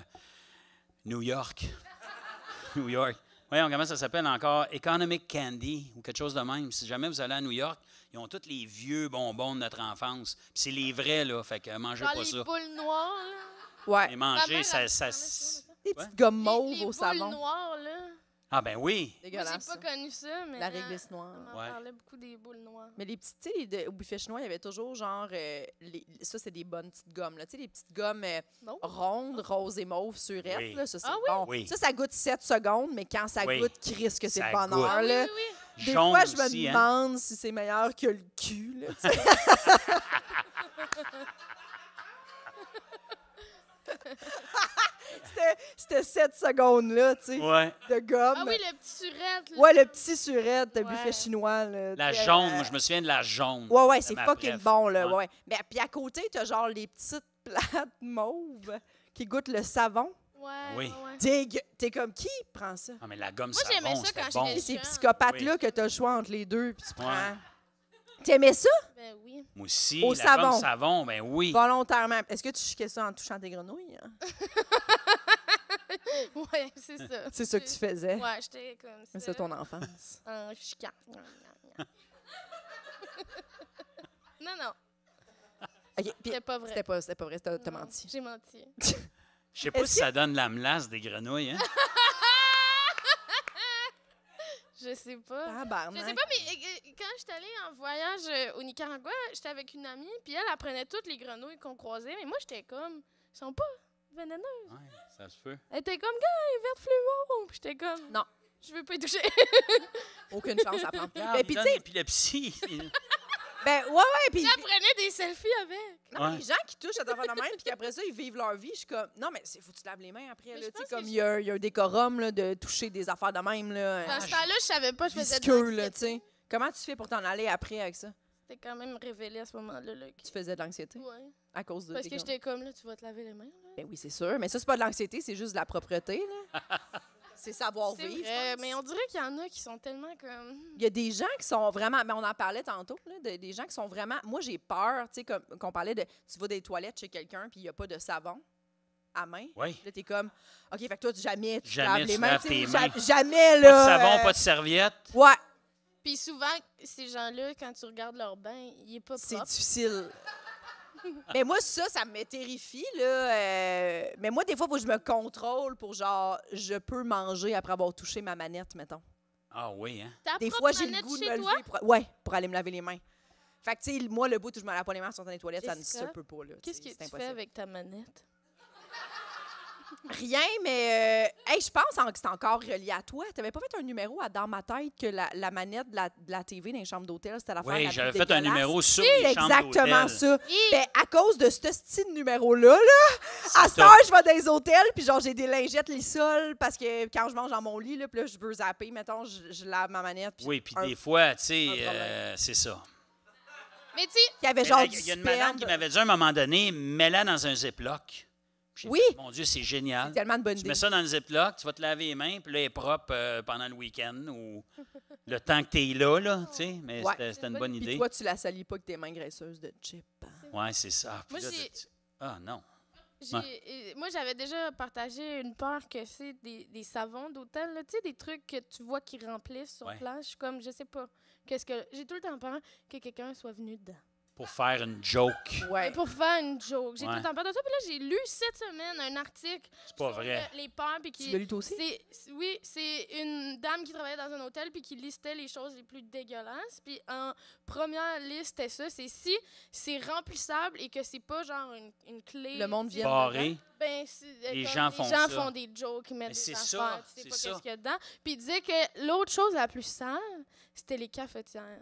[SPEAKER 6] New York. New York. Voyons, comment ça s'appelle encore? Economic Candy ou quelque chose de même. Si jamais vous allez à New York, ils ont tous les vieux bonbons de notre enfance. Puis c'est les vrais, là. Fait que mangez
[SPEAKER 5] Genre
[SPEAKER 6] pas
[SPEAKER 5] les
[SPEAKER 6] ça.
[SPEAKER 5] boules noires, là.
[SPEAKER 4] Ouais,
[SPEAKER 6] Mais
[SPEAKER 5] Ma
[SPEAKER 6] manger,
[SPEAKER 5] mère,
[SPEAKER 6] ça.
[SPEAKER 5] elle
[SPEAKER 6] ça-
[SPEAKER 5] me parlait
[SPEAKER 4] des
[SPEAKER 6] ouais.
[SPEAKER 4] petites gommes
[SPEAKER 5] Les-
[SPEAKER 4] mauves
[SPEAKER 5] les
[SPEAKER 4] au
[SPEAKER 5] boules
[SPEAKER 4] savon.
[SPEAKER 5] noires, là.
[SPEAKER 6] Ah, ben oui.
[SPEAKER 5] Moi, j'ai
[SPEAKER 4] Dégueulasse.
[SPEAKER 5] pas
[SPEAKER 4] ça.
[SPEAKER 5] connu ça, mais.
[SPEAKER 4] La
[SPEAKER 5] euh,
[SPEAKER 4] réglisse
[SPEAKER 5] On
[SPEAKER 4] noire.
[SPEAKER 5] m'en
[SPEAKER 6] Ouais.
[SPEAKER 5] parlait beaucoup des boules noires.
[SPEAKER 4] Mais les petites, tu sais, les de- au buffet chinois, il y avait toujours genre. euh, les- ça, c'est des bonnes petites gommes, là. Tu sais, les petites gommes euh,
[SPEAKER 5] Bon.
[SPEAKER 4] rondes, roses et mauves, surettes,
[SPEAKER 6] Oui.
[SPEAKER 4] là. Ça, c'est
[SPEAKER 5] Ah oui?
[SPEAKER 4] bon.
[SPEAKER 6] Oui.
[SPEAKER 4] Ça, ça goûte 7 secondes, mais quand ça
[SPEAKER 6] Oui.
[SPEAKER 4] goûte, Chris, que c'est
[SPEAKER 6] Ça
[SPEAKER 4] le bonheur,
[SPEAKER 5] Ah oui,
[SPEAKER 4] là.
[SPEAKER 5] oui, oui.
[SPEAKER 4] Des
[SPEAKER 6] Jaune
[SPEAKER 4] fois, je me
[SPEAKER 6] aussi, hein?
[SPEAKER 4] demande si c'est meilleur que le cul, là. tu sais. C'était- C'était cette secondes-là, tu sais,
[SPEAKER 6] Ouais.
[SPEAKER 4] de gomme.
[SPEAKER 5] Ah oui, le petit surette, là.
[SPEAKER 4] Ouais, le petit surette, le
[SPEAKER 5] Ouais.
[SPEAKER 4] buffet chinois, là.
[SPEAKER 6] La
[SPEAKER 4] tu sais,
[SPEAKER 6] jaune,
[SPEAKER 4] euh,
[SPEAKER 6] moi, je me souviens de la jaune.
[SPEAKER 4] Ouais, ouais,
[SPEAKER 6] de
[SPEAKER 4] c'est
[SPEAKER 6] ma
[SPEAKER 4] fucking
[SPEAKER 6] préf.
[SPEAKER 4] bon, là.
[SPEAKER 6] Ouais.
[SPEAKER 4] Ouais. ouais. Mais puis à côté, t'as genre les petites plates mauves qui goûtent le savon.
[SPEAKER 5] Ouais,
[SPEAKER 6] Oui.
[SPEAKER 5] ouais, ouais.
[SPEAKER 4] Dig! T'es comme qui prend ça?
[SPEAKER 6] Ah, mais la gomme,
[SPEAKER 5] Moi,
[SPEAKER 6] c'est
[SPEAKER 5] j'aimais
[SPEAKER 6] bon.
[SPEAKER 5] ça quand
[SPEAKER 6] c'était bon.
[SPEAKER 5] j'étais-
[SPEAKER 4] Ces
[SPEAKER 5] Jean.
[SPEAKER 4] psychopathes-là que t'as le choix entre les deux, puis tu prends.
[SPEAKER 6] Ouais.
[SPEAKER 4] T'aimais ça?
[SPEAKER 5] Ben oui.
[SPEAKER 6] Moi aussi.
[SPEAKER 4] Au
[SPEAKER 6] la savon.
[SPEAKER 4] savon.
[SPEAKER 6] savon, ben oui.
[SPEAKER 4] Volontairement. Est-ce que tu chiquais ça en touchant tes grenouilles? hein?
[SPEAKER 5] Ouais, c'est ça.
[SPEAKER 4] C'est ça que tu faisais.
[SPEAKER 5] Ouais, j'étais comme ça.
[SPEAKER 4] Mais C'est ton enfance.
[SPEAKER 5] En chican. non, non,
[SPEAKER 4] OK, puis
[SPEAKER 5] c'était pas vrai.
[SPEAKER 4] C'était pas, c'était pas vrai, t'as t'as
[SPEAKER 5] Non,
[SPEAKER 4] menti.
[SPEAKER 5] J'ai menti.
[SPEAKER 6] Je sais pas
[SPEAKER 4] Est-ce
[SPEAKER 6] si ça donne la melasse des grenouilles, hein?
[SPEAKER 5] Je sais pas. Je
[SPEAKER 4] Tabarnak.
[SPEAKER 5] sais pas, mais euh, euh, quand j'étais allée en voyage euh, au Nicaragua, j'étais avec une amie, puis elle apprenait toutes les grenouilles qu'on croisait, mais moi j'étais comme, ils sont pas vénéneuse.
[SPEAKER 6] Ouais, ça se peut.
[SPEAKER 5] Elle était comme, gars, elle est verte fluo. Puis j'étais comme,
[SPEAKER 4] Non.
[SPEAKER 5] Je veux pas y toucher.
[SPEAKER 4] Aucune chance à prendre.
[SPEAKER 6] Regarde,
[SPEAKER 4] ben,
[SPEAKER 6] il
[SPEAKER 4] puis tu
[SPEAKER 6] donne
[SPEAKER 4] sais,
[SPEAKER 6] l'épilepsie.
[SPEAKER 4] ben, ouais, ouais, puis.
[SPEAKER 5] Elle prenait des selfies avec.
[SPEAKER 4] Non, mais
[SPEAKER 6] Ouais.
[SPEAKER 4] les gens qui touchent à ta la même, puis qu'après ça, ils vivent leur vie, je suis comme, non, mais c'est faut que tu te laves les mains après.
[SPEAKER 5] Mais
[SPEAKER 4] là,
[SPEAKER 5] je
[SPEAKER 4] tu sais,
[SPEAKER 5] pense
[SPEAKER 4] comme
[SPEAKER 5] que
[SPEAKER 4] il y, a, il y a un décorum là, de toucher des affaires de même, là, euh,
[SPEAKER 5] À ce temps-là, je savais pas, je faisais de
[SPEAKER 4] Ah, visqueux, là,
[SPEAKER 5] l'anxiété.
[SPEAKER 4] tu sais. Comment tu fais pour t'en aller après avec ça?
[SPEAKER 5] C'était quand même révélé à ce moment-là. Là, que-
[SPEAKER 4] Tu faisais de l'anxiété
[SPEAKER 5] Ouais.
[SPEAKER 4] à cause de
[SPEAKER 5] Parce
[SPEAKER 4] tes
[SPEAKER 5] que
[SPEAKER 4] gants.
[SPEAKER 5] j'étais comme, là, tu vas te laver les mains. là.
[SPEAKER 4] Ben oui, c'est sûr. Mais ça, c'est pas de l'anxiété, c'est juste de la propreté, là. c'est savoir
[SPEAKER 5] C'est
[SPEAKER 4] vivre.
[SPEAKER 5] vrai,
[SPEAKER 4] je pense.
[SPEAKER 5] mais on dirait qu'il y en a qui sont tellement comme...
[SPEAKER 4] Il y a des gens qui sont vraiment, mais on en parlait tantôt, là, de- des gens qui sont vraiment. Moi, j'ai peur, tu sais, comme qu'on parlait de, tu vas des toilettes chez quelqu'un puis il n'y a pas de savon à main.
[SPEAKER 6] Oui.
[SPEAKER 4] Là, t'es comme, ok, fait que toi, tu- jamais, tu te
[SPEAKER 6] Jamais
[SPEAKER 4] laves
[SPEAKER 6] tu
[SPEAKER 4] les mains,
[SPEAKER 6] laves
[SPEAKER 4] tu sais,
[SPEAKER 6] tes
[SPEAKER 4] ja-
[SPEAKER 6] mains.
[SPEAKER 4] jamais là.
[SPEAKER 6] Pas de savon,
[SPEAKER 4] euh,
[SPEAKER 6] pas de serviette.
[SPEAKER 4] Ouais,
[SPEAKER 5] Puis souvent, ces gens-là, quand tu regardes leur bain, il est pas
[SPEAKER 4] c'est
[SPEAKER 5] propre.
[SPEAKER 4] difficile. mais moi, ça, ça me terrifie là. euh, mais moi, des fois, faut que je me contrôle pour genre, je peux manger après avoir touché ma manette, mettons.
[SPEAKER 6] Ah oui, hein?
[SPEAKER 5] Ta
[SPEAKER 4] Des
[SPEAKER 5] propre
[SPEAKER 4] fois, j'ai le
[SPEAKER 5] manette
[SPEAKER 4] goût de
[SPEAKER 5] chez
[SPEAKER 4] me
[SPEAKER 5] toi?
[SPEAKER 4] lever pour, ouais, pour aller me laver les mains. Fait que, tu sais, moi, le bout où je me lave pas les mains sur les toilettes, ça ne
[SPEAKER 5] Jessica,
[SPEAKER 4] se peut pas, là. tu
[SPEAKER 5] Qu'est-ce
[SPEAKER 4] sais,
[SPEAKER 5] que
[SPEAKER 4] c'est
[SPEAKER 5] tu fais
[SPEAKER 4] impossible.
[SPEAKER 5] avec ta manette?
[SPEAKER 4] Rien, mais euh, hey, je pense en- que c'est encore relié à toi. T'avais pas fait un numéro à Dans ma tête que la, la manette de la, de la TV dans les chambres d'hôtel, c'était la
[SPEAKER 6] Oui, j'avais fait un numéro sur
[SPEAKER 4] C'est
[SPEAKER 6] les chambres d'hôtel.
[SPEAKER 4] exactement ça.
[SPEAKER 5] Hi!
[SPEAKER 4] Ben, à cause de ce style numéro-là, là, à cette
[SPEAKER 6] top.
[SPEAKER 4] heure, je vais dans les hôtels, puis genre, j'ai des lingettes lissoles parce que quand je mange dans mon lit, là, puis là, je veux zapper, mettons, je, je lave ma manette. Puis
[SPEAKER 6] Oui, puis
[SPEAKER 4] un-
[SPEAKER 6] des fois, tu sais,
[SPEAKER 4] problème.
[SPEAKER 6] euh, c'est ça.
[SPEAKER 5] Mais tu sais,
[SPEAKER 4] Il y avait
[SPEAKER 6] Mais
[SPEAKER 4] genre
[SPEAKER 6] là,
[SPEAKER 4] du
[SPEAKER 6] Il y a une
[SPEAKER 4] sperme.
[SPEAKER 6] madame qui m'avait dit à un moment donné, mets-la dans un ziploc. J'ai
[SPEAKER 4] Oui.
[SPEAKER 6] fait, Mon Dieu, c'est génial.
[SPEAKER 4] C'est tellement de bonnes
[SPEAKER 6] Tu
[SPEAKER 4] idées.
[SPEAKER 6] mets ça dans le ziploc, tu vas te laver les mains, puis là, elle est propre euh, pendant le week-end ou le temps que tu es là, là, tu sais. Mais
[SPEAKER 4] Ouais.
[SPEAKER 6] c'était- c'était une bonne
[SPEAKER 4] Puis
[SPEAKER 6] idée.
[SPEAKER 4] toi, tu la salis pas avec tes mains graisseuses de chip. hein.
[SPEAKER 6] Ouais, c'est ça. Ah, puis
[SPEAKER 5] Moi,
[SPEAKER 6] là,
[SPEAKER 5] j'ai-
[SPEAKER 6] tu- ah, non.
[SPEAKER 5] j'ai- euh, moi, j'avais déjà partagé une peur que c'est des, des savons d'hôtel, là, tu sais, des trucs que tu vois qui remplissent sur
[SPEAKER 6] Ouais.
[SPEAKER 5] place. Je suis comme, je sais pas. Qu'est-ce que J'ai tout le temps peur que quelqu'un soit venu dedans.
[SPEAKER 6] Pour faire une joke.
[SPEAKER 4] Ouais.
[SPEAKER 5] Mais Pour faire une joke. J'ai
[SPEAKER 6] Ouais.
[SPEAKER 5] tout le temps peur de ça. Puis là, j'ai lu cette semaine un article
[SPEAKER 6] C'est pas
[SPEAKER 5] sur
[SPEAKER 6] vrai.
[SPEAKER 5] le- les peurs. Puis qui,
[SPEAKER 4] Tu l'as lu toi aussi?
[SPEAKER 5] C'est- c'est- oui, c'est une dame qui travaillait dans un hôtel puis qui listait les choses les plus dégueulasses. Puis en première liste, c'était ça. C'est si c'est remplissable et que c'est pas genre une, une clé.
[SPEAKER 4] Le monde vient.
[SPEAKER 6] Barré.
[SPEAKER 5] Ben, c'est- euh,
[SPEAKER 6] Les
[SPEAKER 5] comme
[SPEAKER 6] gens
[SPEAKER 5] les
[SPEAKER 6] font ça.
[SPEAKER 5] gens font des jokes, ils mettent
[SPEAKER 6] Mais
[SPEAKER 5] des
[SPEAKER 6] c'est ça,
[SPEAKER 5] affaires, tu sais
[SPEAKER 6] c'est
[SPEAKER 5] pas
[SPEAKER 6] ça.
[SPEAKER 5] qu'est-ce qu'il y a dedans. Puis il disait que l'autre chose la plus sale, c'était les cafetières.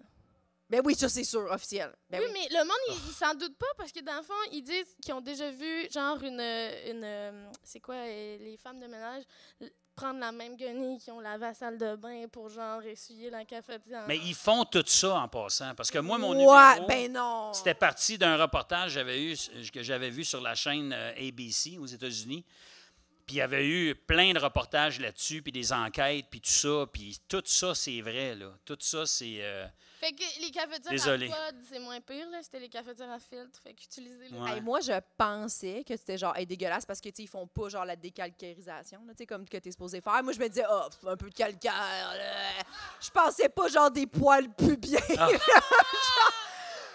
[SPEAKER 4] Ben oui, ça, c'est sûr, officiel. Ben
[SPEAKER 5] oui,
[SPEAKER 4] oui.
[SPEAKER 5] mais le monde,
[SPEAKER 6] Ah.
[SPEAKER 5] ils il s'en doutent pas parce que dans le fond, ils disent qu'ils ont déjà vu, genre, une. euh, une euh, c'est quoi, euh, les femmes de ménage l- prendre la même guenille qu'ils ont lavé à la salle de bain pour, genre, essuyer la cafetière.
[SPEAKER 6] Mais ils font tout ça en passant. Parce que moi, mon
[SPEAKER 4] ouais,
[SPEAKER 6] numéro,
[SPEAKER 4] ben non.
[SPEAKER 6] c'était parti d'un reportage que j'avais eu, que j'avais vu sur la chaîne euh, ABC aux États-Unis. Puis il y avait eu plein de reportages là-dessus, puis des enquêtes, puis tout ça. Puis tout ça, c'est vrai, là. Tout ça, c'est... euh,
[SPEAKER 5] Fait que les cafetières
[SPEAKER 6] Désolé.
[SPEAKER 5] à pod, c'est moins pire, là. C'était les cafetières à filtre. Fait qu'utilisez-les.
[SPEAKER 6] ouais.
[SPEAKER 4] Hey, moi, je pensais que c'était genre hey, dégueulasse parce que tu sais, ils font pas genre la décalcarisation, là, tu sais, comme que t'es supposé faire. Moi, je me disais, oh, pff, un peu de calcaire. là. Je pensais pas genre des poils pubiens.
[SPEAKER 6] Ah.
[SPEAKER 4] genre,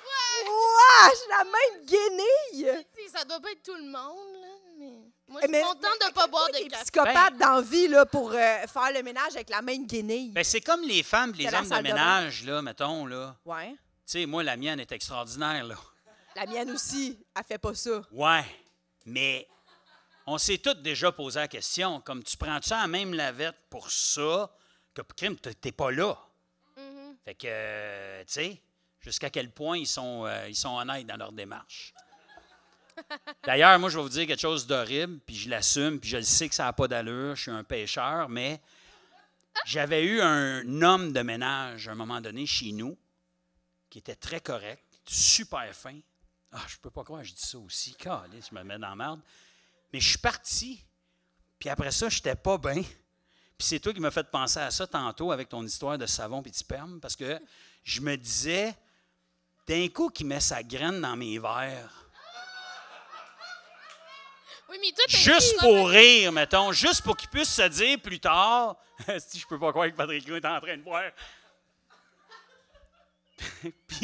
[SPEAKER 4] ouais, j'ai la même guenille.
[SPEAKER 5] Tu sais, Ça doit pas être tout le monde, là. Mais moi,
[SPEAKER 4] Eh,
[SPEAKER 5] je suis
[SPEAKER 4] mais-
[SPEAKER 5] contente de pas boire
[SPEAKER 4] Moi,
[SPEAKER 5] de
[SPEAKER 4] des
[SPEAKER 5] café.
[SPEAKER 4] psychopathes dans la vie là, pour euh, faire le ménage avec la même guenille.
[SPEAKER 6] Ben, c'est comme les femmes et
[SPEAKER 4] C'est
[SPEAKER 6] les
[SPEAKER 4] la
[SPEAKER 6] hommes de
[SPEAKER 4] salle de bain.
[SPEAKER 6] ménage, là, mettons, là.
[SPEAKER 4] Ouais.
[SPEAKER 6] Tu sais, moi, la mienne est extraordinaire, là.
[SPEAKER 4] La mienne aussi, elle fait pas ça.
[SPEAKER 6] Ouais, mais on s'est tous déjà posé la question. Comme tu prends-tu à la même lavette pour ça que pour crime, t'es t'es pas là.
[SPEAKER 5] Mhm.
[SPEAKER 6] Fait que, euh, tu sais, jusqu'à quel point ils sont, euh, ils sont honnêtes dans leur démarche. D'ailleurs, moi, je vais vous dire quelque chose d'horrible, puis je l'assume, puis je le sais que ça n'a pas d'allure, je suis un pêcheur, mais j'avais eu un homme de ménage à un moment donné chez nous qui était très correct, super fin. Ah, je peux pas croire que je dis ça aussi. Caliste, je me mets dans la merde. Mais je suis parti, puis après ça, j'étais pas bien. Puis c'est toi qui m'as fait penser à ça tantôt avec ton histoire de savon puis de sperme, parce que je me disais, d'un coup qui met sa graine dans mes verres,
[SPEAKER 5] Oui, mais toi, t'as
[SPEAKER 6] juste
[SPEAKER 5] une-
[SPEAKER 6] pour rire, mettons, juste pour qu'il puisse se dire plus tard, si je peux pas croire que Patrick Roux est en train de boire. puis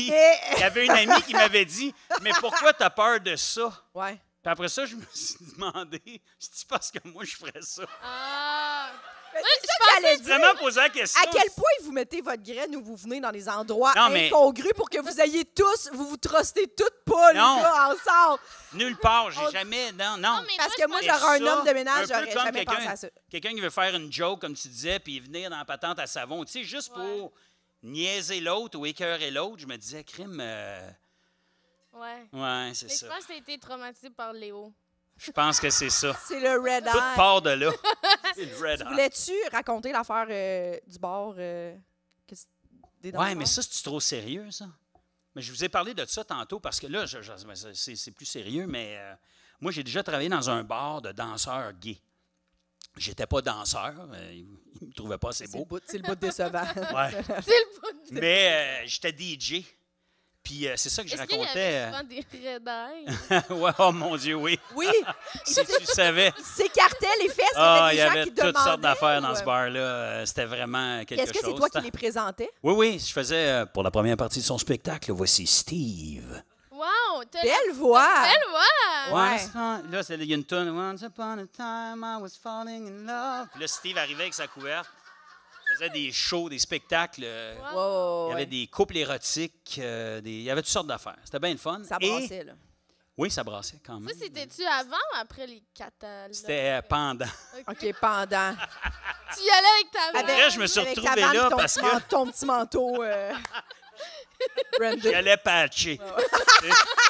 [SPEAKER 6] il y avait une amie qui m'avait dit, mais pourquoi t'as peur de ça?
[SPEAKER 4] Ouais.
[SPEAKER 6] Puis après ça, je me suis demandé, c'est parce que moi je ferais ça.
[SPEAKER 5] Ah!
[SPEAKER 4] C'est ça que j'allais dire.
[SPEAKER 6] Vraiment poser la question.
[SPEAKER 4] À quel point vous mettez votre graine où vous venez dans les endroits
[SPEAKER 6] Non, mais-
[SPEAKER 4] incongrus pour que vous ayez tous, vous vous trustez toutes pas, les
[SPEAKER 6] Non.
[SPEAKER 4] gars, ensemble.
[SPEAKER 6] Nulle part, j'ai
[SPEAKER 4] On-
[SPEAKER 6] jamais. Non, non.
[SPEAKER 5] Non, mais
[SPEAKER 4] Parce
[SPEAKER 5] moi,
[SPEAKER 4] que moi,
[SPEAKER 5] je
[SPEAKER 6] pense-
[SPEAKER 4] j'aurais
[SPEAKER 6] Ça,
[SPEAKER 4] un homme de
[SPEAKER 6] un peu
[SPEAKER 4] ménage, j'aurais
[SPEAKER 6] comme
[SPEAKER 4] jamais pensé
[SPEAKER 6] quelqu'un-
[SPEAKER 4] à ça.
[SPEAKER 6] Quelqu'un qui veut faire une joke, comme tu disais, puis venir dans la patente à savon, tu sais, juste pour niaiser l'autre ou écœurer l'autre, je me disais, crime, euh,
[SPEAKER 5] Ouais.
[SPEAKER 6] ouais, c'est
[SPEAKER 5] Mais je
[SPEAKER 6] ça.
[SPEAKER 5] pense que t'as été traumatisé par Léo.
[SPEAKER 6] Je pense que c'est ça.
[SPEAKER 4] C'est le red
[SPEAKER 6] Tout
[SPEAKER 4] eye.
[SPEAKER 6] part de là. C'est le red eye.
[SPEAKER 4] Voulais-tu raconter l'affaire euh, du bord euh, que c- des
[SPEAKER 6] Ouais,
[SPEAKER 4] danseurs?
[SPEAKER 6] mais ça, c'est trop sérieux, ça. Mais je vous ai parlé de ça tantôt parce que là, je- je- ben, c'est- c'est c'est plus sérieux, mais euh, moi, j'ai déjà travaillé dans un bar de danseurs gays. J'étais pas danseur, euh, ils ils me trouvaient pas assez
[SPEAKER 4] c'est le
[SPEAKER 6] beau.
[SPEAKER 4] bout, c'est le bout décevant.
[SPEAKER 6] Ouais.
[SPEAKER 5] C'est le bout de...
[SPEAKER 6] Mais euh, j'étais DJ. Puis euh, c'est ça que je
[SPEAKER 5] Est-ce qu'il y avait
[SPEAKER 6] racontais.
[SPEAKER 5] souvent des red eyes?
[SPEAKER 6] euh, ouais, oh mon Dieu, oui.
[SPEAKER 4] oui,
[SPEAKER 6] Si tu savais.
[SPEAKER 4] il s'écartait les fesses.
[SPEAKER 6] Ah,
[SPEAKER 4] il
[SPEAKER 6] il y
[SPEAKER 4] y
[SPEAKER 6] avait
[SPEAKER 4] avait des gens qui
[SPEAKER 6] toutes sortes
[SPEAKER 4] demandaient,
[SPEAKER 6] d'affaires dans
[SPEAKER 4] ou,
[SPEAKER 6] ce bar-là. Euh, C'était vraiment quelque
[SPEAKER 4] Est-ce
[SPEAKER 6] chose.
[SPEAKER 4] que c'est toi qui
[SPEAKER 6] C'était-
[SPEAKER 4] les présentais?
[SPEAKER 6] Oui, oui, je faisais euh, pour la première partie de son spectacle. Voici Steve.
[SPEAKER 5] Wow! t'as-
[SPEAKER 4] Belle voix!
[SPEAKER 5] Belle voix!
[SPEAKER 4] Ouais.
[SPEAKER 6] Once upon- Là, c'est- il y a une tonne. Once upon a time, I was falling in love. Puis là, Steve arrivait avec sa couverte. Il faisait des shows, des spectacles. euh, Il
[SPEAKER 4] Wow,
[SPEAKER 5] Wow.
[SPEAKER 6] y
[SPEAKER 4] ouais.
[SPEAKER 6] avait des couples érotiques. euh, des- Il y avait toutes sortes d'affaires. C'était bien le fun.
[SPEAKER 4] Ça
[SPEAKER 6] Et-
[SPEAKER 4] brassait, là.
[SPEAKER 6] Oui, ça brassait quand même.
[SPEAKER 5] Ça, c'était-tu avant ou après les catalogues?
[SPEAKER 6] C'était euh, pendant.
[SPEAKER 4] OK, pendant.
[SPEAKER 5] Tu y allais avec ta mère?
[SPEAKER 4] Avec-
[SPEAKER 6] Après, je me suis
[SPEAKER 4] Avec ta
[SPEAKER 6] retrouvé
[SPEAKER 4] vanne
[SPEAKER 6] là
[SPEAKER 4] ton
[SPEAKER 6] parce
[SPEAKER 4] petit
[SPEAKER 6] que
[SPEAKER 4] man- Ton petit manteau, euh, Brandon.
[SPEAKER 6] j'allais patcher.
[SPEAKER 4] Ah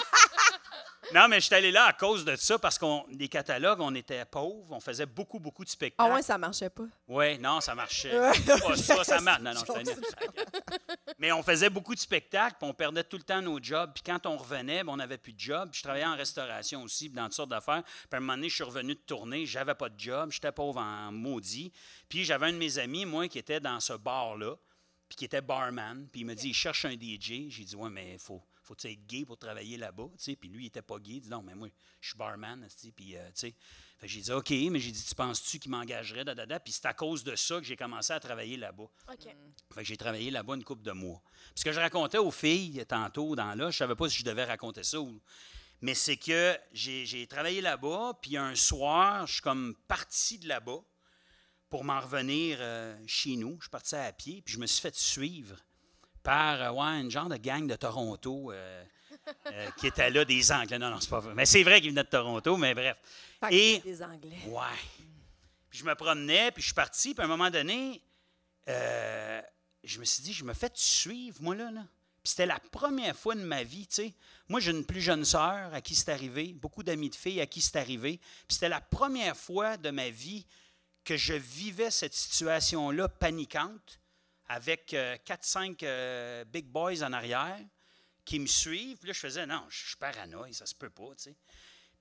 [SPEAKER 6] non, mais je suis allé là à cause de ça parce qu'on les catalogues, on était pauvres, on faisait beaucoup, beaucoup de spectacles.
[SPEAKER 4] Ah ouais, ça marchait pas.
[SPEAKER 6] Ouais, non, ça marchait.
[SPEAKER 4] Ouais.
[SPEAKER 6] Pas ça, ça marche. Non, non, je te niaise. Mais on faisait beaucoup de spectacles, puis on perdait tout le temps nos jobs. Puis quand on revenait, ben, on n'avait plus de job. Puis je travaillais en restauration aussi, puis dans toutes sortes d'affaires. Puis à un moment donné, je suis revenu de tourner, j'avais pas de job, j'étais pauvre en maudit. Puis j'avais un de mes amis, moi, qui était dans ce bar-là, puis qui était barman. Puis il me dit, il cherche un DJ. J'ai dit, ouais, mais faut faut-tu être gay pour travailler là-bas? tu sais? Puis lui, il était pas gay. Il dit, non, mais moi, je suis barman. esti. Puis, euh, tu sais. Fait que j'ai dit, OK, mais j'ai dit, tu penses-tu qu'il m'engagerait? da, da, da? Puis c'est à cause de ça que j'ai commencé à travailler là-bas.
[SPEAKER 5] OK.
[SPEAKER 6] Fait que j'ai travaillé là-bas une couple de mois. Puis Ce que je racontais aux filles tantôt dans là, je savais pas si je devais raconter ça ou. Mais c'est que j'ai j'ai travaillé là-bas, puis un soir, je suis comme parti de là-bas pour m'en revenir euh, chez nous. Je suis parti à pied, puis je me suis fait suivre par euh, ouais, une genre de gang de Toronto euh, euh, qui était là, des Anglais. Non, non, c'est pas vrai. Mais c'est vrai qu'ils venaient de Toronto, mais bref.
[SPEAKER 4] Fait que
[SPEAKER 6] Et-
[SPEAKER 4] des Anglais.
[SPEAKER 6] Ouais. Puis je me promenais, puis je suis parti, puis à un moment donné, euh, je me suis dit, je me fais suivre, moi, là, là. Puis c'était la première fois de ma vie, tu sais. Moi, j'ai une plus jeune sœur à qui c'est arrivé, beaucoup d'amis de filles à qui c'est arrivé. Puis c'était la première fois de ma vie que je vivais cette situation-là paniquante avec euh, 4-5 euh, big boys en arrière qui me suivent. Puis là, je faisais, non, je suis paranoïe, ça se peut pas, tu sais.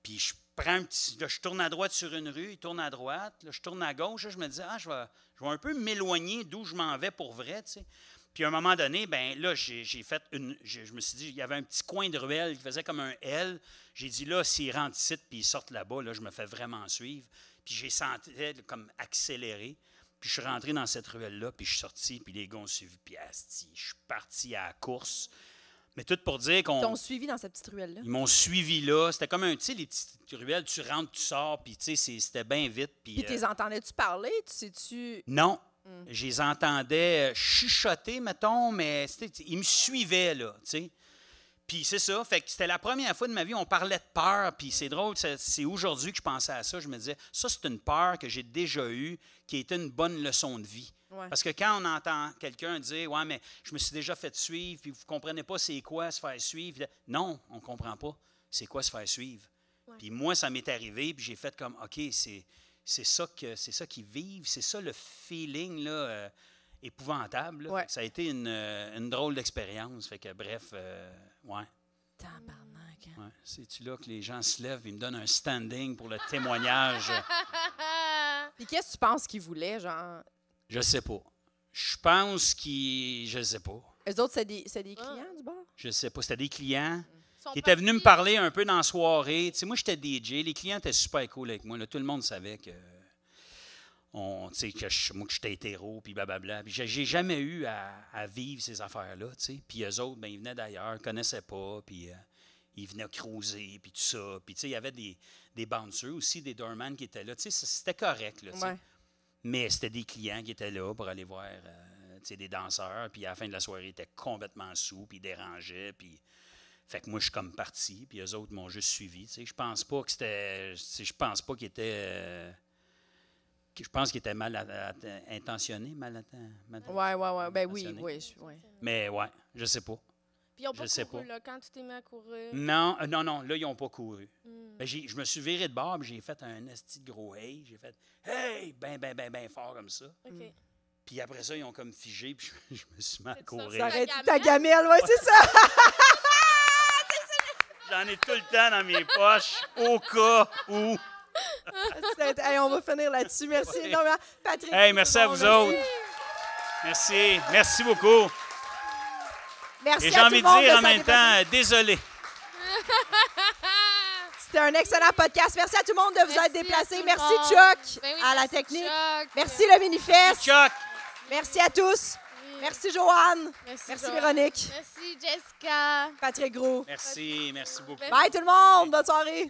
[SPEAKER 6] Puis je prends un petit. Là, je tourne à droite sur une rue, il tourne à droite. Là, je tourne à gauche. Là, je me dis, ah, je vais, je vais un peu m'éloigner d'où je m'en vais pour vrai, tu sais. Puis à un moment donné, ben là, j'ai j'ai fait une. j'ai- Je me suis dit, il y avait un petit coin de ruelle qui faisait comme un L. J'ai dit, là, s'ils rentrent ici puis ils sortent là-bas, là, je me fais vraiment suivre. Puis j'ai senti elle, comme accélérer. Puis je suis rentré dans cette ruelle-là, puis je suis sorti, puis les gars ont suivi, puis asti, je suis parti à la course. Mais tout pour dire qu'on.
[SPEAKER 4] Ils t'ont suivi dans cette petite ruelle-là.
[SPEAKER 6] Ils m'ont suivi là. C'était comme un, tu sais, les petites ruelles, tu rentres, tu sors, puis tu sais, c'est- c'était bien vite. Puis,
[SPEAKER 4] Puis t'es Hmm.
[SPEAKER 6] euh,
[SPEAKER 4] entendais-tu parler? Tu sais-tu...
[SPEAKER 6] non, je les entendais euh, chuchoter, mettons, mais c'était- ils me suivaient, là, tu sais. Puis c'est ça, fait que c'était la première fois de ma vie, on parlait de peur, puis c'est drôle, c'est c'est aujourd'hui que je pensais à ça, je me disais, ça c'est une peur que j'ai déjà eue, qui a été une bonne leçon de vie.
[SPEAKER 4] Ouais.
[SPEAKER 6] Parce que quand on entend quelqu'un dire, ouais, mais je me suis déjà fait suivre, puis vous comprenez pas c'est quoi se faire suivre, non, on comprend pas c'est quoi se faire suivre. Puis moi, ça m'est arrivé, puis j'ai fait comme, OK, c'est, c'est ça que c'est ça qu'ils vivent, c'est ça le feeling là, euh, épouvantable. là.
[SPEAKER 4] Ouais.
[SPEAKER 6] Fait que Ça a été une, euh, une drôle d'expérience. Fait que bref, euh, ouais,
[SPEAKER 4] Tabarnak. hein.
[SPEAKER 6] ouais. C'est-tu là que les gens se lèvent et me donnent un standing pour le témoignage?
[SPEAKER 5] Euh,
[SPEAKER 4] Puis qu'est-ce que tu penses qu'ils voulaient, genre?
[SPEAKER 6] Je sais pas. Je pense qu'ils. Je sais pas.
[SPEAKER 4] Eux autres, c'est des, c'est des clients du bar?
[SPEAKER 6] Je sais pas. C'était des clients.
[SPEAKER 5] Son
[SPEAKER 6] qui étaient venus me
[SPEAKER 5] parti-
[SPEAKER 6] parler un peu dans la soirée. Tu sais, moi, j'étais DJ. Les clients étaient super cool avec moi. là. Tout le monde savait que, on, tu sais, que je, moi, que j'étais hétéro, puis blablabla. Puis j'ai- j'ai jamais eu à, à vivre ces affaires-là, tu sais. Puis eux autres, ben, ils venaient d'ailleurs, ils connaissaient pas, puis euh, ils venaient cruiser, puis tout ça. Puis, tu sais, il y avait des, des bouncers aussi, des doorman qui étaient là. Tu sais, c'était correct, là, tu sais.
[SPEAKER 4] Ouais.
[SPEAKER 6] Mais c'était des clients qui étaient là pour aller voir euh, tu sais, des danseurs. Puis à la fin de la soirée, ils étaient complètement sous, puis ils dérangeaient. Puis... Fait que moi, je suis comme parti, puis eux autres m'ont juste suivi. tu sais. Je pense pas que c'était. tu sais, Je pense pas qu'ils étaient. euh, que- je pense qu'ils étaient mal à- à- intentionnés, mal, à- mal-
[SPEAKER 4] Ouais, ouais, ouais. Ben oui,
[SPEAKER 6] Passionné.
[SPEAKER 4] oui. je- ouais.
[SPEAKER 6] Mais ouais, je sais pas.
[SPEAKER 5] Puis ils ont
[SPEAKER 6] Je
[SPEAKER 5] pas
[SPEAKER 6] sais
[SPEAKER 5] couru,
[SPEAKER 6] pas.
[SPEAKER 5] là, quand tu t'es mis à courir. Mm.
[SPEAKER 6] Non, euh, non, non, là, ils n'ont pas couru.
[SPEAKER 4] Mm.
[SPEAKER 6] Ben, j'ai- je me suis viré de bord, puis j'ai fait un esti de gros hey. J'ai fait hey, ben, ben, ben, ben fort comme ça.
[SPEAKER 4] Mm.
[SPEAKER 5] OK.
[SPEAKER 6] Puis après ça, ils ont comme figé, puis je, je me suis mis à
[SPEAKER 5] C'est
[SPEAKER 6] courir.
[SPEAKER 4] Ça
[SPEAKER 5] Ta
[SPEAKER 4] aurait été
[SPEAKER 5] gamelle.
[SPEAKER 4] ta gamelle, ouais, c'est ça.
[SPEAKER 6] J'en ai tout le temps dans mes poches, au cas où.
[SPEAKER 4] C'est- hey, on va finir là-dessus. Merci
[SPEAKER 6] Ouais.
[SPEAKER 4] énormément. Patrick.
[SPEAKER 6] Hey, merci à
[SPEAKER 4] Bon,
[SPEAKER 6] vous autres. Merci, merci beaucoup.
[SPEAKER 4] Merci
[SPEAKER 6] Et j'ai
[SPEAKER 4] à tout
[SPEAKER 6] envie
[SPEAKER 4] le
[SPEAKER 6] de
[SPEAKER 4] monde
[SPEAKER 6] dire en
[SPEAKER 4] s'être
[SPEAKER 6] même temps, euh, désolé.
[SPEAKER 4] C'était un excellent podcast. Merci à tout le monde de vous
[SPEAKER 5] Merci
[SPEAKER 4] être déplacés.
[SPEAKER 5] à tout le
[SPEAKER 4] Merci,
[SPEAKER 5] monde.
[SPEAKER 4] Chuck,
[SPEAKER 5] Ben oui,
[SPEAKER 4] à la
[SPEAKER 5] merci,
[SPEAKER 4] technique.
[SPEAKER 5] Chuck.
[SPEAKER 4] Merci, le Minifest.
[SPEAKER 6] Chuck,
[SPEAKER 4] Merci à tous. Merci, Joanne.
[SPEAKER 5] Ben Merci,
[SPEAKER 4] Merci,
[SPEAKER 5] Joanne.
[SPEAKER 4] Véronique.
[SPEAKER 5] Merci, Jessica.
[SPEAKER 4] Patrick Gros.
[SPEAKER 5] Ben
[SPEAKER 6] merci, merci beaucoup.
[SPEAKER 4] Bye, tout le monde. Bonne soirée.